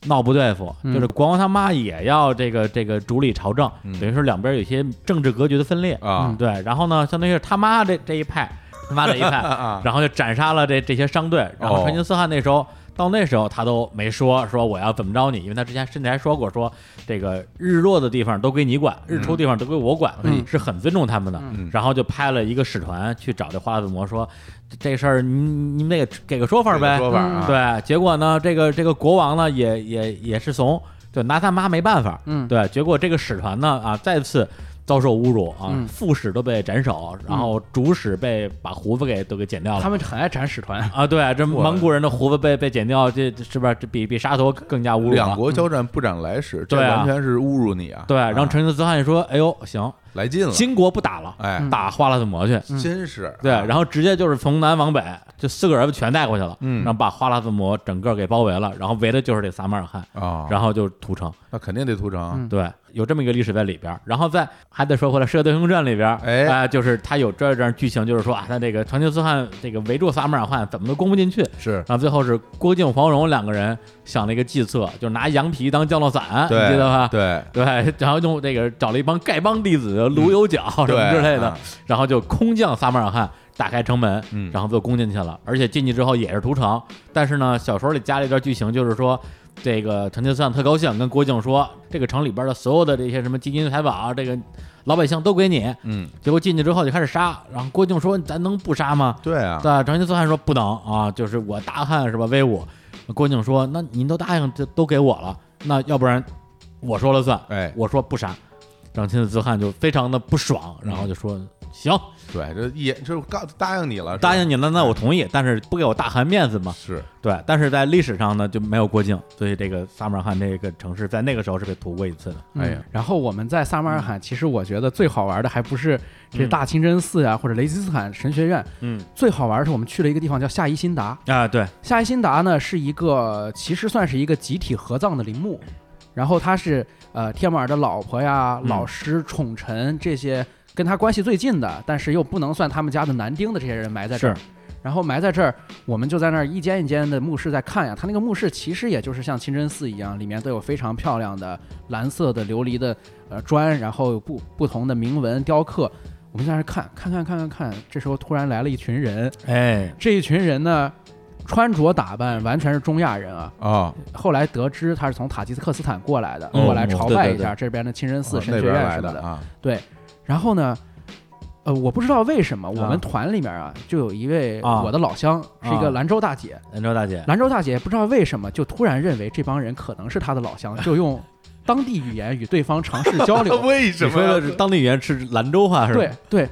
闹不对付，
嗯
就是国王他妈也要这个这个主理朝政，
嗯
等于说两边有一些政治格局的分裂
啊
嗯对，然后呢，相当于是他妈这这一派，他妈这一派，
啊，哦
然后就斩杀了这这些商队。然后成吉思汗那时候、到那时候他都没说说我要怎么着你，因为他之前甚至还说过说这个日落的地方都归你管，
嗯
日出地方都归我管，
嗯
是很尊重他们的。
嗯
然后就派了一个使团去找这花剌子模说这这事儿你你们得给给个说法
这个
呗。嗯
说法啊，
对，结果呢，这个这个国王呢也也也是怂，就拿他妈没办法。
嗯
对，结果这个使团呢啊再次。遭受侮辱啊
嗯，
副使都被斩首，然后主使被把胡子给都给剪掉了。
他们很爱斩使团，
啊，对，这
我
蒙古人的胡子被被剪掉，这这是不是这比比杀头更加侮辱了？
两国交战不斩来使，这
对啊
完全是侮辱你啊！
对，然后
啊
成吉思汗就说：“哎呦，行，
来劲了，
金国不打了，
哎，啊
打花剌子模去。”
嗯
真是
嗯对，然后直接就是从南往北，就四个人全带过去了，
嗯
然后把花剌子模整个给包围了，然后围的就是这撒马尔汗，
啊，
然后就屠城。
那肯定得屠城
嗯，
对，有这么一个历史在里边儿。然后再还得说回来，《射雕英雄传》里边儿，
哎
啊就是他有这样剧情，就是说啊，他这个成吉思汗这个围住撒马尔汗，怎么都攻不进去。
是
然后最后是郭靖、黄蓉两个人想了一个计策，就是拿羊皮当降落伞，你
对，
记得吧？
对，
对，然后用这个找了一帮丐帮弟子卢有角什么
对
之类的
啊，
然后就空降撒马尔汗，打开城门
嗯，
然后就攻进去了。而且进去之后也是屠城，但是呢，小说里加了一段剧情，就是说。这个成吉思汗特高兴，跟郭靖说：“这个城里边的所有的这些什么金银财宝啊，这个老百姓都归你。
嗯，”
结果进去之后就开始杀，然后郭靖说：“咱能不杀吗？”
对啊，
对，成吉思汗说不能啊，就是我大汉是吧，威武。郭靖说，那您都答应，这都给我了，那要不然我说了算。
哎
我说不杀，然后成吉思汗就非常的不爽，然后就说行，
对，这一这我告答应你了，是吧
答应你了，那我同意，但是不给我大汗面子嘛。
是
对，但是在历史上呢就没有郭靖，所以这个撒马尔罕这个城市在那个时候是被屠过一次的。
哎呀嗯
嗯然后我们在撒马尔罕，其实我觉得最好玩的还不是这大清真寺啊，或者雷吉斯坦神学院，
嗯
最好玩的是我们去了一个地方叫夏伊辛达。
啊，对，
夏伊辛达呢是一个其实算是一个集体合葬的陵墓，然后他是呃帖木儿的老婆呀、
嗯
老师、宠臣这些跟他关系最近的，但是又不能算他们家的男丁的这些人埋在这
是
儿。然后埋在这儿，我们就在那儿一间一间的墓室在看呀。它那个墓室其实也就是像清真寺一样，里面都有非常漂亮的蓝色的琉璃的呃砖，然后有不不同的铭文雕刻。我们在那儿看，看看看看看。这时候突然来了一群人，
哎，
这一群人呢，穿着打扮完全是中亚人啊。
啊，
后来得知他是从塔吉克斯坦过来的，
嗯
过来朝拜一
对对对
下这边的清真寺、
哦
神
那
学
边
院
来
什么
的。啊，
然后呢，呃，我不知道为什么我
啊
们团里面啊，就有一位
啊
我的老乡，是一
啊
个兰州大姐。
兰州大姐，
兰州大姐不知道为什么就突然认为这帮人可能是她的老乡，就用当地语言与对方尝试
<laughs>
交流。
为什
你说
么
的
呀
是当地语言是兰州话是吧？嗯
对对，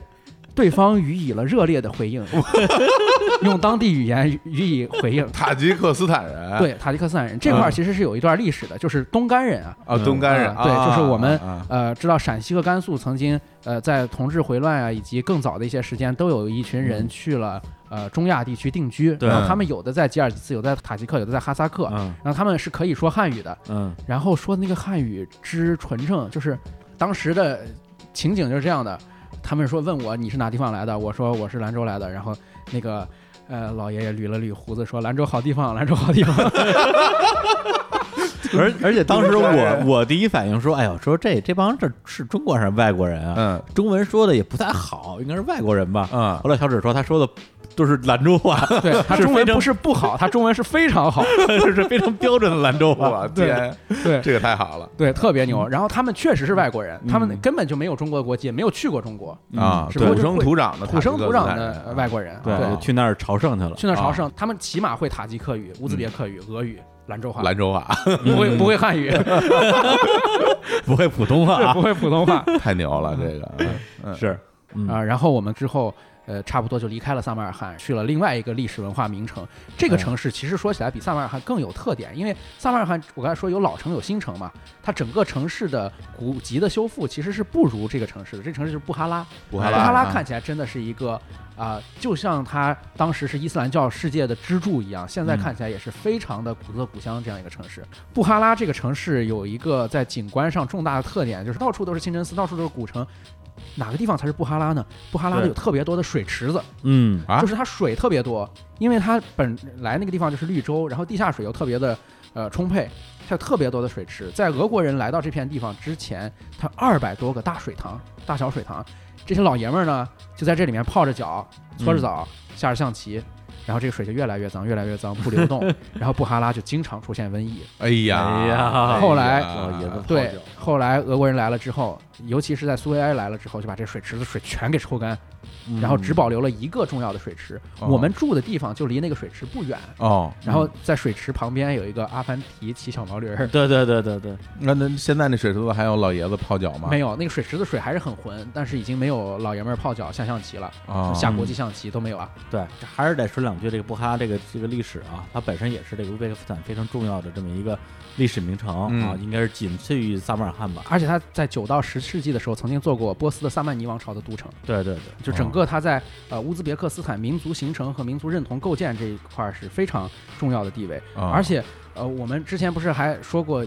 对方予以了热烈的回应， <laughs> 用当地语言予予以回应。
塔吉克斯坦
啊
人？
对，塔吉克斯坦人这块
嗯
儿其实是有一段历史的，就是东干人啊，
啊，东干人，
嗯对
啊
就是我们
啊
嗯
呃，知道陕西和甘肃曾经呃在同治回乱啊，以及更早的一些时间，都有一群人去了呃中亚地区定居，
嗯对
然后他们有的在吉尔吉斯，有的在塔吉克，有的在哈萨克，
嗯
然后他们是可以说汉语的，
嗯
然后说的那个汉语之纯正，就是当时的情景就是这样的。他们说问我你是哪地方来的，我说我是兰州来的，然后那个呃老爷爷捋了捋胡子说兰州好地方，兰州好地方。
而而且
<laughs>
当时我我第一反应说，哎呦，说这这帮这是中国人还是外国人啊？
嗯
中文说的也不太好，应该是外国人吧？ <laughs>
嗯，
后来小指说他说的都是兰州话， <laughs>
对他
是
中文
非常
不是不好，他中文是非常
<laughs>
好。
是非常标准的兰州话。
我天，
对
这个太好了
对，特别牛。
嗯
然后他们确实是外国人，他们根本就没有中国国籍，没有去过中国，
啊，
只不
土
过就是
生
会
土长的塔
土生
吉克
土
斯
长
坦
的呃
人
外国人。
对，啊
啊
就去那儿朝圣去了。
去那儿朝圣，他们起码会塔吉克语、乌兹别克语、俄语、兰州话，
兰州话
不会
嗯
不会
<laughs>
汉语，
不会普通话
对，
啊
不会普通话
太牛了，这个嗯嗯
是，嗯
啊。然后我们之后。呃，差不多就离开了撒马尔罕，去了另外一个历史文化名城。这个城市其实说起来比撒马尔罕更有特点，因为撒马尔罕我刚才说有老城有新城嘛，它整个城市的古籍的修复其实是不如这个城市的。这个城市就是布哈拉，
布
布
哈
哎哈拉嗯
啊
看起来真的是一个啊、就像它当时是伊斯兰教世界的支柱一样，现在
嗯
看起来也是非常的古色古香这样一个城市。布哈拉这个城市有一个在景观上重大的特点，就是到处都是清真寺，到处都是古城。哪个地方才是布哈拉呢？布哈拉
对
有特别多的水池子，
嗯
啊
就是它水特别多，因为它本来那个地方就是绿洲，然后地下水又特别的呃充沛，它有特别多的水池。在俄国人来到这片地方之前，它二百多个大水塘、大小水塘，这些老爷们儿呢就在这里面泡着脚、搓着澡、下着象棋，然后这个水就越来越脏，越来越脏，不流动，然后布哈拉就经常出现瘟疫。
哎呀哎
哎呀
后来
老爷子
对，后来俄国人来了之后，尤其是在苏维埃来了之后，就把这水池子水全给抽干，
嗯
然后只保留了一个重要的水池。
哦
我们住的地方就离那个水池不远，
哦，
然后在水池旁边有一个阿凡提骑小毛
<laughs>
驴儿。
对对对对对，
那那现在那水池子还有老爷子泡脚吗？
没有，那个水池子水还是很浑，但是已经没有老爷们儿泡脚下象棋了，
啊，
下国际象棋都没有啊。
对，这还是得说两句这个布哈拉这个这个历史啊，它本身也是这个乌兹别克斯坦非常重要的这么一个历史名城啊，
嗯
应该是仅次于撒马尔罕吧？
而且他在九到十世纪的时候，曾经做过波斯的萨曼尼王朝的都城，
对对 <laughs> 对，
就整个他在呃乌兹别克斯坦民族形成和民族认同构建这一块儿是非常重要的地位。
啊，
而且呃，我们之前不是还说过，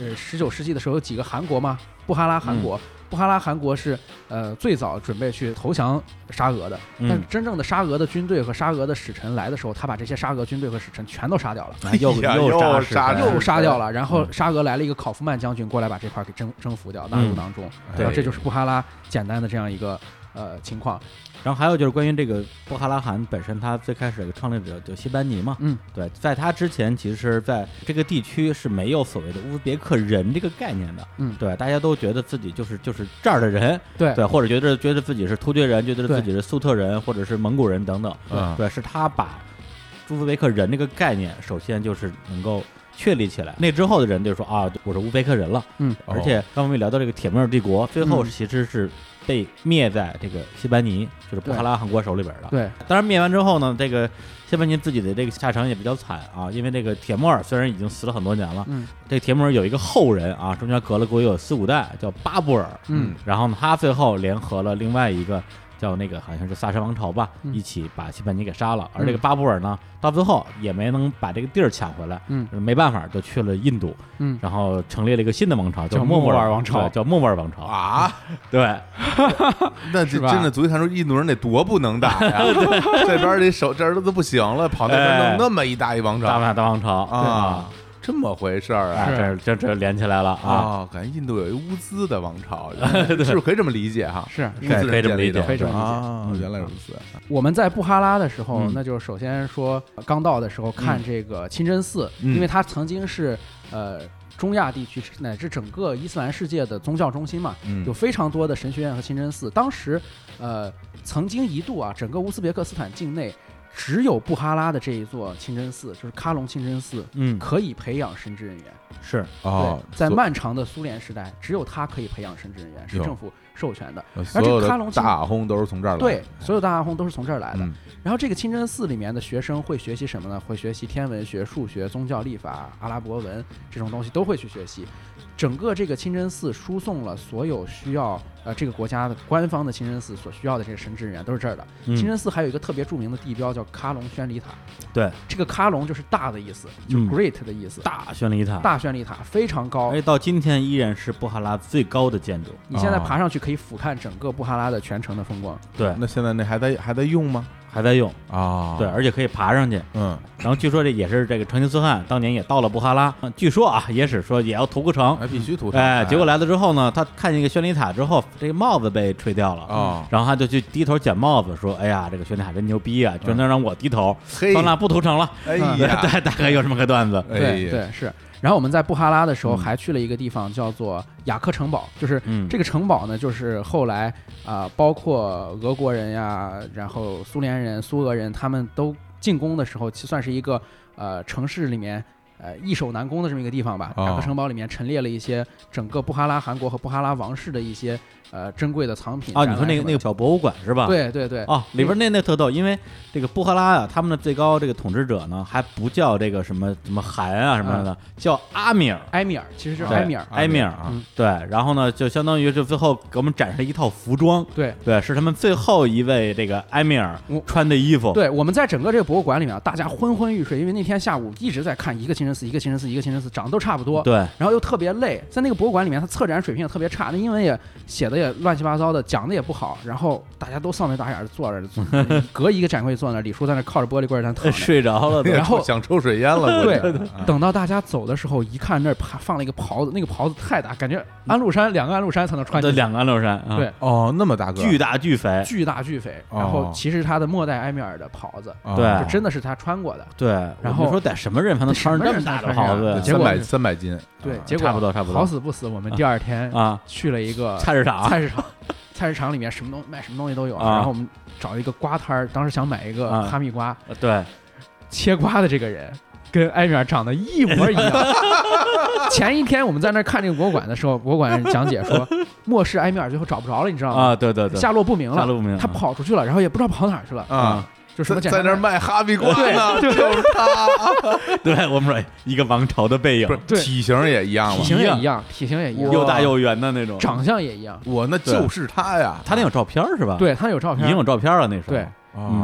呃，十九世纪的时候有几个韩国吗？布哈拉韩国，布哈拉韩国是呃最早准备去投降沙俄的，但是
嗯
真正的沙俄的军队和沙俄的使臣来的时候，他把这些沙俄军队和使臣全都杀掉了。
啊 <laughs> 又
呀又
扎实
杀
了
又杀掉了，然后
嗯
沙俄来了一个考夫曼将军过来把这块儿给征征服掉，纳入
嗯
囊中。
哎
然后这就是布哈拉简单的这样一个呃情况。
然后还有就是关于这个布哈拉汗本身，它最开始的创立者就西班尼嘛，
嗯，
对，在他之前，其实在这个地区是没有所谓的乌兹别克人这个概念的，
嗯
对，大家都觉得自己就是就是这儿的人，
对
对，或者觉得觉得自己是突厥人，觉得
对
自己是粟特人，或者是蒙古人等等，
嗯
对，是他把乌兹别克人这个概念，首先就是能够。确立起来，那之后的人就说啊，我是乌兹别克人了。
嗯，
哦
而且刚刚我们也聊到这个铁木尔帝国，最后
嗯
其实是被灭在这个西班尼，就是布哈拉汗国手里边的。
对，
当然灭完之后呢，这个谢班尼自己的这个下场也比较惨啊，因为这个铁木尔虽然已经死了很多年了，
嗯
这个铁木尔有一个后人啊，中间隔了估计有四五代，叫巴布尔，
嗯，
然后呢，他最后联合了另外一个叫那个好像是萨珊王朝吧，
嗯
一起把谢班尼给杀了，而这个巴布尔呢，到最后也没能把这个地儿抢回来。
嗯
没办法，就去了印度，
嗯
然后成立了一个新的王朝，
叫
莫
莫
卧
卧
儿
儿王朝
对叫莫卧儿王朝。
啊，
对，
那这
是吧
真的足球坛说印度人得多不能打
<laughs>
呀， <laughs> 这边这手这儿都不行了，跑那边
哎
弄那么一大一王
大
朝
满大王朝
啊，，这么回事儿啊
哎，这这这连起来了啊。
啊，感觉印度有一乌兹的王
<laughs>
朝，是不是可以这么理解哈？
是
乌兹
可以
人
这么
建立
理解
的
可以这么理解
啊，
嗯
原来如此，
我们在布哈拉的时候，
嗯
那就是首先说呃刚到的时候看
嗯
这个清真寺，
嗯
因为它曾经是呃中亚地区乃至整个伊斯兰世界的宗教中心嘛，
嗯
有非常多的神学院和清真寺。当时呃曾经一度啊，整个乌兹别克斯坦境内只有布哈拉的这一座清真寺，就是喀隆清真寺。
嗯，
可以培养神职人员，
是，
哦
对，在
所
漫长的苏联时代，只有它可以培养神职人员，是
哟
政府授权的。
呃
而
所
且
有的
喀隆清
大轰都是从这儿来的，
对，所有大阿訇都是从这儿来的
嗯。
然后这个清真寺里面的学生会学习什么呢？会学习天文学、数学、宗教历法、阿拉伯文这种东西都会去学习。整个这个清真寺输送了所有需要呃这个国家的官方的清真寺所需要的这个神职人员都是这儿的。
嗯
清真寺还有一个特别著名的地标叫喀隆宣礼塔，
对，
这个喀隆就是大的意思，就是
嗯哎
great 的意思，
大宣礼塔，
大宣礼塔非常高
而。且到今天依然是布哈拉最高的建筑。
你现在
哦
爬上去可以俯瞰整个布哈拉的全城的风光。
对，
那现在那还在还在用吗？
还在用，
啊，
对，，而且可以爬上去。
嗯，
然后据说这也是这个成吉思汗当年也到了布哈拉，嗯据说啊，野史说也要屠个城
嗯还，必须涂上，
哎，结果来了之后呢，他看见一个宣礼塔之后，这个帽子被吹掉
嗯
了
哦
然后他就去低头捡帽子，说：“哎呀，这个宣礼塔真牛逼啊，居然能让我低头，
嘿
算了，不屠城了。”
哎
对，
<laughs>
呀，
<laughs> 大大概有这么个段子。
哎
对
呀，
对是。然后我们在布哈拉的时候还去了一个地方，叫做雅克城堡，就是
嗯
这个城堡呢，就是后来啊、包括俄国人呀，然后苏联人、苏俄人，他们都进攻的时候，其算是一个呃城市里面。呃，易守难攻的这么一个地方吧，
哦
雅克城堡里面陈列了一些整个布哈拉汗国和布哈拉王室的一些呃珍贵的藏品
啊，你说那个
展览
那个小博物馆是吧？
什么的，对对对，
哦，里边那那特逗，因为这个布哈拉啊，他们的最高这个统治者呢，还不叫这个什么什么汗啊什么的，叫阿米尔，
埃米尔其实就是
对
埃米尔，
埃米尔
啊
嗯
对，然后呢，就相当于是最后给我们展示了一套服装，
对
对，是他们最后一位这个埃米尔
我
穿的衣服，
对，我们在整个这个博物馆里面啊，大家昏昏欲睡，因为那天下午一直在看一个清真寺，一个清真寺，一个清真寺，长得都差不多。
对
然后又特别累，在那个博物馆里面，他策展水平也特别差，那英文也写的也乱七八糟的，讲的也不好，然后大家都丧眉打眼儿地坐着，
<laughs>
隔一个展柜坐那儿，李叔在那儿靠着玻璃柜儿在那儿躺着。
睡着
<laughs>
了都
然后
啊想抽水烟了，
对
估计啊
等到大家走的时候，一看那儿啪放了一个袍子，那个袍子太大，感觉安禄山两个安禄山才能穿
对
进去，
两个安禄山，啊
对
哦，那么大个，
巨大巨肥，
巨大巨肥。
哦
然后其实他的末代埃米尔的袍子，
啊
对
就真的是他穿过的。
对，
然
我
后
就说得什么人才能穿上这么大的袍
什么人才能
子
穿上对
呀
结
三
果
百三百斤，
对，
啊
结果
差不多差不多
好死不死，我们第二天
啊？
去了一个
菜市场
菜市场，菜市场里面什么东卖什么东西都有，
啊
然后我们找一个瓜摊儿，当时想买一个
啊
哈密瓜，
呃对，
切瓜的这个人跟埃米尔长得一模一样。 <laughs> 前一天我们在那儿看这个博物馆的时候，博物馆人讲解说，末世埃米尔最后找不着了，你知道吗？
啊，对对对，
下落不明了，
下落不明
他
嗯
跑出去了，然后也不知道跑哪儿去了，
啊，
就什
在
么简
在
单
那
的
儿卖哈密瓜呢，
对
就是
<laughs>
他，
对我们说一个王朝的背影
不，是
对
体型也一样
体
吗？
型
一
也
样
一样，体型也一样，
又大又圆的那种。
长相也一样。
我那就是他呀，哦
他那有照片儿是吧？，
对他有照
已
片，
经有照片儿了那时候。
对，
啊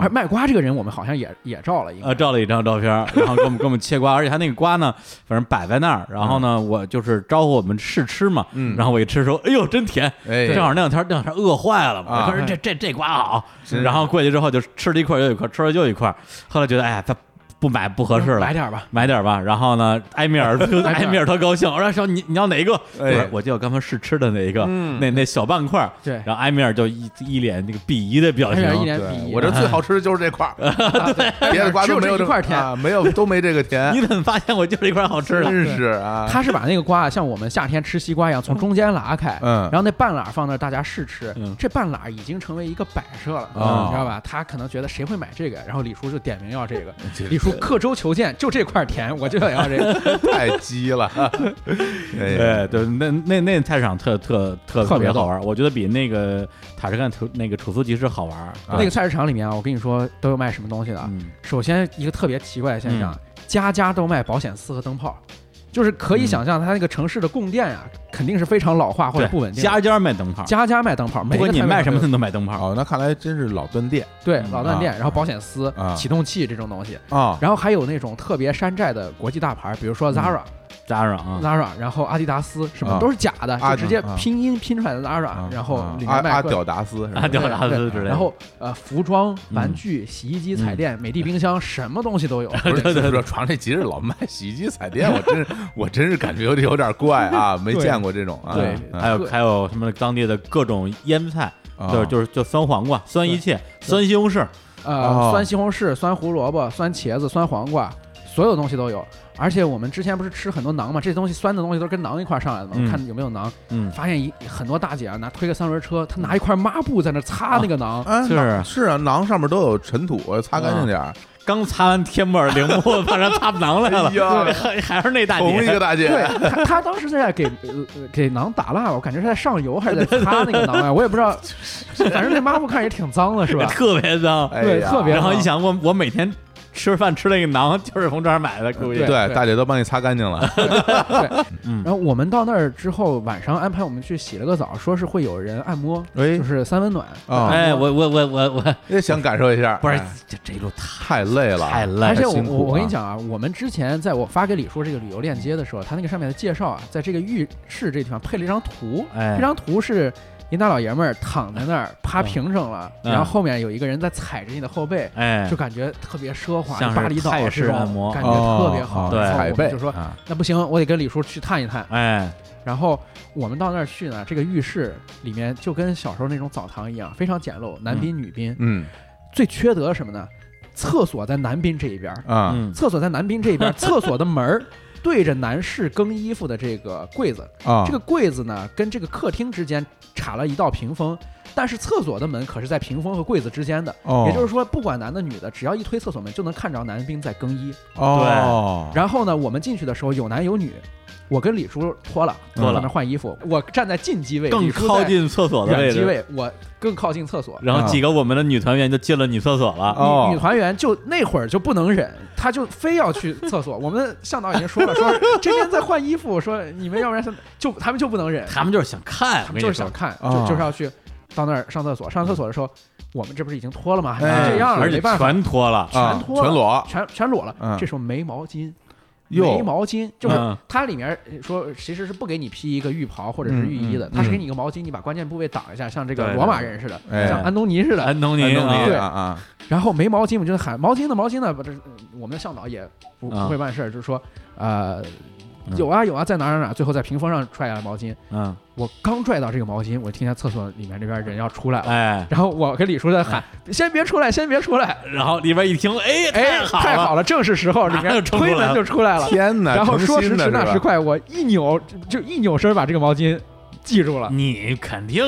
而卖瓜这个人，我们好像也也照了，应该
呃，照了一张照片儿，然后给我们给我们切瓜，而且他那个瓜呢，反正摆在那儿，然后
嗯
呢，我就是招呼我们试吃嘛，
嗯
然后我一吃说，哎呦，真甜，
哎
正好那两天那两天饿坏了嘛，
啊
我说这这这瓜好，
是
然后过去之后就吃了一块又一块，吃了又一块，后来觉得哎，他不买不合适了
买。点儿吧。
买点儿吧，然后呢，埃米
<laughs>
尔埃米尔特高兴，我说说你你要哪个？我
哎
说我就要刚才试吃的那一个，
嗯
那那小半块儿。
对
然后埃米尔就一一脸那个鄙夷的表
埃米
情，
尔一脸鄙
对
夷，
我这最好吃的就是这块儿，
啊 <laughs> 对
别的瓜
只
都
有
没有
这一
这
块甜。
啊没有都没这个甜
<laughs>
你，怎么发现我就这一块好吃的？
真是啊，
他是把那个瓜像我们夏天吃西瓜一样，从中间拉开，
嗯
然后那半拉放那儿大家试吃
嗯，啊
这半拉已经成为一个摆设了，
哦
你知道吧？他可能觉得谁会买这个，然后李叔就点名要这个，
嗯
李叔刻舟求剑，就这块甜，我就想要这个，
太鸡
<laughs>
了，哎呀，
对对，那那那菜市场特特特
特别
别
逗
好玩儿，我觉得比那个塔什干图那个楚苏集市好玩儿。
那个菜市场里面啊，我跟你说都有卖什么东西的啊，
嗯，
首先一个特别奇怪的现象，家家都卖保险丝和灯泡，就是可
嗯
以想象它那个城市的供电呀、肯定是非常老化或
对，
者不稳定的。
家家卖灯泡，
家家卖灯泡，
不
每
管
个
你
摊位
卖什么
都有
你都卖灯泡。
哦，那看来真是老断店
对
嗯
老断店，
啊
然后保险丝、
啊
启动器这种东西，
啊，
然后还有那种特别山寨的国际大牌，比如
嗯
说 Zara、
加上啊，
Zara，然后阿迪达斯什
嗯
么、
啊
都是假的，
啊
就直接
啊
拼音拼出来的 Zara，、
啊
然后
啊
里
阿
面卖啊
阿
各
屌
种
达斯是吧
阿屌达
对
斯
对
之类的。
然后呃，服装、
嗯
玩具、洗衣机、彩电、美的冰箱，什么东
<laughs>
西都有。
不是，就是说床这集市老卖洗衣机、彩电，我真
<laughs>
是我真是感觉有点有点怪啊，没
对
见过这种啊。
对
嗯
还有
对
还有什么当地的各种腌菜，
啊
就是就是就酸黄瓜、酸一切、酸西红柿，
呃，
哦
酸西红柿、酸胡萝卜、酸茄子、酸黄瓜，所有东西都有。而且我们之前不是吃很多馕嘛，这些东西酸的东西都是跟馕一块儿上来的嘛。
嗯
看有没有馕，
嗯，
发现一很多大姐啊，拿推个三轮车，她拿一块抹布在那擦那个馕，
啊
是
馕是啊，馕上面都有尘土，擦干净点儿。
啊
刚擦完贴沫儿，铃木马上擦不囊来了
<laughs> 哎，呀
还还是那大
<laughs> 同一
姐
个。大姐
对，她她当时是在给呃呃给馕打蜡，我感觉是在上油还是在擦那个馕啊，我也不知道，反正那抹布看着也挺脏的，是吧？
特别脏，
啊哎
对，
呀
特别
然后
脏
一想，我我每天吃饭吃那个馕就是从这儿买的，估计
对
对，大姐都帮你擦干净
<laughs>
了。
对，
嗯
然后我们到那儿之后，晚上安排我们去洗了个澡，说是会有人按摩，
哎
就是三温暖。
啊，
哎，我我我我我，
也想感受一下。
不是
哎
这这一路太
太累了，
太累了
而且我
辛
我
苦
我跟你
啊，
讲啊，我们之前在我发给李叔这个旅游链接的时候，他那个上面的介绍啊，在这个浴室这地方配了一张图，
哎
这张图是一大老爷们儿躺在那儿趴平整了，
嗯
然后后面有一个人在踩着你的后背。
哎
就，感觉特别奢华，
像是
巴厘岛
泰
这
式
种
按摩
感觉特别
哦
好。
哦
对
然后
海
我们
贝
就说
啊
那不行，我得跟李叔去探一探。
哎，
然后我们到那儿去呢，这个浴室里面就跟小时候那种澡堂一样，非常简陋，男宾女宾。
嗯
最缺德的是什么呢？厕所在男宾这一边儿，
啊
嗯
厕所在男宾这一边儿，厕所的门儿对着男士更衣服的这个柜子，
<laughs> 啊
这个柜子呢跟这个客厅之间插了一道屏风，但是厕所的门可是在屏风和柜子之间的。
哦
也就是说，不管男的女的，只要一推厕所门，就能看着男宾在更衣。
哦，
然后呢，我们进去的时候有男有女，我跟李叔脱了，
脱了
在那换衣服，我站在近机位，
嗯更
李叔在
靠近厕所的
远
位
机
置，
位，啊我更靠近厕所。
然后几个我们的女团员就进了女厕所了。
哦
女女团员就那会儿就不能忍，她就非要去厕
<laughs>
所。我们向导已经说了，说这边在换衣服，说你们要不然是就他们就不能
<laughs>
忍，
他们就是想看，
他
我
们
跟
就
你
是想
说，
看，
哦
就就是要去到那儿上厕所。上厕所的时候，我们这不是已经脱了吗？
哎
这样了，
嗯而
没
且
办法，
全脱了，
啊
全脱了
全裸，
全全裸了。
嗯
这时候没毛巾，
哟
没毛巾，就是
嗯
它里面呃说其实是不给你披一个浴袍或者是浴衣的，
嗯嗯
它是给你一个毛巾，你把关键部位挡一下，像这个
对
罗马人似的，
哎
像安东尼似的。
安东尼，
安东
啊
尼
对
啊啊，
然后没毛巾，我就喊毛巾呢，毛巾呢。不这我们的向导也不
啊
不会办事儿，就是说，呃，
嗯
有啊有啊，在哪儿哪儿哪儿，最后在屏风上拽下来毛巾。
嗯，
我刚拽到这个毛巾，我听见厕所里面这边人要出来了，
哎，
然后我跟李叔在喊：“先别出来，先别出来
然后里边一听，哎，！”
哎，
好
太好了，正是时候，里
马上
面
就冲出来
推门
了
啊
就出来了。
天哪！
然后说
诚
时
心的
迟那
是吧
时快，我一扭就一扭身把这个毛巾记住
嗯
了，
你肯定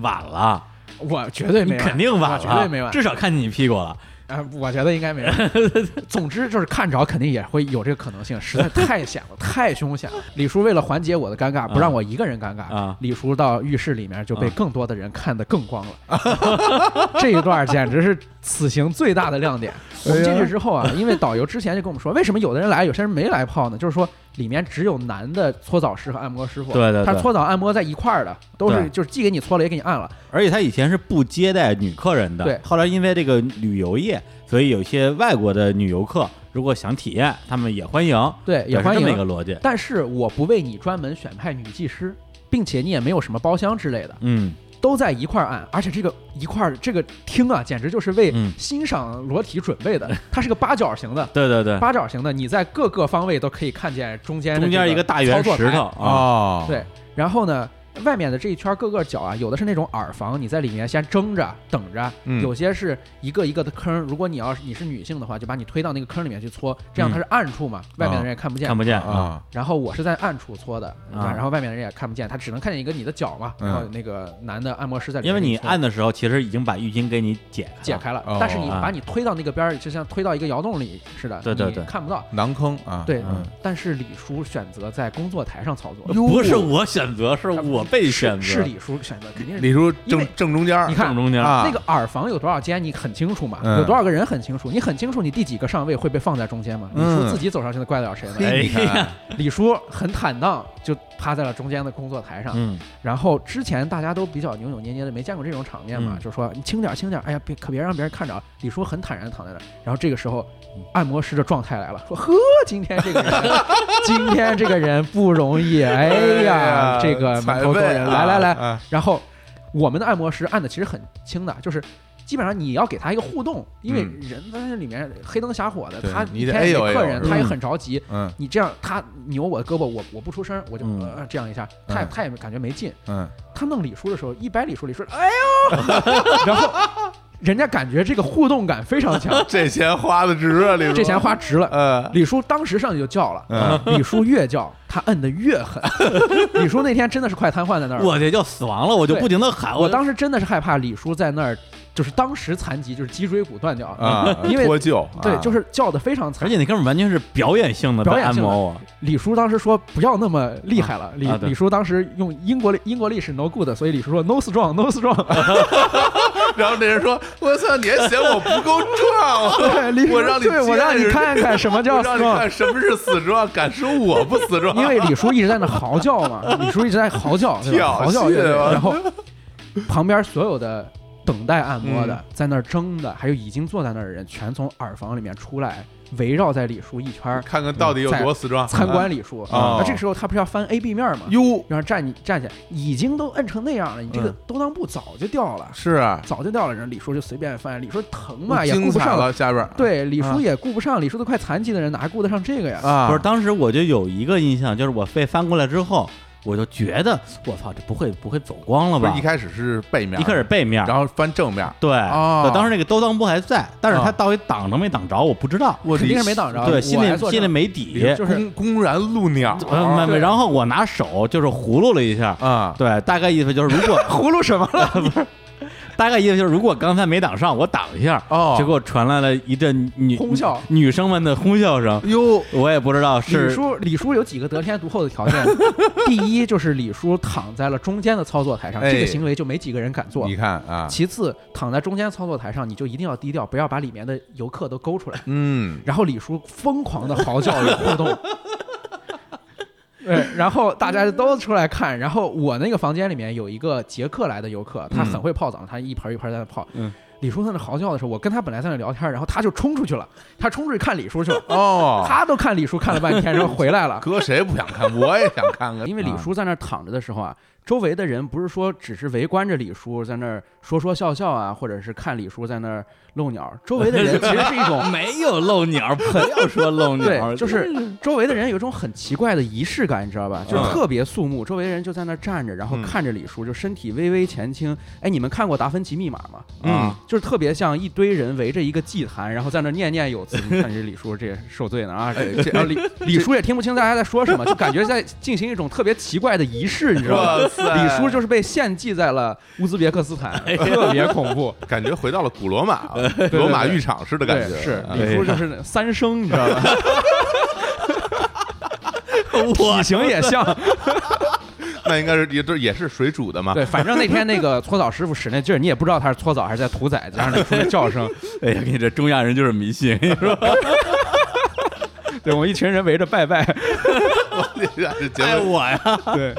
晚了，
我绝对
你
没完，
肯定晚
我
了，
绝对没完，
至少看见你屁股了。
啊，我觉得应该没完。 <laughs> 总之就是看着肯定也会有这个可能性，实在太险了，太凶险了。李叔为了缓解我的尴尬，不让我一个人尴尬，
啊
李叔到浴室里面就被更多的人看得更光了。 <laughs> 这一段简直是此行最大的亮点。我们进去之后啊，因为导游之前就跟我们说，为什么有的人来，有些人没来泡呢？就是说里面只有男的搓澡师和按摩师傅，啊
对对对
他搓澡按摩在一块儿的，都是
对
就是既给你搓了也给你按了。
而且他以前是不接待女客人的，
对
后来因为这个旅游业，所以有些外国的女游客如果想体验，他们也欢迎，
对也欢迎
是这么一个逻辑。
但是我不为你专门选派女技师，并且你也没有什么包厢之类的，
嗯，
都在一块儿按，而且这个一块儿这个厅啊，简直就是为
嗯
欣赏裸体准备的，它是个八角形的。
对对对，
八角形的，你在各个方位都可以看见中间的
嗯中间
这
一个大圆
操作
石
台
头，啊，
哦，
对，然后呢，外面的这一圈各个角啊，有的是那种耳房，你在里面先蒸着等着；
嗯
有些是一个一个的坑，如果你要是你是女性的话，就把你推到那个坑里面去搓，这样它是暗处嘛，外面的人也看不
嗯
见。
看不见啊，
啊，
然后我是在暗处搓的，对吧
啊嗯
然后外面的人也看不见，他只能看见一个你的脚嘛。然后那个男的按摩师在里面
因为
给
你
搓
按的时候其实已经把浴巾给你解开了
啊解开了
哦，
但是你
啊
把你推到那个边儿，就像推到一个窑洞里似的，
对对
你
对
看不到。
囊坑啊，
对
嗯，
但是李叔选择在工作台上操作，
不是我选择，是我被选择。
是李叔选择，肯定是
李叔
因为
正正中间儿，
你看
正中间，
啊，
那个耳房有多少间，你很清楚嘛？
嗯
有多少个人很清楚，你很清楚你第几个上位会被放在中间嘛？李
嗯
叔自己走上去的，怪得了谁呢？
哎
嘿你看
呀，
李叔很坦荡，就趴在了中间的工作台上。
嗯，
然后之前大家都比较扭扭捏捏的，没见过这种场面嘛，
嗯
就说你轻点儿轻点儿，哎呀，别可别让别人看着。啊李叔很坦然地躺在那儿，然后这个时候嗯按摩师的状态来了，说呵，今天这
<laughs>
个人，今天这个人不容易，哎呀，这个满
踩
头沟
背
人，
啊
来来来，
啊
然后我们的按摩师按的其实很轻的，就是。基本上你要给他一个互动，因为
嗯
人在那里面黑灯瞎火的，
对
他
你
一
得
天
哎
也
呦
没
哎
客
呦
人，他也
嗯
很着急，
嗯
你这样，他扭我的胳膊，我我不出声，我就、
嗯
呃这样一下，他也
嗯
他也感觉没劲。
嗯，
他弄李叔的时候，一掰李叔，李叔哎呦， <laughs> 然后人家感觉这个互动感非常
<laughs>
强，
这钱花的值啊，李叔，
这钱花值了。
呃，
李叔当时上去就叫了，
嗯
李叔越叫他摁的越狠， <laughs> 李叔那天真的是快瘫痪在那儿了。
我这就死亡了，我就
嗯对
不停的喊，
我
我
当时真的是害怕李叔在那儿，就是当时残疾，就是脊椎骨断掉
啊，
因为
脱臼，
对，
啊
就是叫的非常惨
而。且那哥们儿完全是表演性的
表
在
演
按
性的
摩我，
李叔当时说不要那么厉害了，李、
啊对
李叔当时用英国英国历史 no good，所以李叔说 no strong no
<laughs>
strong， <laughs>
然后那人说：“我操，你还嫌我不够
对， <laughs>
壮？
李叔
我让你
对我让你
见识
看看什
<laughs>
么
我
叫
让你
strong，
看什么是死壮，敢说我不死壮？
<laughs> 因为李叔一直在那嚎叫嘛，李叔一直在嚎叫，对吧
跳
嚎叫乐队
戏啊
然后旁边所有的等待按摩的，在那儿蒸的，还有已经坐在那儿的人，全从耳房里面出来，围绕在李叔一圈儿
看看到底有多死壮。”
参观李叔。
哦
那这个时候他不是要翻 A B 面嘛，
哟，
然后站你站起来，已经都摁成那样了，你这个
嗯
兜裆布早就掉了。
是啊，
早就掉了，人李叔就随便翻，李叔疼嘛也
精
顾不
彩
上，
了下边儿
对，李
啊
叔也顾不上，李叔都快残疾的人哪还顾得上这个呀？
啊，
不是，当时我就有一个印象，就是我被翻过来之后，我就觉得我操，这不会不会走光了
不
吧
是？一开始是背面，
一开始，背面，
然后翻正面，
对，
哦
啊
对当时那个兜裆布还在，但是
啊
他到底挡着没挡着，我不知道。
我
肯定是没挡着，
对，
啊我
心
还
里
坐
心里
着
没底。
就是啊
公公然露鸟
呃没没
对
然后我拿手就是葫芦了一下，
啊，
对，大概意思就是如果
<laughs> 葫芦什么
<laughs>
了？
大概意思就是如果刚才没挡上，我挡一下，
哦
结果传来了一阵女
哄笑
女生们的哄笑声，
哟，
我也不知道
李
是
叔，李叔有几个得天独厚的
<laughs>
条件，第一就是李叔躺在了中间的操作台上，
哎
这个行为就没几个人敢做
你。看啊，
其次，躺在中间操作台上，你就一定要低调，不要把里面的游客都勾出来。
嗯，
然后李叔疯狂的嚎叫与互
<laughs>
动。对，然后大家都出来看，然后我那个房间里面有一个捷克来的游客，他很会泡澡，他一盆一盆在那泡。
嗯，
李叔在那嚎叫的时候，我跟他本来在那聊天，然后他就冲出去了，他冲出去看李叔去了，
哦，
他都看李叔看了半天，然后回来
<laughs>
了。
哥谁不想看？我也想看看，
<laughs> 因为李
啊
叔在那儿躺着的时候啊，周围的人不是说只是围观着李叔在那儿说说笑笑啊，或者是看李叔在那儿露鸟，周围的人其实是一种
没有漏鸟，不要说漏鸟，
哦对，就是周围的人有一种很奇怪的仪式感，你知道吧？就是特别肃穆，周围人就在那儿站着，然后
嗯
看着李叔，就身体微微前倾。哎，你们看过《达芬奇密码》吗？
嗯，
啊就是特别像一堆人围着一个祭坛，然后在那儿念念有词。你看这李叔这受罪呢啊！这
这 <laughs>
然后李李叔也听不清大家在说什么，就感觉在进行一种特别奇怪的仪式，你知道吧？
我塞哎
李叔就是被献祭在了乌兹别克斯坦，特别恐怖。
感觉回到了古罗
<laughs>
马啊，罗马浴场式的感觉。
对是
啊
李叔就是那三生，你知道吧？体型也像，
那应该是也这也是水煮的嘛。
<laughs> 对，反正那天那个搓澡师傅使那劲儿，你也不知道他是搓澡还是在屠宰，加上李叔的叫声，
哎呀，你这中亚人就是迷信，你说
对我们一群人围着拜拜。
<laughs> 这节
哎
爱
目
哎我呀？
对，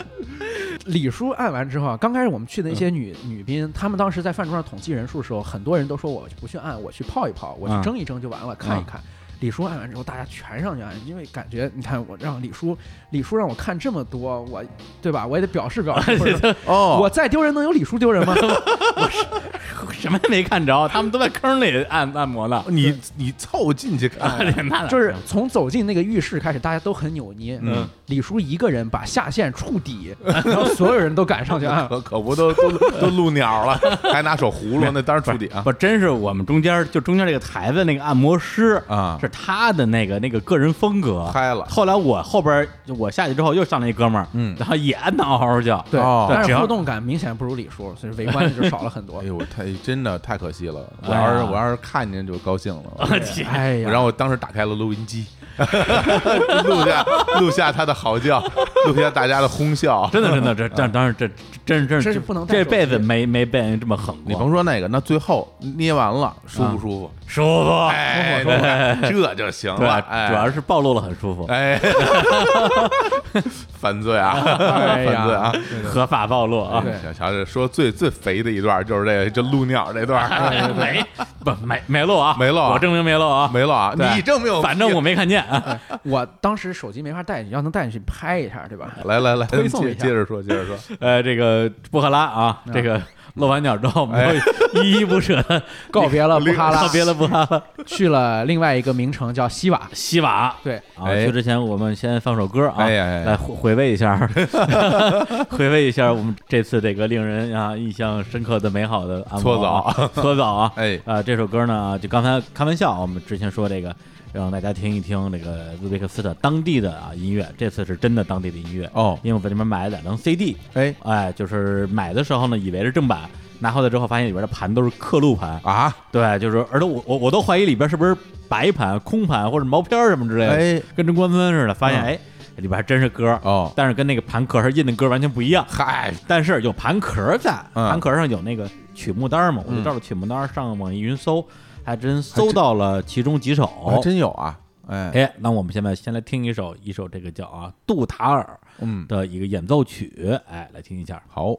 <laughs> 李叔按完之后啊，刚开始我们去的一些女、女宾，她们当时在饭桌上统计人数的时候，很多人都说我不去按，我去泡一泡，我去
嗯
蒸一蒸就完了，看一看。李叔按完之后，大家全上去按，因为感觉你看我让李叔，李叔让我看这么多，我对吧？我也得表示 <laughs> 表示，或者
哦，
我再丢人能有李叔丢人 <laughs> 吗？
什么也没看着，他们都在坑里按按摩呢。 <laughs> 哎
你你凑近去看，
那
就是从走进那个浴室开始，大家都很扭捏。
嗯，
李叔一个人把下线触底，然后所有人都赶上去啊按。
可可不都都都露鸟了，
<laughs>
还拿手葫芦，那当然触底啊。
不，真是我们中间就中间这个台子那个按摩师
啊
是他的那个那个个人风格
嗨了
后来我后边就我匣下去之后又上来一哥们儿，
嗯
然后也按的嗷嗷叫， <laughs>
对，
哦
但
只
是
要
互动感明显不如李叔，所以围观的就少了很多
哎。呦，太真的太可惜了！我
哎
要
呀
是我要是看见就高兴
<laughs>
了。
哎呀，
然后我当时打开了录音机， <laughs> 录下录下他的嚎叫，录下大家的哄笑。
真的真的这这当然这真真
真
真
是不能带
这
手
辈子
机
没没被人这么狠
你
过，
甭说那个，那最后捏完了舒不舒服？
舒啊服，
哎，那 <laughs> 这就行
对
了。
吧，
哎
主要是暴露了很舒服，
哎， <laughs> 犯罪啊，
哎呀
犯罪啊！
合法暴露啊，
对
小乔这说最最肥的一段就是这个，这露鸟这段
哎
儿
没不没没漏啊，
没漏啊
我证明没漏啊，
没了啊！
对
你证明，
<laughs> 反正我没看见啊。
我当时手机没法带进去，要能带进去拍一下，对吧？
来来来，
推送
接
一下
接着说，接着说。
<laughs> 呃，这个布哈拉啊，这个漏完鸟之后，我们
哎
都依依不
<laughs>
舍的
告别了布哈
<laughs>
拉，
告别了布哈拉
去了另外一个名城叫西瓦。
西瓦。
对，
啊，
哎
去之前我们先放首歌啊，
哎呀哎呀
来回回味一下，
<laughs>
<laughs> 回味一下我们这次这个令人啊印象深刻的美好的按摩啊搓澡啊，
<laughs> 哎
啊，这首歌呢，就刚才开玩笑啊，我们之前说这个，让大家听一听这个乌兹别克斯坦当地的啊音乐，这次是真的当地的音乐
哦
因为我在这边买了两张 CD，
哎
哎，就是买的时候呢，以为是正版，拿回来之后发现里边的盘都是刻录盘，
啊，
对，就是，而且我我我都怀疑里边是不是白盘、空盘或者毛片儿什么之类的，
哎嗯
跟中关村似的，发现、哎里边还真是歌
哦
但是跟那个盘壳上印的歌完全不一样。
嗨，
但是有盘壳在，
嗯
盘壳上有那个曲目单嘛，我就照着曲目单上网易云搜，还真搜到了其中几
还
首。
真有啊，哎，
哎，那我们现在先来听一首，一首这个叫啊杜塔尔
嗯，
的一个演奏曲，哎，来听一下。
好，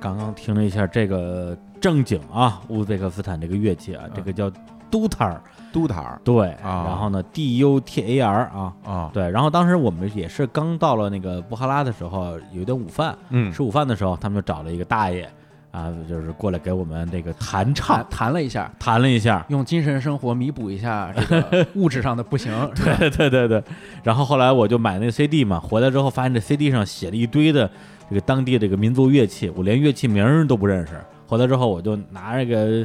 刚刚听了一下这个正经啊乌兹别克斯坦这个乐器啊，这个叫杜塔尔，
都塔儿
对，
嗯啊
然后呢 D U T A R 啊，
啊，
对，然后当时我们也是刚到了那个布哈拉的时候，有一顿午饭，
嗯
吃午饭的时候，他们就找了一个大爷，啊，就是过来给我们这个弹唱
谈谈了一下，
弹了一下。
用精神生活弥补一下这个物质上的不行。是吧
<laughs> 对对对对，然后后来我就买那 CD 嘛，回来之后发现这 CD 上写了一堆的这个当地这个民族乐器，我连乐器名儿都不认识。回来之后我就拿这个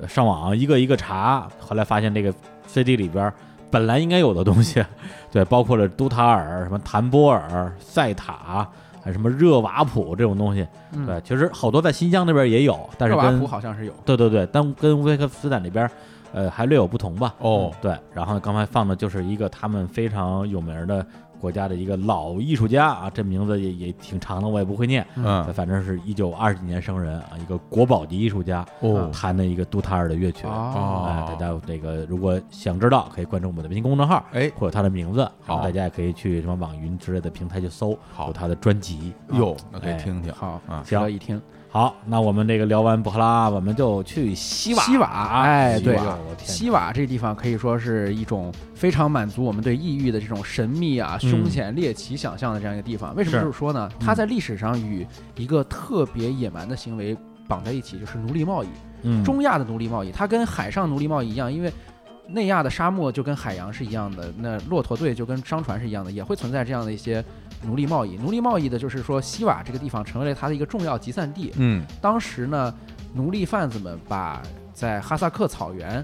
呃上网一个一个查，后来发现这个 CD 里边儿本来应该有的东西，对，包括了都塔尔、什么弹波尔、塞塔，还有什么热瓦普这种东西。
嗯
对，其实好多在新疆那边也有，但是
热瓦
跟
普好像是有，
对对对，但跟乌兹别克斯坦这边，呃，还略有不同吧。
哦
嗯对，然后刚才放的就是一个他们非常有名的国家的一个老艺术家啊，这名字也也挺长的，我也不会念，
嗯
反正是一九二几年生人啊，一个国宝级艺术家
哦
弹的一个杜塔尔的乐曲。
哦
哎，大家这个如果想知道，可以关注我们的微信公众号，
哎
或者他的名字，然
好
后大家也可以去什么网云之类的平台去搜，
哎好
有他的专辑。
哟，那可以
哎
听听。
好
啊
值得一听。
好，那我们这个聊完布哈拉，我们就去西瓦。
西瓦，哎，
西
对
瓦我，天
西瓦这地方可以说是一种非常满足我们对异域的这种神秘啊、
嗯
凶险、猎奇想象的这样一个地方。为什么
是嗯
这么说呢？它在历史上与一个特别野蛮的行为绑在一起，就是奴隶贸易。
嗯，
中亚的奴隶贸易，它跟海上奴隶贸易一样，因为内亚的沙漠就跟海洋是一样的，那骆驼队就跟商船是一样的，也会存在这样的一些奴隶贸易。奴隶贸易的就是说，西瓦这个地方成为了它的一个重要集散地。
嗯，
当时呢，奴隶贩子们把在哈萨克草原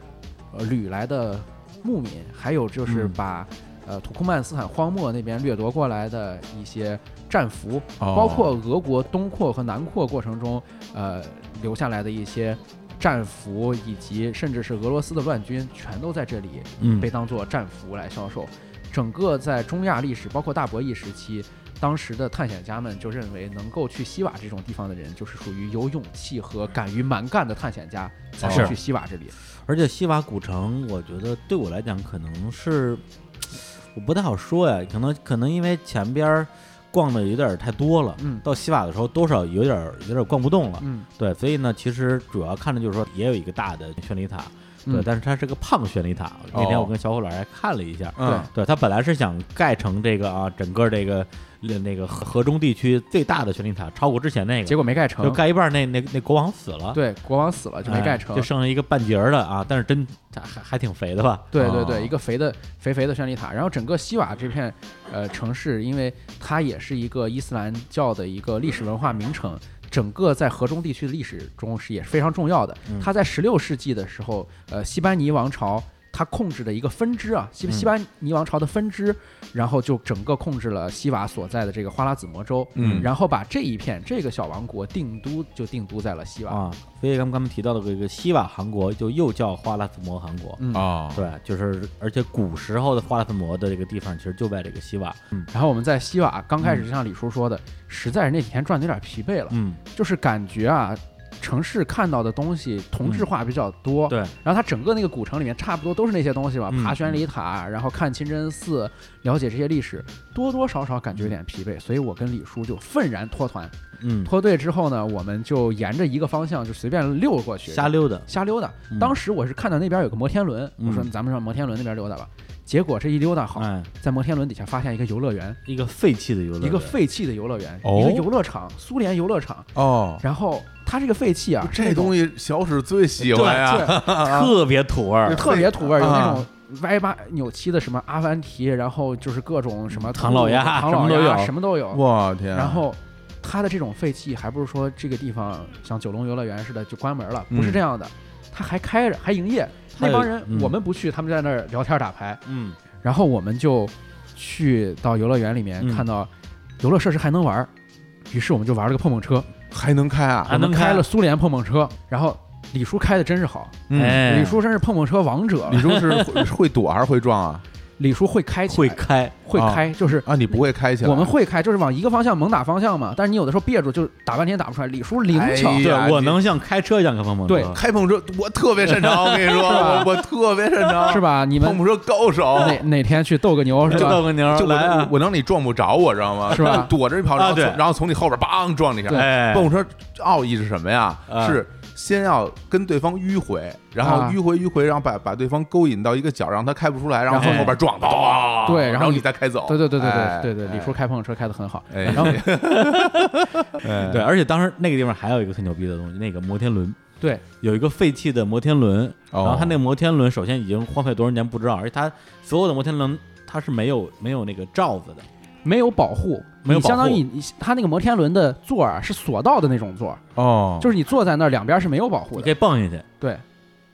呃掳来的牧民，还有就是
嗯
把、呃土库曼斯坦荒漠那边掠夺过来的一些战俘，
哦
包括俄国东扩和南扩过程中，呃留下来的一些战俘，以及甚至是俄罗斯的乱军，全都在这里
嗯
被当做战俘来销售。整个在中亚历史，包括大博弈时期，当时的探险家们就认为，能够去西瓦这种地方的人，就是属于有勇气和敢于蛮干的探险家
哦
才
是
能去西瓦这里。
而且西瓦古城，我觉得对我来讲可能是我不太好说呀，可能可能因为前边儿逛的有点儿太多了，
嗯
到西瓦的时候多少有点儿有点儿逛不动了，
嗯，
对，所以呢，其实主要看的就是说也有一个大的宣礼塔，对，
嗯
但是它是个胖宣礼塔，那天
哦
我跟小伙老师还看了一下。
嗯
对它本来是想盖成这个啊，整个这个那个河河中地区最大的宣礼塔，超过之前那个，
结果没盖
就
成。
盖一半儿那，那那国王死了，
对，国王死了就没
哎
盖成，
就剩下一个半截儿的啊，但是真还还还挺肥的吧？
对
哦
对对，一个肥的肥肥的宣礼塔。然后整个西瓦这片呃城市，因为它也是一个伊斯兰教的一个历史文化名城，整个在河中地区的历史中是也是非常重要的。
嗯
它在16世纪的时候，呃，西班尼王朝。它控制的一个分支啊，
嗯
西西班尼王朝的分支，然后就整个控制了西瓦所在的这个花剌子模州，
嗯
然后把这一片这个小王国定都就定都在了西
哦
瓦，
啊，所以咱们刚才提到的这个西瓦汗国，就又叫花剌子模汗国。
嗯
哦，
对，就是而且古时候的花剌子模的这个地方，其实就在这个西瓦。嗯
然后我们在西瓦刚
嗯
开始，就像李叔说的，实在是那几天转的有点疲惫了，
嗯，
就是感觉啊，城市看到的东西同质化比较多。
嗯对，
然后它整个那个古城里面差不多都是那些东西吧，
嗯
爬宣礼塔，然后看清真寺，了解这些历史，多多少少感觉有点疲惫，所以我跟李叔就愤然脱团。
嗯，
脱队之后呢，我们就沿着一个方向就随便溜过去，
瞎溜达。
瞎溜达
嗯。
当时我是看到那边有个摩天轮，
嗯
我说咱们上摩天轮那边溜达吧。结果这一溜达好，
哎，
在摩天轮底下发现一个游乐园，
一个废弃的游乐园，
一个废弃的游乐园，
哦
一个游乐场，苏联游乐场。
哦，
然后它这个废弃啊，
这东
西
西小史最喜欢呀， <laughs>
特别土味儿，
特别土味儿，有那
啊
种歪八扭七的什么阿凡提，然后就是各种什么
唐老鸭
唐老
什么都有
鸭什么都有。
我天，啊
然后它的这种废弃，还不是说这个地方像九龙游乐园似的就关门了，
嗯
不是这样的，它还开着，还营业。
它
那
有
帮人
嗯
我们不去，他们在那儿聊天打牌，
嗯，
然后我们就去到游乐园里面
嗯
看到游乐设施还能玩儿，于是我们就玩了个碰碰车。
还能开啊，
还能
我们
开
开了苏联碰碰车，然后李叔开的真是好，
嗯
哎，
李叔真是碰碰车王者。
李叔是 <laughs> 会会躲还是会撞啊？
李叔会开起来，
会开，
会
啊
开，就是
啊，你不会开起来？
我们会开，就是往一个方向猛打方向嘛。但是你有的时候憋住，就打半天打不出来。李叔灵巧，
哎
对
呀
我
你
能像开车一样开碰碰车，
对
开碰车，我特别擅长，我跟你说，我我特别擅长，
是？吧？你
碰
们
碰车高手，
哪哪天去斗个牛是
<laughs> 就
吧
逗？个牛儿
就我
来
能
啊，
我能让你撞不着我，知道吗？
是
<laughs>
吧
就躲着一跑，然
啊
后
对
从然后从你后边梆撞你一下。
哎，
碰碰车奥义是什么呀？
啊
是先要跟对方迂回，然后
啊
迂回迂回，然后把把对方勾引到一个角，让他开不出来，然后
然后
从后边撞到，
对然后
然后
你
你再开走。
对对对对
哎
对对对，李叔，开碰车开的很好。
哎
然后
<laughs> 哎
对，而啊且当时那个地方还有一个特牛逼的东西，那个摩天轮。
对，
有一个废弃的摩天轮，
哦
然后它那个摩天轮首先已经荒废多少年不知道，而且它所有的摩天轮它是没有没有那个罩子的，
没有保护，
没有
你相
保护
当于你它那个摩天轮的座儿啊是索道的那种座儿，
哦，
就是你坐在那儿两边是没有保
你
护
可
的。
以蹦进去。
对，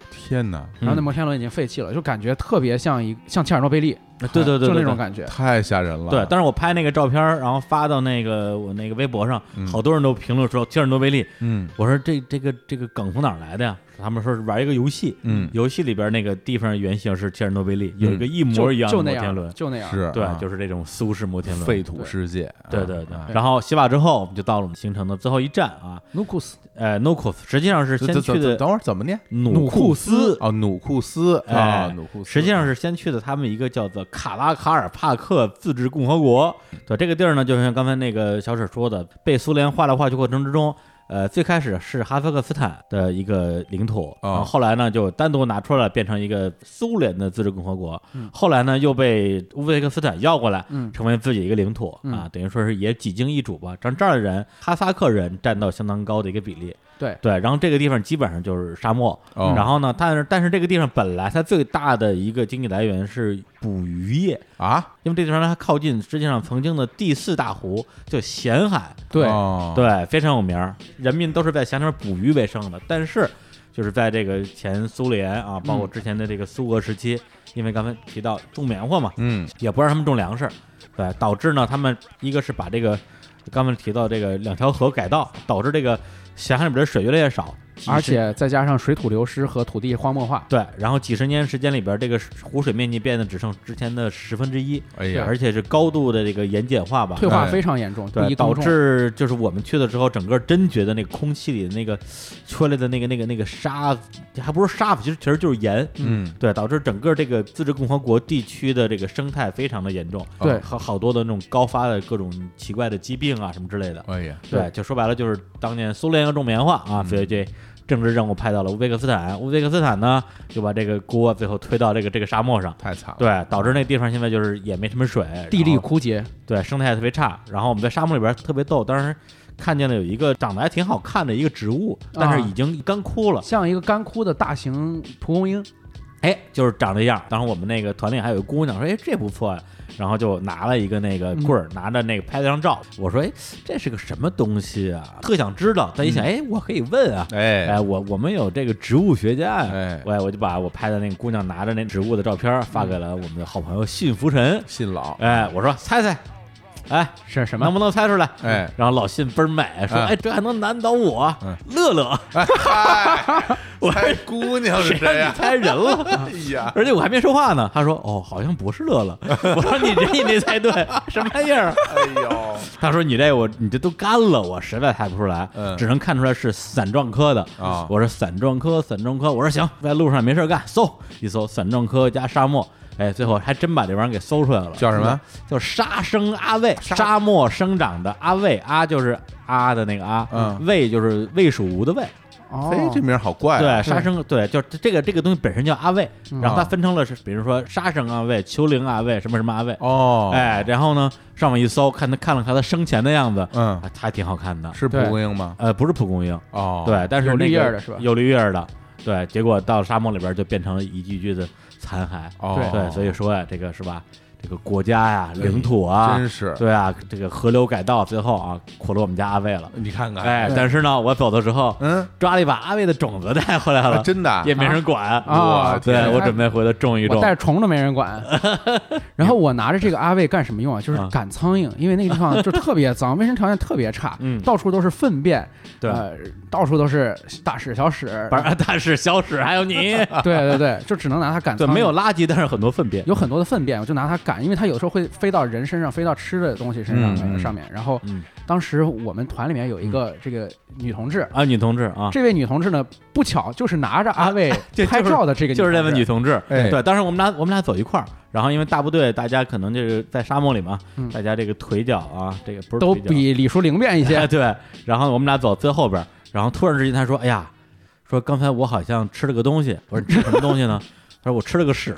天哪，
然后那
嗯
摩天轮已经废弃了，就感觉特别像一像切尔诺贝利，
对对对，
就
对
那种
对
感觉。
太吓人了。
对，当时我拍那个照片儿，然后发到那个我那个微博上，
嗯
好多人都评论说切尔诺贝利。
嗯
我说这这个这个梗从哪儿来的呀？他们说是玩一个游戏，
嗯
游戏里边那个地方原型是切尔诺贝利，有一个一模
嗯就
一样的
就
摩
那
天
样，
轮，
就那样。
是
对
啊，
就是这种苏式摩天轮。
废土世界，
对对对
啊，
然后洗瓦之后，我们就到了我们行程的最后一站啊，
努库斯，
呃 n o k u s 实际上是
这
先
这
去
这
的
等会儿怎么念？
努库斯，
哦，努库斯啊，
哎
努库斯，
实际上是先去的他们一个叫做卡拉卡尔帕克自治共和国。对，这个地儿呢，就像刚才那个小史说的，被苏联划来划去过程之中。呃，最开始是哈萨克斯坦的一个领土，
哦
啊
然后后来呢就单独拿出来变成一个苏联的自治共和国，
嗯
后来呢又被乌兹别克斯坦要过来，
嗯
成为自己一个领土、
嗯
啊，等于说是也几经易主吧。像这儿的人，哈萨克人占到相当高的一个比例。
对
对，然后这个地方基本上就是沙漠。
哦
然后呢，但是但是这个地方本来它最大的一个经济来源是捕鱼业，
啊，
因为这地方它靠近世界上曾经的第四大湖，叫咸海，
对，
哦，
对，非常有名儿，人民都是在咸海捕鱼为生的。但是就是在这个前苏联啊，包括之前的这个苏俄时期，因为刚才提到种棉花嘛，
嗯，
也不让他们种粮食，对，导致呢，他们一个是把这个刚才提到这个两条河改道，导致这个咸海里边的水越来越少，几
而
十
且再加上水土流失和土地荒漠化，
对，然后几十年时间里边，这个湖水面积变得只剩之前的十分之一，
哎呀，
而且是高度的这个盐碱化吧，
退化
哎
非常严重，不
对，
宜
导
耕种。
致就是我们去的时候，整个真觉得那个空气里的那个出来的那个那个那个沙子，还不是沙子，其实其实就是盐，
嗯，
对，导致整个这个自治共和国地区的这个生态非常的严重，
对
好好多的那种高发的各种奇怪的疾病啊什么之类的。
哎呀，
对，就说白了就是当年苏联要种棉花啊，
嗯
所以这政治任务派到了乌兹别克斯坦，乌兹别克斯坦呢就把这个锅最后推到这个这个沙漠上，
太惨了，
对，导致那地方现在就是也没什么水，然
地力
后嗯
枯竭，
对生态也特别差。然后我们在沙漠里边特别逗，当时看见了有一个长得还挺好看的一个植物，但是
啊
已经干枯了，
像一个干枯的大型蒲公英。
哎，就是长这样。当时我们那个团里还有一个姑娘说，哎，这不错呀、然后就拿了一个那个棍
嗯
儿，拿着那个拍了张照。我说，哎，这是个什么东西啊？特想知道。但一想，
嗯
哎，我可以问啊。
哎
哎，我我们有这个植物学家呀、
哎
我我就把我拍的那个姑娘拿着那植物的照片发给了我们的好朋友信福臣。<laughs>
信老，
哎，我说猜猜，哎，
是什
能不
么？
能猜出来？嗯
哎
然后老信倍儿美，说，
嗯
哎，这还能难倒我？
嗯
乐 <laughs> 乐，
哎，
我
猜姑娘是
谁让
谁
你
呀？
猜人了？ <laughs>
哎呀，
而且我还没说话呢，他说：“哦，好像不是乐 <laughs> 乐。”我说：“你这你这才对，什么玩意儿
哎呦，？”
他说：“你这我你这都干了，我实在猜不出来，
嗯
只能看出来是伞状科的。
啊
我说：“伞状科，伞状科。”我说：“行，在路上没事儿干，搜一搜伞状科加沙漠。”哎，最后还真把这玩意儿给搜出来了，
叫什么？
叫沙生阿魏，沙漠生长的阿魏，阿就是阿的那个阿，
嗯
魏就是魏蜀吴的魏，
哦
哎
嘿，这名儿好怪啊，
对，沙生对，就是这个这个东西本身叫阿魏，
嗯
然后它分成了是，比如说沙生阿魏、丘陵阿魏、什么什么阿魏，
哦，
哎，然后呢，上网一搜，看他看了看他生前的样子，
啊
嗯
还还挺好看的，
是蒲公英吗？
呃，不是蒲公英，
哦，
对，但是
有
那
绿叶
个
儿的是吧
有绿叶儿的，对，结果到沙漠里边就变成了一句句的残骸，
哦，
对，所以说呀，这个是吧？这个国家呀，领土啊，
真是，
对啊，这个河流改道，最后啊，苦了我们家阿魏了。
你看看，
哎，但是呢，我走的时候
嗯，
抓了一把阿魏的种子带回来
啊
了，
真的啊，
<laughs> 也没人管
啊
我对
天
我准备回头种一
我
种，
带着虫都没人
<laughs>
管。然后我拿着这个阿魏干什么用啊？就是
啊
赶苍蝇，因为那个地方就特别
<laughs>
脏，卫生条件特别差，
嗯
到处都是粪便，
对
呃，到处都是大屎小屎，
反正但是小史还有
<laughs>
你，
对对对，就只能拿它赶
对，
苍蝇。
没有垃圾，但是很多粪便。
有很多的粪便，我就拿它赶，因为它有时候会飞到人身上，飞到吃的东西身上、
嗯嗯
上面。然后
嗯
当时我们团里面有一个这个女同志。
啊，女同志啊，
这位女同志呢，不巧就是拿着阿魏
<laughs> 这
拍
就是
照的这个
就是这位女同志。
哎
对，当时我们俩我们俩走一块儿，然后因为大部队大家可能就是在沙漠里嘛，
嗯
大家这个腿脚啊，这个不是
都
腿脚 <laughs>
比李叔灵便一些
哎，对，然后我们俩走最后边儿，然后突然之间他说：“哎呀，说刚才我好像吃了个东西。我说你吃什么东西呢？ <laughs> 他说我吃了个屎。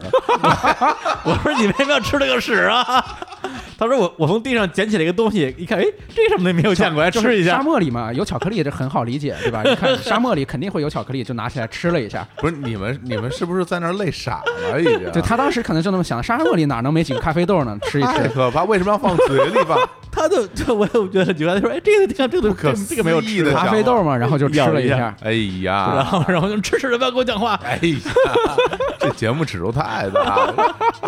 我说你为什么要吃了个屎啊？ <laughs> 他说我我从地上捡起来一个东西，一看，哎，这什么都没有见过，来
就
吃一
是沙
下。
漠里嘛，有巧克力，这很好理解，对
<laughs>
吧？你看沙漠里肯定会有巧克力，就拿起来吃了一下。
不是你们，你们是不是在那儿累傻了？已哎经
就他当时可能就那么想，沙漠里哪能没几个咖啡豆呢？吃一
太
<laughs>
吃。
可怕，为什么要放嘴里吧？
他就就我我觉得觉得说，哎，这个你看这个
可
这个没有
思
吃。
议的
咖啡豆嘛，然后就吃了一
咬
下。
哎
然
呀，
后 <laughs> 然后就吃屎的不要跟我讲话。
哎呀，这节目尺度太大了，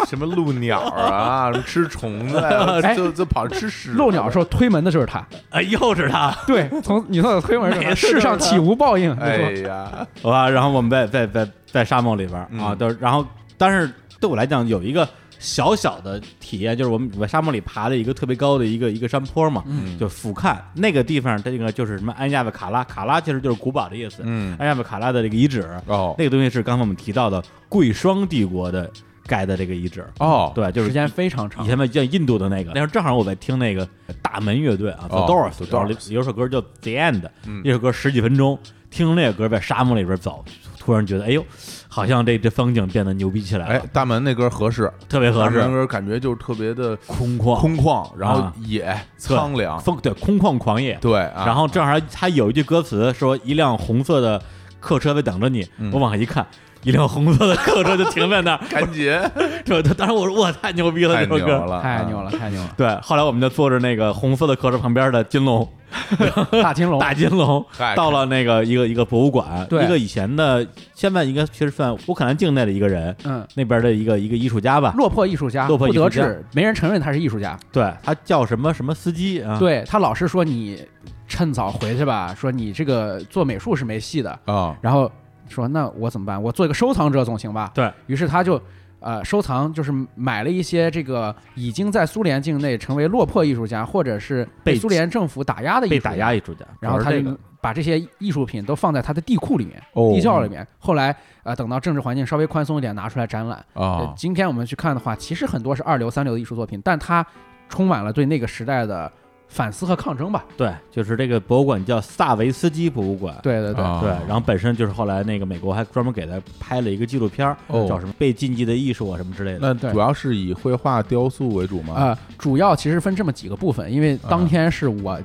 什么露鸟啊，什么吃虫子呀、
哎
就就跑着吃屎。
漏鸟的时候推门的就是他，
哎，又是 <laughs> 他，
<laughs> 对，从女厕所推门的时候，
每次都
世
是
上
他
岂无报应？你
哎
说
呀，
好吧，然后我们在在在在沙漠里边儿啊，
嗯
都、然后但是对我来讲有一个小小的体验，就是我们在沙漠里爬了一个特别高的一个一个山坡嘛，
嗯
就俯瞰那个地方，这个就是什么安亚的卡拉，卡拉其实就是古堡的意思，
嗯，
安亚的卡拉的这个遗址，
哦
那个东西是刚才我们提到的贵霜帝国的盖的这个遗址，
哦，
对，就是
时间非常
以
长，
前嘛，叫印度的那个，那时候正好我在听那个大门乐队啊，The
啊哦
Doors，
The
然后
Doors
有首歌叫《The End》
嗯，
那首歌十几分钟，听着那个歌在沙漠里边走，突然觉得哎呦，好像这这风景变得牛逼起来
哎
了，，
大门那歌合适，
特别合
大门那
适，
歌感觉就是特别的
空旷，
空旷，然后
啊
野
对
苍凉，
风对空旷狂野。
对啊，
然后正好他有一句歌词说一辆红色的客车在等着你
嗯，，
我往下一看，一辆红色的客车就停在那儿
<laughs> 赶紧，
这当时我说哇太牛逼了
太
这首
牛
歌。！
了，
太牛了，太牛了
对，后来我们就坐着那个红色的客车旁边的金龙，
大金
哦
<laughs>
龙，
大金龙
啊嗨
到了那个一个一个博物馆，
对
一个以前的，现在应该其实算乌克兰境内的一个人，
嗯，
那边的一个一个艺术家吧，
落魄艺术家，
落魄
不
艺术
得
家
志，没人承认他是艺术家。
对他叫什么什么司机啊？，
对他老是说你趁早回去吧，说你这个做美术是没戏的。
啊，
然后说那我怎么办？我做一个收藏者总行吧？
对
于是他就。呃，收藏就是买了一些这个已经在苏联境内成为落魄艺术家，或者是被
被
苏联政府打压的艺术
被
家
打压艺术家，
然后
主
他
要是
就
这个
把这些艺术品都放在他的地库里面、
哦
地窖里面。后来呃，等到政治环境稍微宽松一点，拿出来展览。呃
啊，
今天我们去看的话，其实很多是二流、三流的艺术作品，但它充满了对那个时代的反思和抗争吧。
哦对，就是这个博物馆叫萨维斯基博物馆。
对对对，
啊
对，然后本身就是后来那个美国还专门给他拍了一个纪录片儿，
哦
叫什么《被禁忌的艺术》啊什么之类的。
那
对
主要是以绘画、雕塑为主吗？
呃，主要其实分这么几个部分，因为当天是我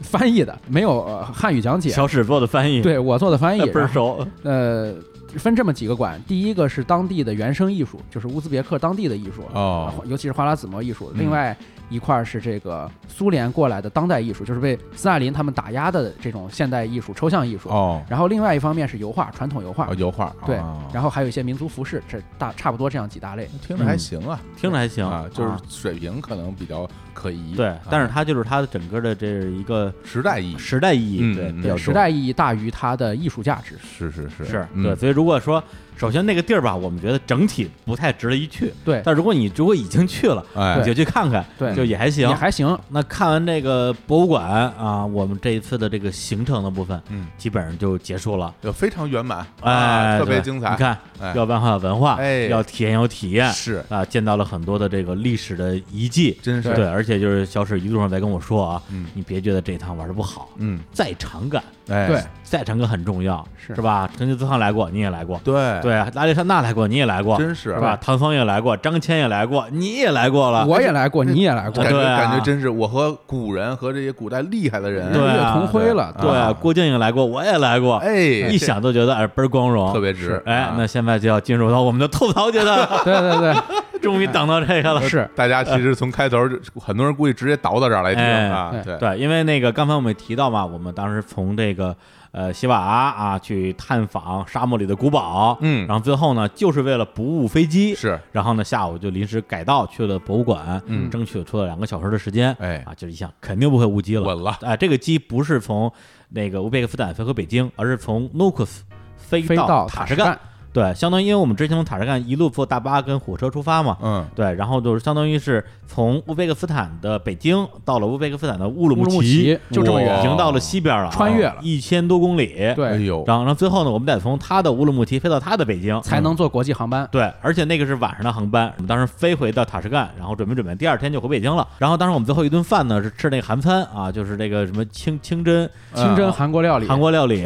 翻译的，没有、呃汉语讲解，
小史做的翻译，，
对我做的
<laughs>
翻译。
倍儿
然后
熟。
呃，分这么几个馆，第一个是当地的原生艺术，就是乌兹别克当地的艺术，
哦
啊尤其是花剌子模艺术。
嗯
另外一块儿是这个苏联过来的当代艺术，就是被斯大林他们打压的这种现代艺术、抽象艺术。
哦，
然后另外一方面是油画，传统油画。
啊油画，
对
啊，
然后还有一些民族服饰，这大差不多这样几大类。
听着还行啊，
听着还行
啊，就是水平可能比较可疑，
对
啊，
但是他就是他的整个的这是一个
时代意义
时代意义，
嗯
对
嗯
对
对，
要
时
说
代意义大于它的艺术价值。
是是是
是
嗯
对，所以如果说首先那个地儿吧，我们觉得整体不太值得一去，
对
但如果你如果已经去了，
哎
你就去看看，
对
就也还行
也。还行，
那看完这个博物馆啊，我们这一次的这个行程的部分，
嗯，
基本上就结束了。
就非常圆满，
哎，
啊特别
对
精彩，
你看，
哎
要文化有文化，
哎
要体验有体验，
是
啊，见到了很多的这个历史的遗迹，
真是
对，而且就是小史一路上在跟我说啊，
嗯
你别觉得这一趟玩的不好，
嗯，
在场感，
哎
对
在场感很重要，
是
是吧？成吉思汗来过，你也来过，
对
对，啊，拉历山大来过，你也来过，
哎真是哎
是吧？唐僧也来过，张骞也来过，你也来过了，
我也来过，你也来过
感，觉
对啊
感觉真是我和古人和这些古代厉害的人，
对
日月
啊
同辉了。
对啊，郭靖也来过，我也来过，
哎，
一想都觉得哎倍儿光荣，
特别值
哎
啊，
那现在就要进入到我们的吐槽阶
<laughs>
段，
对对对，
终于等到这个了， <laughs>
是
大家其实从开头就很多人估计直接倒到这儿来听
哎
啊，
对
对，
对，因为那个刚才我们也提到嘛，我们当时从这个呃西瓦啊去探访沙漠里的古堡，
嗯
然后最后呢，就是为了不误飞机，
是
然后呢下午就临时改道去了博物馆，
嗯
争取出了两个小时的时间，
哎
啊，就是一想肯定不会误机了，
稳了，
啊，这个机不是从那个乌兹别克斯坦飞回北京，而是从努克斯飞
飞
到
到
塔
塔
什
什
干
干。
对，相当于因为我们之前从塔什干一路坐大巴跟火车出发嘛，
嗯，
对，然后就是相当于是从乌兹别克斯坦的北京到了乌兹别克斯坦的乌鲁
乌鲁木
齐
齐，就这么远
已经到了西边了啊，
穿越了
一千多公里。对
哎
对，
呦，
然后，然后最后呢，我们得从他的乌鲁木齐飞到他的北京，
才能坐国际航班。
对，而且那个是晚上的航班，我们当时飞回到塔什干，然后准备准备，第二天就回北京了。然后当时我们最后一顿饭呢是吃那个韩餐啊，就是那个什么清清真
清真韩国料理，
韩国料理。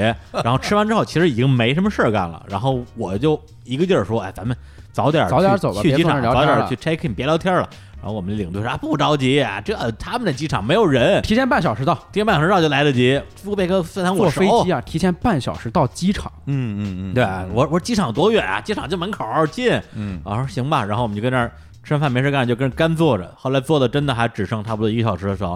然后吃完之后，其实已经没什么事儿干了。然后我就一个劲儿说，哎，咱们早点
早点走吧
去去
别
机
坐那儿
场，
聊
早
天
点
了
去 check in，别聊天了。然后我们的领队说啊，不着急啊，这他们的机场没有人，
提前半小时到。
第一半小时到就来得及。乌贝克斯坦我
坐
熟
飞，机啊，提前半小时到机场，
嗯嗯嗯，
对我我说机场有多远啊？机场就门口儿近。
嗯，
啊，说行吧，然后我们就跟那儿吃完饭没事干，就跟那儿干坐着。后来坐的真的还只剩差不多一个小时的时候，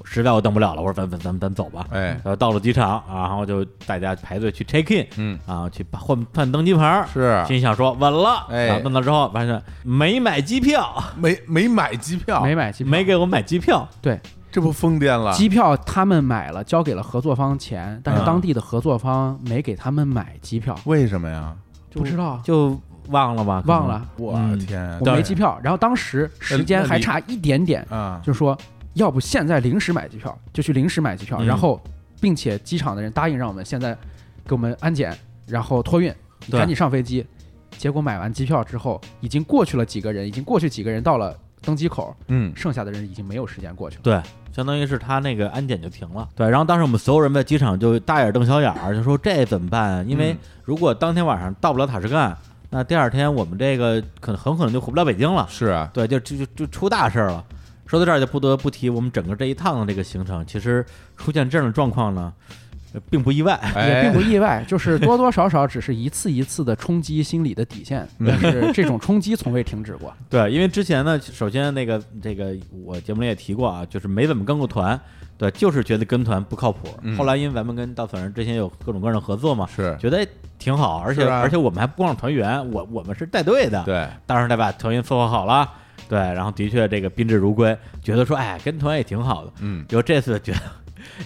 我实在我等不了了，我说咱咱咱咱走吧。
哎，
然后到了机场，啊然后就大家排队去 check in，
嗯，
啊，去办换换登机牌儿，
是啊
心想说稳了，
哎
然后弄到之后发现没买机票，
没没买机票，
没买机票，
没给我买机票，
对
这不疯癫了？
机票他们买了，交给了合作方钱，但
嗯
是当地的合作方没给他们买机票，
为什么呀？
不知道
就忘了吧，可能
忘。了，
我
嗯
天
我没机票。然后当时时间还差一点点，
啊！
就说要不现在临时买机票，就去临时买机票，
嗯
然后并且机场的人答应让我们现在给我们安检，然后托运，你
对
赶紧上飞机。结果买完机票之后，已经过去了几个人，已经过去几个人到了登机口，
嗯，
剩下的人已经没有时间过去了。
对，相当于是他那个安检就停了。对，然后当时我们所有人在机场就大眼瞪小眼儿，就说这怎么办啊？因为
嗯
如果当天晚上到不了塔什干，那第二天我们这个可能很可能就回不了北京了。
是啊，
对，就就就就出大事儿了。说到这儿，就不得不提我们整个这一趟的这个行程，其实出现这样的状况呢，呃并不意外。
<laughs>
<laughs>
也
哎
并，不意外，就是多多少少只是一次一次的冲击心理的底线，但是这种冲击从未停止过。 <laughs>
对，因为之前呢，首先那个这个我节目里也提过啊，就是没怎么跟过团，对，就是觉得跟团不靠谱。
嗯
后来因为咱们跟稻草人之前有各种各样的合作嘛，
是
觉得挺好，而且、
是啊
而且我们还不光是团员，我我们是带队的，，
对，
当时得把团员伺候好了，对，然后的确这个宾至如归，觉得说哎跟团也挺好的，
嗯，
就这次觉得。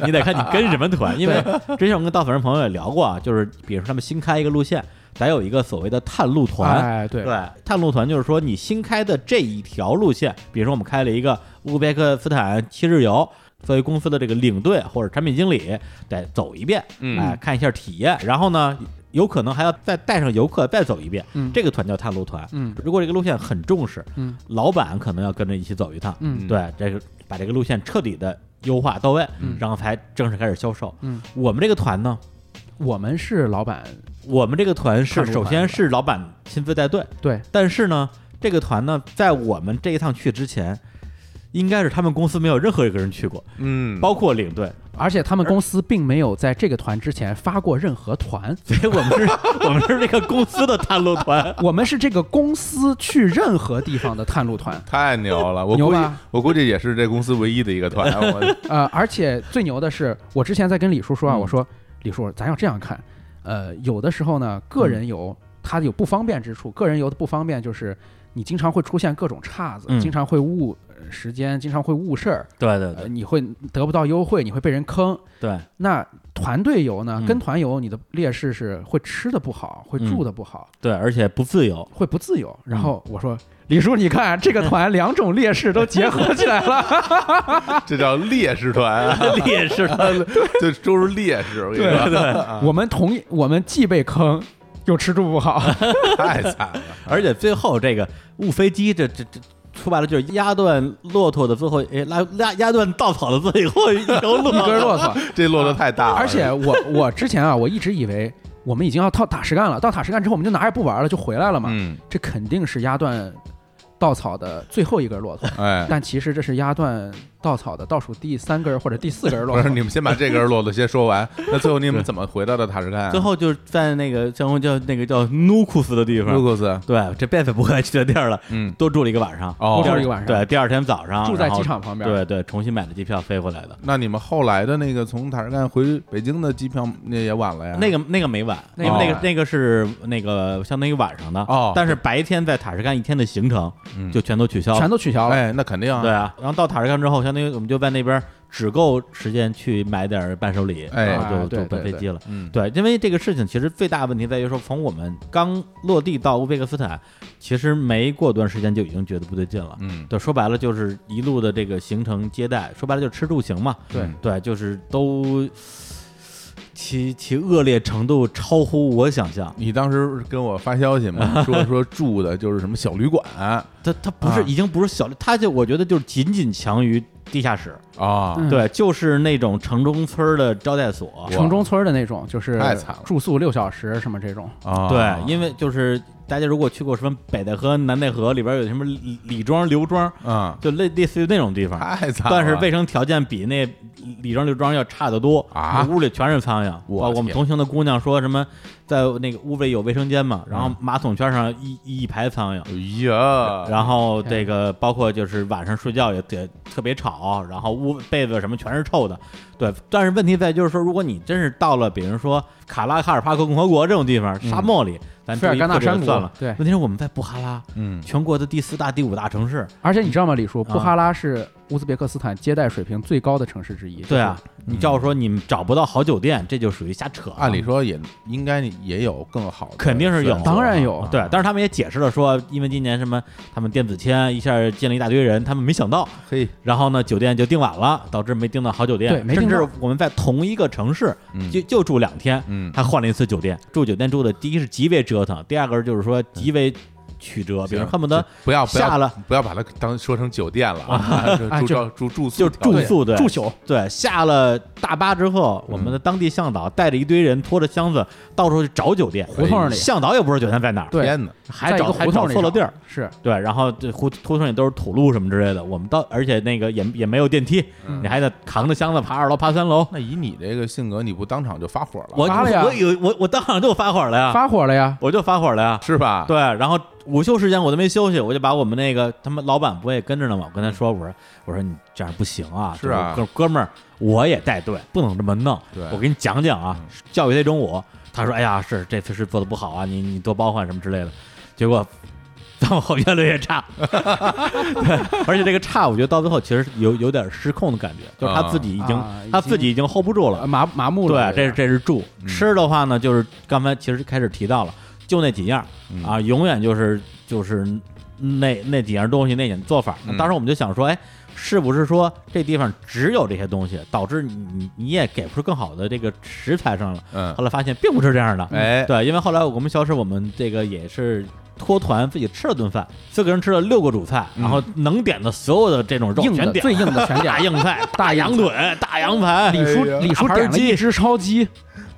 你得看 <laughs> 你跟什么团，
<laughs>
因为之前我们跟稻草人朋友也聊过啊，就是比如说他们新开一个路线，得有一个所谓的探路团，
哎，对，
对，探路团就是说你新开的这一条路线，比如说我们开了一个乌别克斯坦七日游，作为公司的这个领队或者产品经理得走一遍，
嗯
哎，看一下体验，然后呢。有可能还要再带上游客再走一遍，
嗯
这个团叫探路团。
嗯
如果这个路线很重视，
嗯
老板可能要跟着一起走一趟。
嗯
对，这个把这个路线彻底的优化到位，
嗯
然后才正式开始销售。
嗯，
我们这个团呢，
我们是老板，
我们这个团是
探路团
首先是老板亲自带队，
对，
但是呢，这个团呢，在我们这一趟去之前，应该是他们公司没有任何一个人去过，
嗯，，
包括领队，
而且他们公司并没有在这个团之前发过任何团，
所以我们是， <laughs> 我们是这个公司的探路团。
我们是这个公司去任何地方的探路团
太牛了！我
牛
估计
吧
我估计也是这公司唯一的一个团，我
呃，而且最牛的是，我之前在跟李叔说啊，
嗯
我说李叔，咱要这样看，呃，有的时候呢，个
嗯
人游它有不方便之处，个人游的不方便就是你经常会出现各种岔子，
嗯
经常会误呃时间，经常会误事儿，
对对
呃，你会得不到优惠，你会被人坑，
对
那团队游呢
嗯？
跟团游你的劣势是会吃的不好，会住的不好，
对，而且不自
<laughs>
由。
会不自由。
嗯
然后我说。李叔，你看啊这个团两种劣势都结合起来
<laughs>
了，
这叫烈士团啊， <laughs>
烈士团，
这都是烈士，我跟你说，
我们同一我们既被坑，又吃住不好。
太惨了。
<laughs>
<laughs>
而且最后这个误飞机，这这这。说白了就是压断骆驼的最后，哎，拉压压断稻草的最后一条路，
<laughs> 一根骆驼。
这骆驼太大了，
而且我我之前啊，我一直以为我们已经要到塔什干了，到塔什干之后我们就哪儿也不玩了，就回来了嘛。
嗯，
这肯定是压断稻草的最后一根骆驼，
哎，
但其实这是压断稻草的倒数第三根或者第四根
不
骆
是
驼。
你们先把这根骆驼先说完，那最后你们怎么回到的塔什干啊？
最后就是在那个叫叫那个叫努库斯的地
卢
方，
克斯，
对，这辈子不会去的地儿了，
嗯，
多住了一个晚上。
哦
多住了一个晚上
对，第二天早上
住在
然后
机场旁边
对对，重新买的机票飞回来的。
那你们后来的那个从塔什干回北京的机票那也晚了呀？
那个那个没晚，
嗯那
因
个
为那
没
个
晚
那个是那个相当于晚上的
哦
但是白天在塔什干一天的行程
嗯
就全都取消
全
了。
都取消了，
哎，那肯定啊，
对啊，然后到塔什干之后，相相当于我们就在那边只够时间去买点儿伴手礼，
哎
然后
啊
就
对
就奔
对
飞机了。
嗯，
对，因为这个事情其实最大的问题在于说，从我们刚落地到乌兹别克斯坦，其实没过段时间就已经觉得不对劲了。
嗯，
对，说白了就是一路的这个行程接待，说白了就是吃住行嘛。
对
对，就是都其其恶劣程度超乎我想象。
你当时跟我发消息嘛，说说住的就是什么小旅馆啊
它它不是、
啊
已经不是小，它就我觉得就是仅仅强于地下室。
嗯
对，就是那种城中村儿的招待所。
哇
城中村的那种，就是
太惨了
住宿六小时什么这种，
啊，
对，因为就是大家如果去过什么北戴河、南戴河，里边有什么李李庄、刘庄，
嗯，
就类类似于那种地方，
太惨了，
但是卫生条件比那李庄、刘庄要差得多
啊
那屋里全是苍蝇，
我
哇我们
天
同行的姑娘说什么，在那个屋里有卫生间嘛，
嗯
然后马桶圈上一一排苍蝇。
哎呀，
然后
天
这个包括就是晚上睡觉也也特别吵，然后屋被子什么全是臭的，对。但是问题在就是说，如果你真是到了比如说卡拉卡尔帕克共和国这种地方，
嗯
沙漠里，咱
菲
啊
住
尔
一
干纳
客
山
栈
谷
算了。
对
问题是我们在布哈拉，
嗯，
全国的第四大、第五大城市，
而且你知道吗，李叔，
啊
布哈拉是乌兹别克斯坦接待水平最高的城市之一。
对啊，你
嗯
照说你们找不到好酒店，这就属于瞎扯了。
按理说也应该也有更好的选择，啊
肯定是有
当然有
对，但是他们也解释了说，因为今年什么，他们电子签一下进了一大堆人，他们没想到，
嘿，
然后呢，酒店就订晚了，导致没订到好酒店，
对没
甚
订到
至我们在同一个城市
嗯
就就住两天，
嗯
他换了一次酒店，住酒店住的第一是极为折腾，第二个就是说极为曲折，比如
行
恨不得
就不要不
下
要
了
不要把它当说成酒店了啊，
<laughs>
啊
住
就
住住住宿
就
条
住
件
宿对
住宿，
对，下了大巴之后，我们的当地向导带着一堆人拖着箱子到处去找酒店，
胡同里
向导也不知道酒店在哪儿，
对
天哪，
还
在一
找
个
还
胡
找
同里
错了
找
地儿，啊
是
对，然后这胡胡同里都是土路什么之类的，我们到，而且那个也也没有电梯，
嗯
你还得扛着箱子爬二楼、爬三楼。
那以你这个性格，你不当场就发火了，
我
发了呀
我有我我当场就发火了呀，
发火了呀，
我就发火了呀。
是吧？
对，然后午休时间我都没休息，我就把我们那个他们老板不也跟着呢吗？我跟他说，我说我说你这样不行啊，
是啊
就是哥哥们儿我也带队，不能这么弄。
对嗯
我给你讲讲啊，教育得中我。他说，哎呀，是这次是做的不好啊，你你多包涵什么之类的。结果。到后 <laughs> 越来越差，对，而且这个差，我觉得到最后其实有有点失控的感觉，就是他
啊
自己已经、
啊已
他自
经
己已经 hold 不住了
呃，麻麻木了。
对，这是这是住
嗯
吃的话呢，就是刚才其实开始提到了，就那几样
嗯
啊，永远就是就是那那几样东西那点做法。
嗯
当时我们就想说，哎，是不是说这地方只有这些东西，导致你你你也给不出更好的这个食材上了？
嗯
后，来发现并不是这样的，
哎，
对，因为后来我们消失，我们这个也是。脱团自己吃了顿饭，四个人吃了六个主菜，
嗯
然后能点的所有的这种肉
硬
全
的
点
最硬的全点 <laughs>
大。硬菜、大羊腿、大羊排。
李叔
哎呀
李叔
大盘
点了
鸡
一只烧鸡，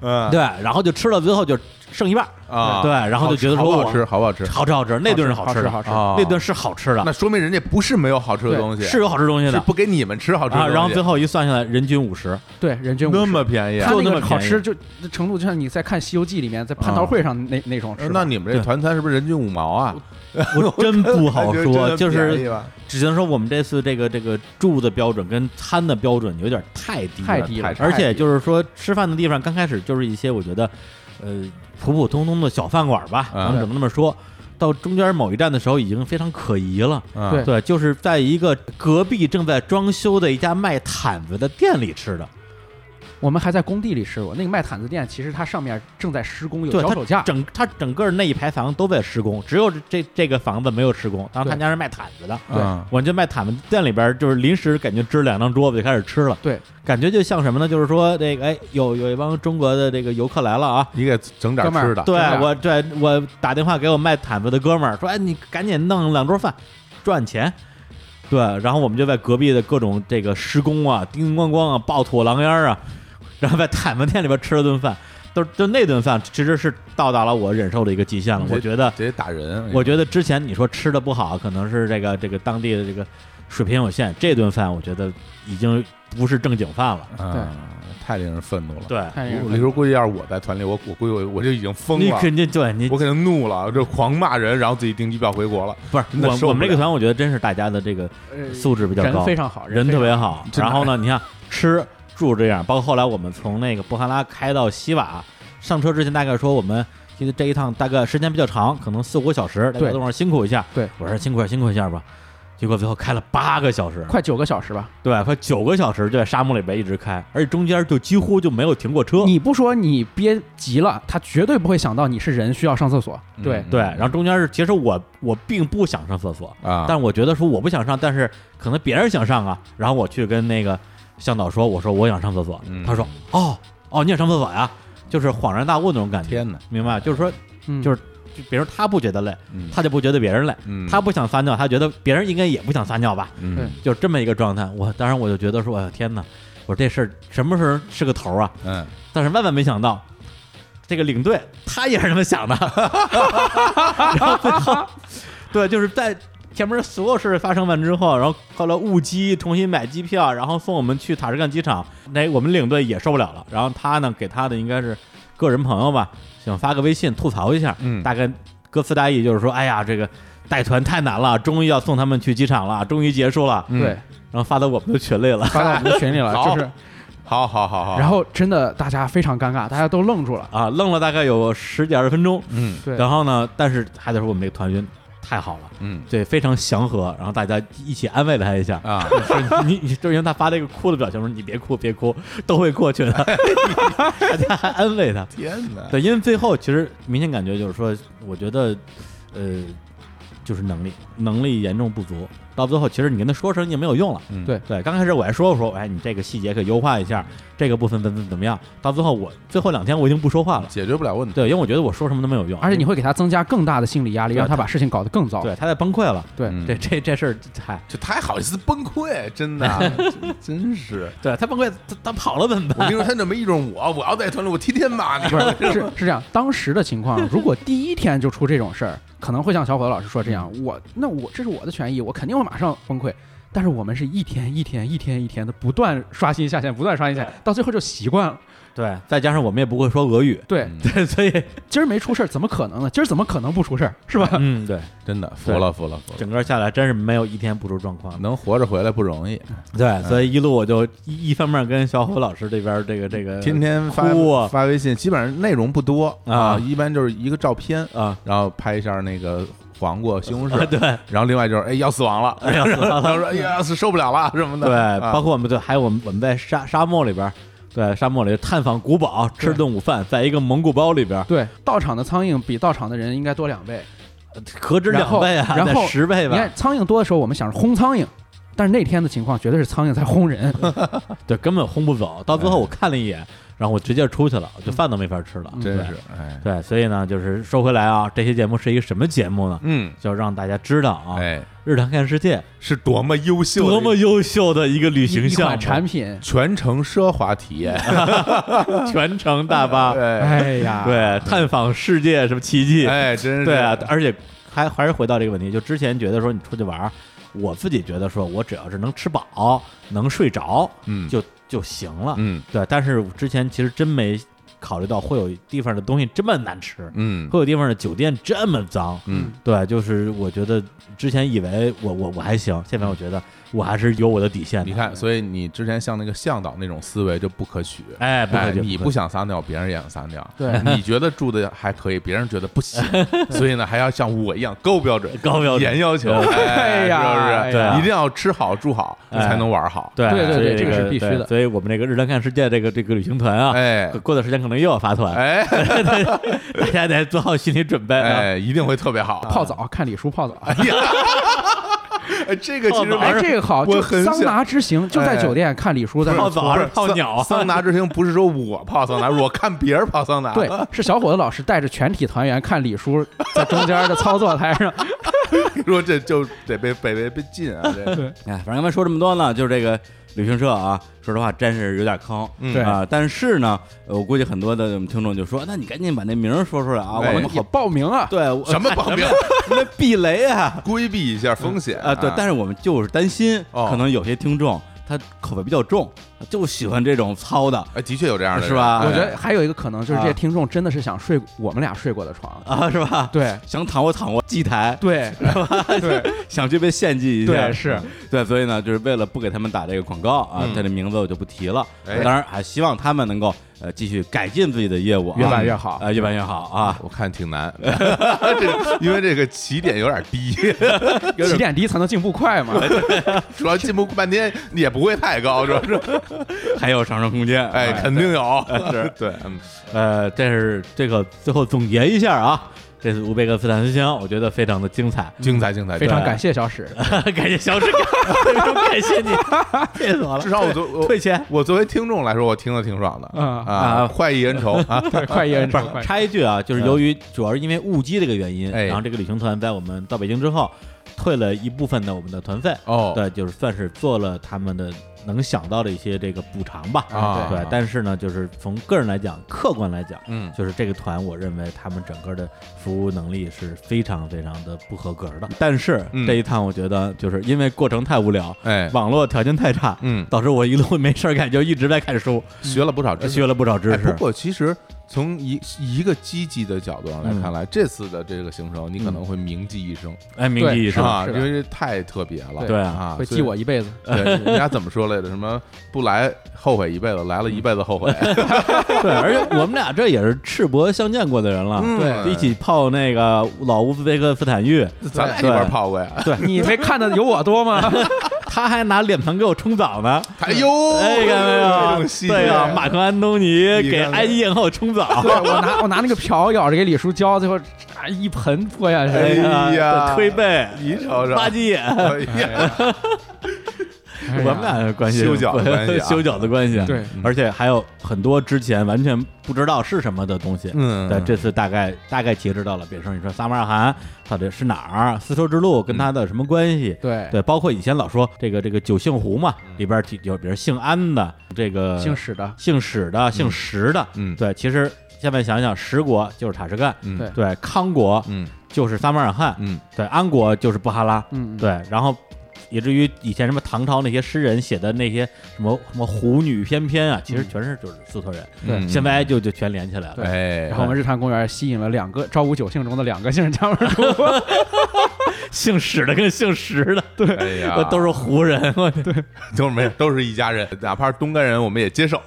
嗯
对，然后就吃了，最后就剩一半儿
啊，
对，，然后就觉得
好
说
不
我
好吃，好不好吃？
好吃好吃，那顿是
好
吃的，
好吃。
啊
那顿是好吃
那
的，
说明人家不是没有好吃的东西，
是有好吃东西
是
的
不给你们吃好吃的
啊。
东西，
然后最后一算下来，人均五
<laughs>
十，
对，人均
那
50
么便宜
他
啊。
就
那
那么
个好
便宜
吃就那程度，就像你在看《西游记》里面在蟠桃会上那那种吃法。
那你们这
对
团餐是不是人均五毛啊？
我真不好
感觉真
说，
的
就
便宜
是
吧
只能说我们这次这个这个住的标准跟餐的标准有点太低
太
了，
低了
太，
而且就是说吃饭的地方刚开始就是一些我觉得，呃，普普通通的小饭馆吧，
嗯
咱们只能这么说。到中间某一站的时候，已经非常可疑了。
嗯
对
对，就是在一个隔壁正在装修的一家卖毯子的店里吃的，
我们还在工地里吃过那个卖毯子店，其实它上面正在施工，有
对
脚
它
手架。
整它整个那一排房都在施工，只有这这这个房子没有施工。当时他
对
家是卖毯子的，
对
嗯
我就卖毯子店里边儿就是临时感觉支了两张桌子就开始吃了，
对，
感觉就像什么呢？就是说这个哎，有有一帮中国的这个游客来了啊。
你给整点
哥们儿
吃的，啊
对
是吧
我这我打电话给我卖毯子的哥们儿说，哎，你赶紧弄两桌饭，赚钱。对，然后我们就在隔壁的各种这个施工啊、叮叮咣咣啊、爆土狼烟儿啊，然后在毯子店里边吃了顿饭，都就那顿饭其实是到达了我忍受的一个极限了。我觉得，
直接打人。
我觉得之前你说吃的不好，可能是这个这个当地的这个水平有限，这顿饭我觉得已经不是正经饭了。
嗯，太令人愤怒了。
对，
看见
我，李叔估计要是我在团里，我我估计我我就已经疯
你
了，
肯定对你
我肯定怒了，就狂骂人，然后自己订机票回国了。
不是
真的受
我我
不
们这个
了
团，我觉得真是大家的这个
呃
素质比较
人
高，
非常好，
人
非
特
常
别好。
真的
然后呢，你看吃住这样，包括后来我们从那个布哈拉开到西瓦，上车之前大概说我们其实这一趟大概时间比较长，可能四五个小时，在
对
路上辛苦一下。
对
我说辛苦一下辛苦一下吧。结果最后开了八个小时，
快九个小时吧。
对，快九个小时就在沙漠里边一直开，而且中间就几乎就没有停过车。
你不说你憋急了，他绝对不会想到你是人需要上厕所。对，
对，然后中间是其实我我并不想上厕所，
啊，
但我觉得说我不想上，但是可能别人想上啊。然后我去跟那个向导说，我说我想上厕所，
嗯
他说哦哦你想上厕所呀，就是恍然大悟那种感觉，
天哪，
明白？就是说，
嗯，
就是就比如他不觉得累，
嗯
他就不觉得别人累，
嗯
他不想撒尿，他觉得别人应该也不想撒尿吧，
对
嗯
就是这么一个状态。我当时我就觉得说，哎呀天哪，我说这事儿什么时候是个头啊？
嗯，
但是万万没想到，这个领队他也是这么想的， <laughs> 然后最后，对，就是在前面所有事发生完之后，然后后来误机重新买机票，然后送我们去塔什干机场，那我们领队也受不了了，然后他呢给他的应该是个人朋友吧，想发个微信吐槽一下，
嗯
大概歌词大意就是说，哎呀这个。带团太难了，终于要送他们去机场了，终于结束了，
嗯
对，
然后发到我们的群里了。
发到我们的群
<laughs>
里了，
好
就是，
好好好好，
然后真的大家非常尴尬，大家都愣住了。
啊，愣了大概有十几二十分钟。
嗯
对，
然后呢，但是还得说我们这个团员太好了，
嗯
对，非常祥和，然后大家一起安慰了他一
<laughs>
下。
啊，
说你你，就是因为他发了一个哭的表情，说你别哭别哭，都会过
<laughs>
去的。大家还安慰他，
<laughs> 天哪，
对，因为最后其实明显感觉就是说，我觉得，呃，就是能力能力严重不足，到最后其实你跟他说声也没有用了。
嗯
对
对，刚开始我还说说，哎，你这个细节可以优化一下，这个部分怎么怎么样。到最后我最后两天我已经不说话了。
解决不了问题，
对，因为我觉得我说什么都没有用，
而且你会给他增加更大的心理压力，
对
让他把事情搞得更糟。
对他在崩溃了，
对
嗯
对这这事儿，嗨，
就他还好意思崩溃，真的，真真是。
对他崩溃，他他跑了怎么
我
办？
跟你说，他怎么一种我，我要带团了，我天天骂你。
是是这样，当时的情况，如果第一天就出这种事儿，可能会像小伙子老师说这样，
嗯
我那我这是我的权益，我肯定会马上崩溃。但是我们是一天一天一天一天的不断刷新下线，不断刷
嗯
新下线，到最后就习惯了。
<laughs> 对，再加上我们也不会说俄语，
对，
嗯
对，所以
<laughs>
今儿没出事儿，怎么可能呢？今儿怎么可能不出事儿，是吧？
嗯，对，
真的服了服了服了，
整个下来真是没有一天不出状况的。
能活着回来不容易，嗯
对，所以一路我就一一方面跟小虎老师这边儿这个这个
天天发
哭啊
发微信，基本上内容不多
啊
一般就是一个照片，
啊，
然后拍一下那个黄瓜西红柿，
对
然后另外就是哎要死亡了，哎要死亡 <laughs> 了，说哎呀是受不了了什么的，
对，
啊
包括我们对，还有我们我们在沙沙漠里边儿，对，沙漠里探访古堡，吃
对
顿午饭，在一个蒙古包里边儿，
对，到场的苍蝇比到场的人应该多两倍。
何止
然
两
后
倍啊，
然
得
后
十倍
你看
吧，
苍蝇多的时候，我们想着轰苍蝇，但是那天的情况绝对是苍蝇在轰人。
对，根本轰不走。到最后
哎
我看了一眼，然后我直接出去了，我就饭都没法吃了，
真
对
是哎，
对，所以呢，就是说回来啊，这期节目是一个什么节目呢？
嗯，
就让大家知道啊，
哎，
日常看世界
是多么优秀，，
多么优秀的一个旅
一
行
一
项
款
目，
产品
全程奢华体
<laughs>
验，
全程大巴，
哎
哎呀，
对，探访世界什么奇迹，
<laughs> 哎，真是
对啊，而且还还是回到这个问题，就之前觉得说你出去玩儿，我自己觉得说我只要是能吃饱、能睡着
嗯
就就行了，
嗯
对，但是之前其实真没考虑到会有地方的东西这么难吃，
嗯
会有地方的酒店这么脏，
嗯，
对，就是我觉得之前以为我我我还行，现在我觉得我还是有我的底线的。
你，看，所以你之前像那个向导那种思维就不可取。
哎，不
哎，
客气，
你不
客气
想撒尿，别人也想撒尿。
对
你觉得住的还可以，别人觉得
<laughs>
不行，所以呢，还要像我一样高标准、
高标准
严要求，
对
哎
哎呀
是不
哎
是？
呀
一定要吃好住好
哎
才能玩好。
对
对对
所以
对这个是
个
必须的
对所以我们这个日常看世界这个这个旅行团啊，
哎
过段时间可能又要发团，
哎
<laughs> 大家得做好心理准备啊。
哎，一定会特别好。
<laughs>
泡澡看李叔泡澡。啊
哎呀，哎这个其实
泡澡
哎，这个好，
我
就
很想
桑拿之行就在酒店看李叔在那
泡
儿搓
澡还是泡
桑
鸟啊？
桑拿之行不是说我泡桑拿， <laughs> 是我看别人泡桑拿。
对，是小伙子老师带着全体团员看李叔在中间的操作台上，
<laughs> 说这就得被被被被禁啊！这
哎，反正刚才说这么多呢，就是这个旅行社啊，说实话真是有点坑。
嗯
对
啊，但是呢，呃我估计很多的我们听众就说，那你赶紧把那名儿说出来啊，我
哎
们
也
好
报名啊，
对我
什么保镖？
那避雷啊
规避一下风险
啊，对，但
是
是我们就是担心，
哦
可能有些听众他口味比较重，就喜欢这种糙的
哎，的确有这样的人，
是吧
对
我觉得还有一个可能就是这些
啊
听众真的是想睡我们俩睡过的床，
啊，是吧？
对
想躺我躺我祭台，
对对
<laughs> 想去被献祭一下，啊
对是，
对，所以呢，就是为了不给他们打这个广告啊，
嗯
他的名字我就不提了。
哎
当然，还希望他们能够呃继续改进自己的业务啊，
越办越好
啊，越办越好啊。
我看挺难， <laughs> 这因为这个起点有点低， <laughs>
起点低才能进步快嘛，
主要进步半天也不会太高，主要是
还有上升空间，
哎，肯定有，
是
对，嗯，
呃，这是这个最后总结一下啊，这次乌贝克斯坦之行，我觉得非常的精彩，
精彩精彩，
非常
对
感谢小史，
感谢小 <laughs> 史，感谢你，谢死我了
至，少我作我
退钱。
我作为听众来说，我听得挺爽的
嗯
啊，快意恩仇啊，
<laughs> 对，快一人快
插一句啊，就是由于主要是因为误机这个原因，
哎
然后这个旅行团在我们到北京之后，退了一部分的我们的团费，
哦，
对，就是算是做了他们的能想到的一些这个补偿吧。
啊，
对，但是呢，就是从个人来讲，客观来讲，
嗯，
就是这个团，我认为他们整个的服务能力是非常非常的不合格的。但是
嗯
这一趟，我觉得就是因为过程太无聊，
哎，
网络条件太差，
嗯，
导致我一路没事儿干，就一直在看书，
学了不少知识。
学了不少知
哎，不
识。
过其实从一一个积极的角度上来
嗯
看来，这次的这个行程你可能会铭记一生
哎，铭记一
是
生
对，
啊，
是
因
的
为这太特别了。
对啊，
啊，
会
所以
记我一辈子，
对，人家怎么说来着？什么不来后悔一辈子，来了一辈子
<laughs>
后悔。
对，而且我们俩这也是赤膊相见过的人了，
对
一起泡那个老乌兹别克斯坦浴，
咱俩一块儿泡过呀。
你没看的有我多吗？
他还拿脸盆给我冲澡呢。
哎呦，
哎，看没
这
有
种？细节
对呀，马克安东尼
你
给
看看
安艳后冲澡，
<laughs> 对我拿我拿那个瓢舀着给李叔浇，最后啊一盆泼下
哎
去。
呀
呀
推背，
你瞅瞅，
吧唧眼，
哎呀，
哎呀
我们俩的关系
修脚的关系
<laughs>
啊
修脚的关系，
对，
而且还有很多之前完全不知道是什么的东西。
嗯
对，这次大概大概截知道了，比如说你说撒马尔罕到底是哪儿，丝绸之路跟它的什么关系？
对
对，包括以前老说这个这个九姓湖嘛，
嗯
里边儿提有比如姓安的，这个
姓史的，
姓史的、姓石的，
嗯
对，其实下面想想，石国就是塔什干，
嗯
对
对，康国
嗯
就是撒马尔罕，
嗯
对，安国就是布哈拉，
嗯，嗯，
对，然后以至于以前什么唐朝那些诗人写的那些什么什么胡女翩翩啊，其实全是就是粟特人，
对
嗯
现在就就全连起来了
对。
哎
嗯然，后我们日坛公园吸引了两个昭武九姓中的两个姓江门主，
姓史的跟姓石 <laughs> 的，
哎呀，
都是胡人，我 <laughs> 对
<laughs> 都是没有，都是一家人，哪怕是东干人，我们也接受。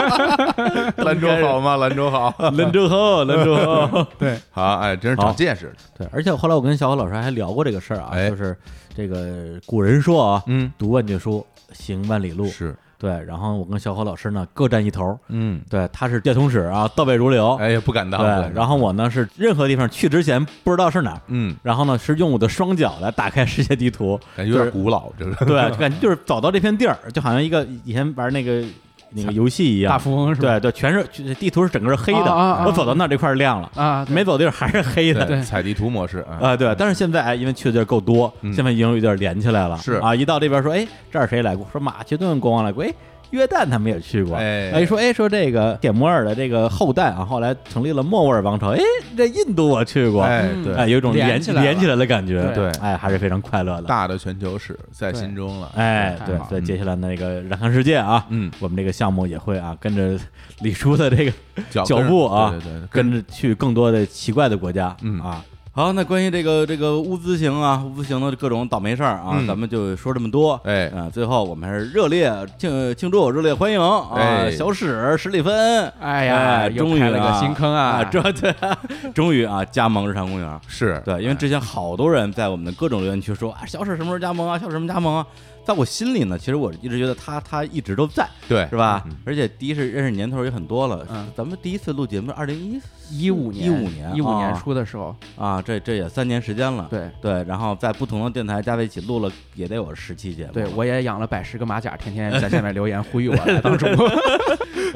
<laughs> 兰州好吗？兰州好， <laughs>
兰州后，兰州后。
对，
好，哎，真是长见识。
<laughs> 对，而且后来我跟小虎老师还聊过这个事儿啊，
哎
就是这个古人说啊，
嗯，
读万卷书，行万里路，
是，
对。然后我跟小虎老师呢各占一头，
嗯，
对，他是电通史啊，倒背如流，
哎呀，不敢当。
对
不敢。当
然后，我呢是任何地方去之前不知道是哪儿，
嗯，
然后呢是用我的双脚来打开世界地图，
感觉有点古老，这是。 <laughs>
对，就感觉就是走到这片地儿，就好像一个以前玩那个那个游戏一
大
样。
富翁是吧？
对对，全是就地图是整个是黑
啊啊
的，
啊
我走到那儿这块儿亮了，
啊，对
没走地儿还是黑的。
对
采地图模式啊，
啊，对，但是现在哎，因为去的地儿够多，
嗯
现在已经有点连起来了。
是
啊，一到这边说，哎，这儿谁来过？说马其顿国王来过，哎，约旦他们也去过。
哎
一说哎，说这个点摩尔的这个后代啊，后来成立了莫卧儿王朝。哎，这印度我去过，
哎，
嗯
对，
哎有一种
连
连
起来了
连起来的感觉，
对
哎，还是非常快乐的。
大的全球史在心中了。
哎，
太
对
好，
所以
嗯
接下来的那个燃看世界啊，
嗯，
我们这个项目也会啊，跟着李叔的这个
脚
脚
跟
步啊
对对对，
跟着去更多的奇怪的国家，
嗯
啊，
好，那关于这个这个乌兹行啊，乌兹行的各种倒霉事儿啊，
嗯
咱们就说这么多。
哎
嗯
啊，最后我们还是热烈庆庆祝，热烈欢迎啊，
哎
小史史蒂芬，
哎呀，又
终于
开了
啊 <laughs>
个新坑啊，
终对啊，终于啊加盟日坛公园。
是，哎
对，因为之前好多人在我们的各种留言区说啊，小史什么时候加盟啊，小史什么时候加盟啊，在我心里呢，其实我一直觉得他他一直都在，
对
是吧？而且第一是认识年头也很多了，
嗯
咱们第一次录节目二零一
一五年
15年
一五年
啊
初的时候，
啊，这这也三年时间了，
对
对，然后在不同的电台加在一起录了也得有十期节目，
对，我也养了百十个马甲，天天在下面留言呼吁我来当主播。 <laughs>
嗯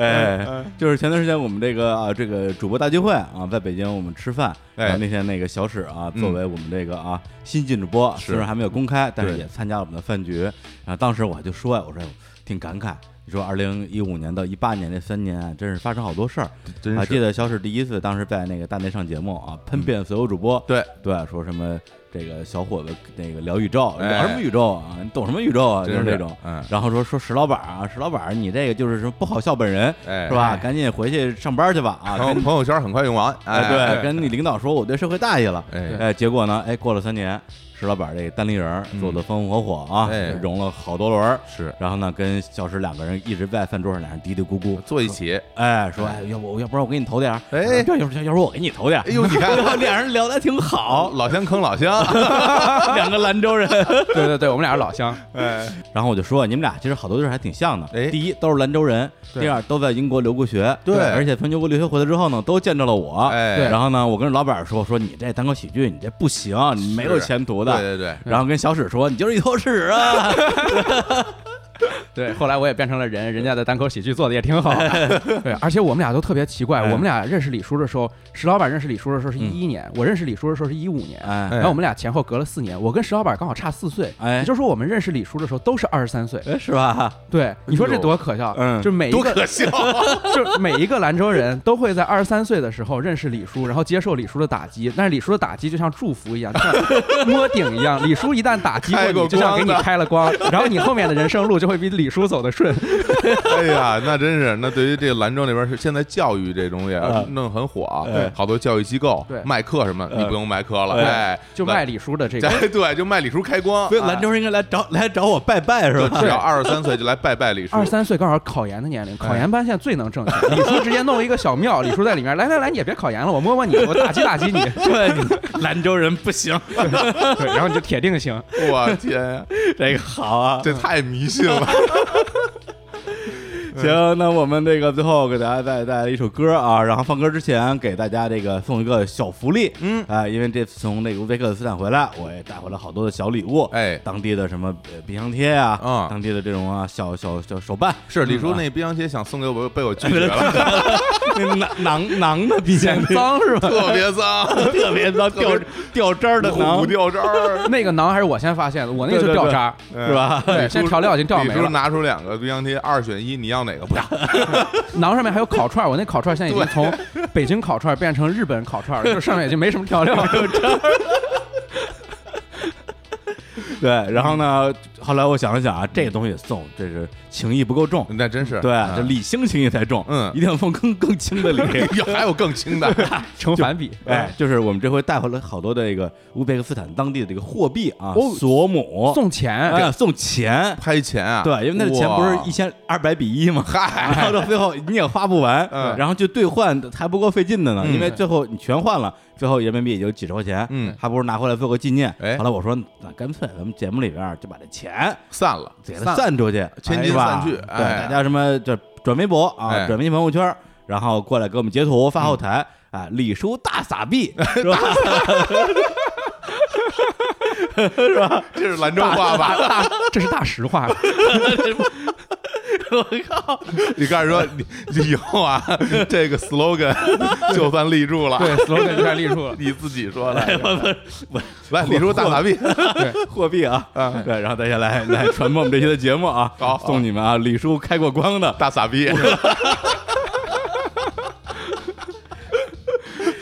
哎，就是前段时间我们这个啊这个主播大聚会啊，在北京我们吃饭，
哎
然后那天那个小史啊，
嗯
作为我们这个啊新进主播，
是
虽然还没有公开，但是
对
也参加了我们的饭局。然后当时我还就说呀，我说哎呦挺感慨。你说二零一五年到一八年这三年啊，真是发生好多事儿。啊
真
还
是
啊
嗯
记得小史第一次当时在那个大内上节目啊，喷遍所有主播，
对
对，说什么
这个小伙子那个聊宇宙，
哎
聊什么宇宙啊？你懂什么宇宙啊？就
真
是
是
这种。
嗯，
然后说说石老板啊，石老板，你这个就是什么不好笑本人
哎，
是吧？
哎
赶紧回去上班去吧啊！
朋友
跟
朋友圈很快用完，哎，
对，跟你领导说我对社会大意了。
哎，
哎，结果呢？哎，过了三年，石老板这个单立人儿做的风风火火啊，
嗯哎
融了好多轮儿。
是
然后呢，跟小石两个人一直在饭桌上，俩人嘀嘀咕咕，
坐一起，
哎，说哎，要不要不然我给你投点儿，
哎
要要不要不我给你投点儿，
哎呦，你看，
然后 <laughs> 俩人聊得还挺好，
老乡坑老
<laughs>
乡， <laughs>
两个兰州人。
对对对，我们俩是老乡，
哎，
<laughs> 然后我就说，你们俩其实好多地儿还挺像的。
哎
第一都是兰州人，
对
第二都在英国留过学，
对
而且从英国留学回来之后呢，都见着了我。
哎对
然后呢，我跟老板说，说你这单口喜剧你这不行，你没有前途的。
对对对，
<laughs> 然后跟小史说，你就是一坨屎
<laughs>
啊！
对，后来我也变成了人，人家的单口喜剧做的也挺好的。对，而且我们俩都特别奇怪，我们俩认识李叔的时候，石老板认识李叔的时候是一一年，我认识李叔的时候是一五年，
哎
然后我们俩前后隔了四年，我跟石老板刚好差四岁，
哎
也就是说我们认识李叔的时候都是二十三岁。
哎，是吧？
对，你说这多可笑，
嗯
就每一
多
个
可笑，
<laughs> 就是每一个兰州人都会在二十三岁的时候认识李叔，然后接受李叔的打击，但是李叔的打击就像祝福一样，就像摸顶一样，李叔一旦打击
开
过
过
你，就像给
光
你
的
开了光，然后你后面的人生路就会比李叔走得顺。
<laughs> 哎呀，那真是，那对于这个兰州那边是现在教育这东西啊
嗯
弄很火啊
对，
好多教育机构
对
卖课什么，
嗯
你不用卖课了，
对
哎，
就卖李叔的这个，
哎， <laughs> 对，就卖李叔开光，
所以
哎
兰州人应该来找来找我拜拜是
就
吧？ <laughs>
只要二十三岁就来拜拜李叔
<laughs> 二，三岁刚好考研的年龄，考研班现在最能挣钱。李叔直接弄一个小庙，李叔在里面，来来来，你也别考研了，我摸摸你，我打击打击你，
对，兰州人不行， <laughs>
对然后你就铁定行。
我天呀，
这个好啊。
这太迷信了，
行，那我们这个最后给大家再带来一首歌啊，然后放歌之前给大家这个送一个小福利，
嗯
啊、因为这次从那个乌兹别克斯坦回来，我也带回来好多的小礼物，
哎
当地的什么呃冰箱贴啊，
嗯
当地的这种啊小小小手办，
是李
嗯
叔
啊
那冰箱贴想送给我，被我拒绝了，
<laughs> 那囊囊囊的冰箱贴，
脏是吧？
<laughs> 特别脏，
特别脏，掉
特别
掉渣儿的
虎
囊，
掉渣儿。
那个馕还是我先发现的，我那个就掉渣儿，
是吧？
<laughs> 对现在调料已经掉没
李叔
了。
拿出两个冰箱贴，二选一，你要哪个？不要，
馕上面还有烤串儿，我那烤串儿现在已经从北京烤串儿变成日本烤串儿了，就上面已经没什么调料了。
对，然后呢，后来我想了想啊，这个东西送，这是情谊不够重，
那真是
对，
嗯
这礼轻情谊才重，
嗯
一定要送更更轻 <laughs> 的礼。
<laughs> 有还有更轻的，
成反比，
哎，，就是我们这回带回来好多这个乌兹别克斯坦当地的这个货币啊，
哦
索姆
送钱，
哎送钱，
拍钱啊！
对，因为那个钱不是
哇
一千二百比一吗？
嗨，
然后到最后你也花不完，
嗯
然后就兑换还不够费劲的呢，
嗯
因为最后你全换了，最后人民币也就几十块钱，
嗯
还不如拿回来做个纪念。
哎
后来我说，那干脆咱们节目里边就把这钱
散了，
给它散出去，
千
是
金
吧
散去
对，
哎
大家什么就转微博啊，
哎
转微信朋友圈，然后过来给我们截图发后台。啊，李叔大撒
<laughs>
币是吧？ <laughs>
这是兰州话吧？
<laughs>
大这是大实话。
我靠！
你开始说，你你以后啊， <laughs> 这个 slogan <laughs> 就算立住了。
对，，slogan 就开始立住了。
<laughs> 你自己说的。
哎我
<laughs> 来，李叔大傻逼，
货币啊，
嗯
对，然后大家来来传播我们这期的节目啊，
好好
送你们啊，李叔开过光的，
大傻逼，
<laughs>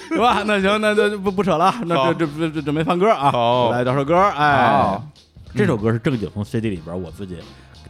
是吧？那行，那就不不扯了，那
好
这这这准备放歌啊，
好
我来找首歌，哎
好，
这首歌是正经从 CD 里边我自己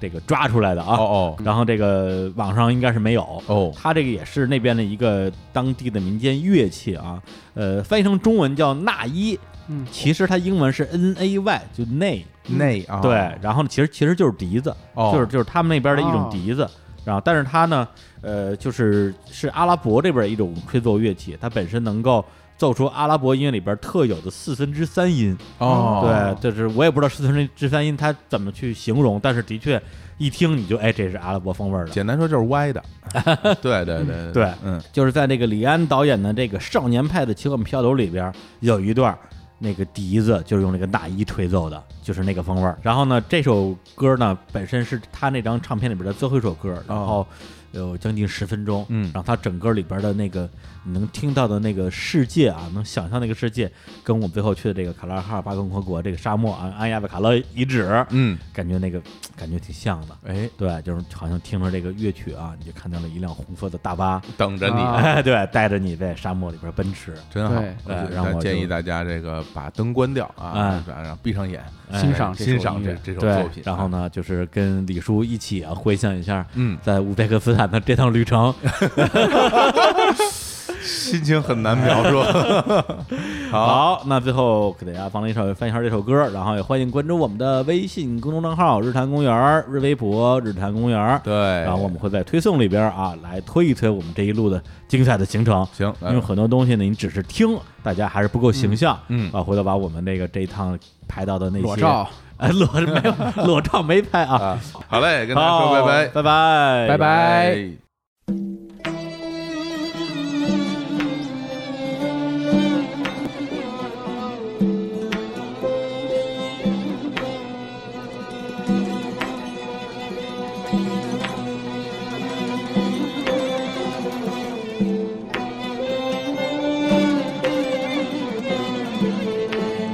这个抓出来的啊，
哦
然后这个网上应该是没有。
哦
它这个也是那边的一个当地的民间乐器啊，呃，翻译成中文叫纳伊，
嗯
其实它英文是 N A Y，就 nay，
<laughs> 内啊
对，然后其实其实就是笛子，
哦
就是就是他们那边的一种
哦
笛子。然后，但是它呢，呃，就是是阿拉伯这边的一种吹奏乐器，它本身能够奏出阿拉伯音乐里边特有的四分之三音。
哦
嗯对，就是我也不知道四分之三音它怎么去形容，但是的确一听你就哎，这是阿拉伯风味儿的。
简单说就是
<laughs>
歪的。对对对
对
嗯，
就是在这个李安导演的这个《少年派的情感漂流》里边，有一段那个笛子就是用那个大衣吹奏的，就是那个风味儿。然后呢，这首歌呢本身是他那张唱片里边的最后一首歌，然后、有将近十分钟，
嗯
然后它整个里边的那个你能听到的那个世界啊，能想象那个世界，跟我们最后去的这个卡拉哈尔巴共和国这个沙漠啊，安亚的卡勒遗址，
嗯，
感觉那个感觉挺像的。
哎，
对，就是好像听着这个乐曲啊，你就看到了一辆红色的大巴，
等着你，
啊
哎， <laughs> 对，带着你在沙漠里边奔驰，
真好。
对
我觉得
哎让我就
建议大家这个把灯关掉啊
哎，
然后闭上眼，
哎
欣赏这首
欣赏
音
这
乐
这首作
对
品。，啊
然后？呢，就是跟李叔一起啊，回想一下
嗯，
在乌兹别克斯坦的这趟旅程，
心情很难描
<laughs>
述。 <laughs> 好，
好，那最后给大家放了一首翻一下这首歌，然后也欢迎关注我们的微信公众账号“日坛公园儿”、日微博“日坛公园儿
对，”，
然后我们会在推送里边啊来推一推我们这一路的精彩的行程。
行，
因为很多东西呢，你只是听，大家还是不够形象。
嗯嗯
啊，回头把我们那个这一趟拍到的那些
裸照，，
哎， <laughs> 裸没有裸照没拍啊。
<laughs> 啊，好嘞，跟大家
好，
说拜拜，哎
拜拜，
拜拜。
「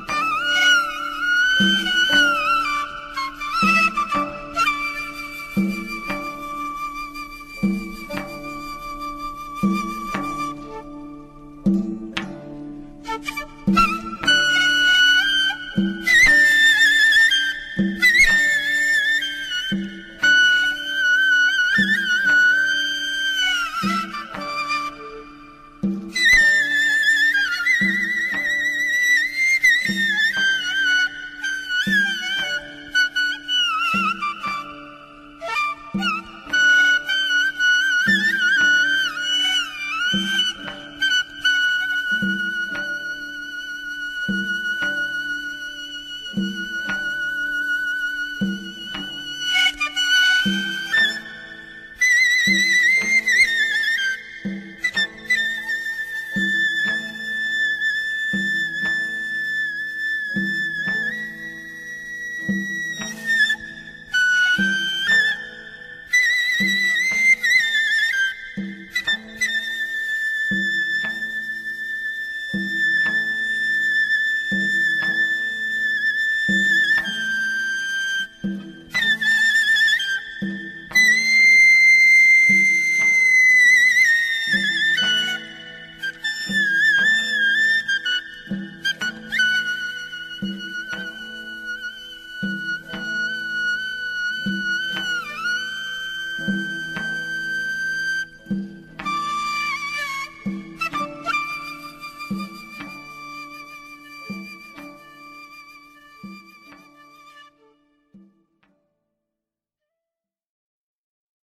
「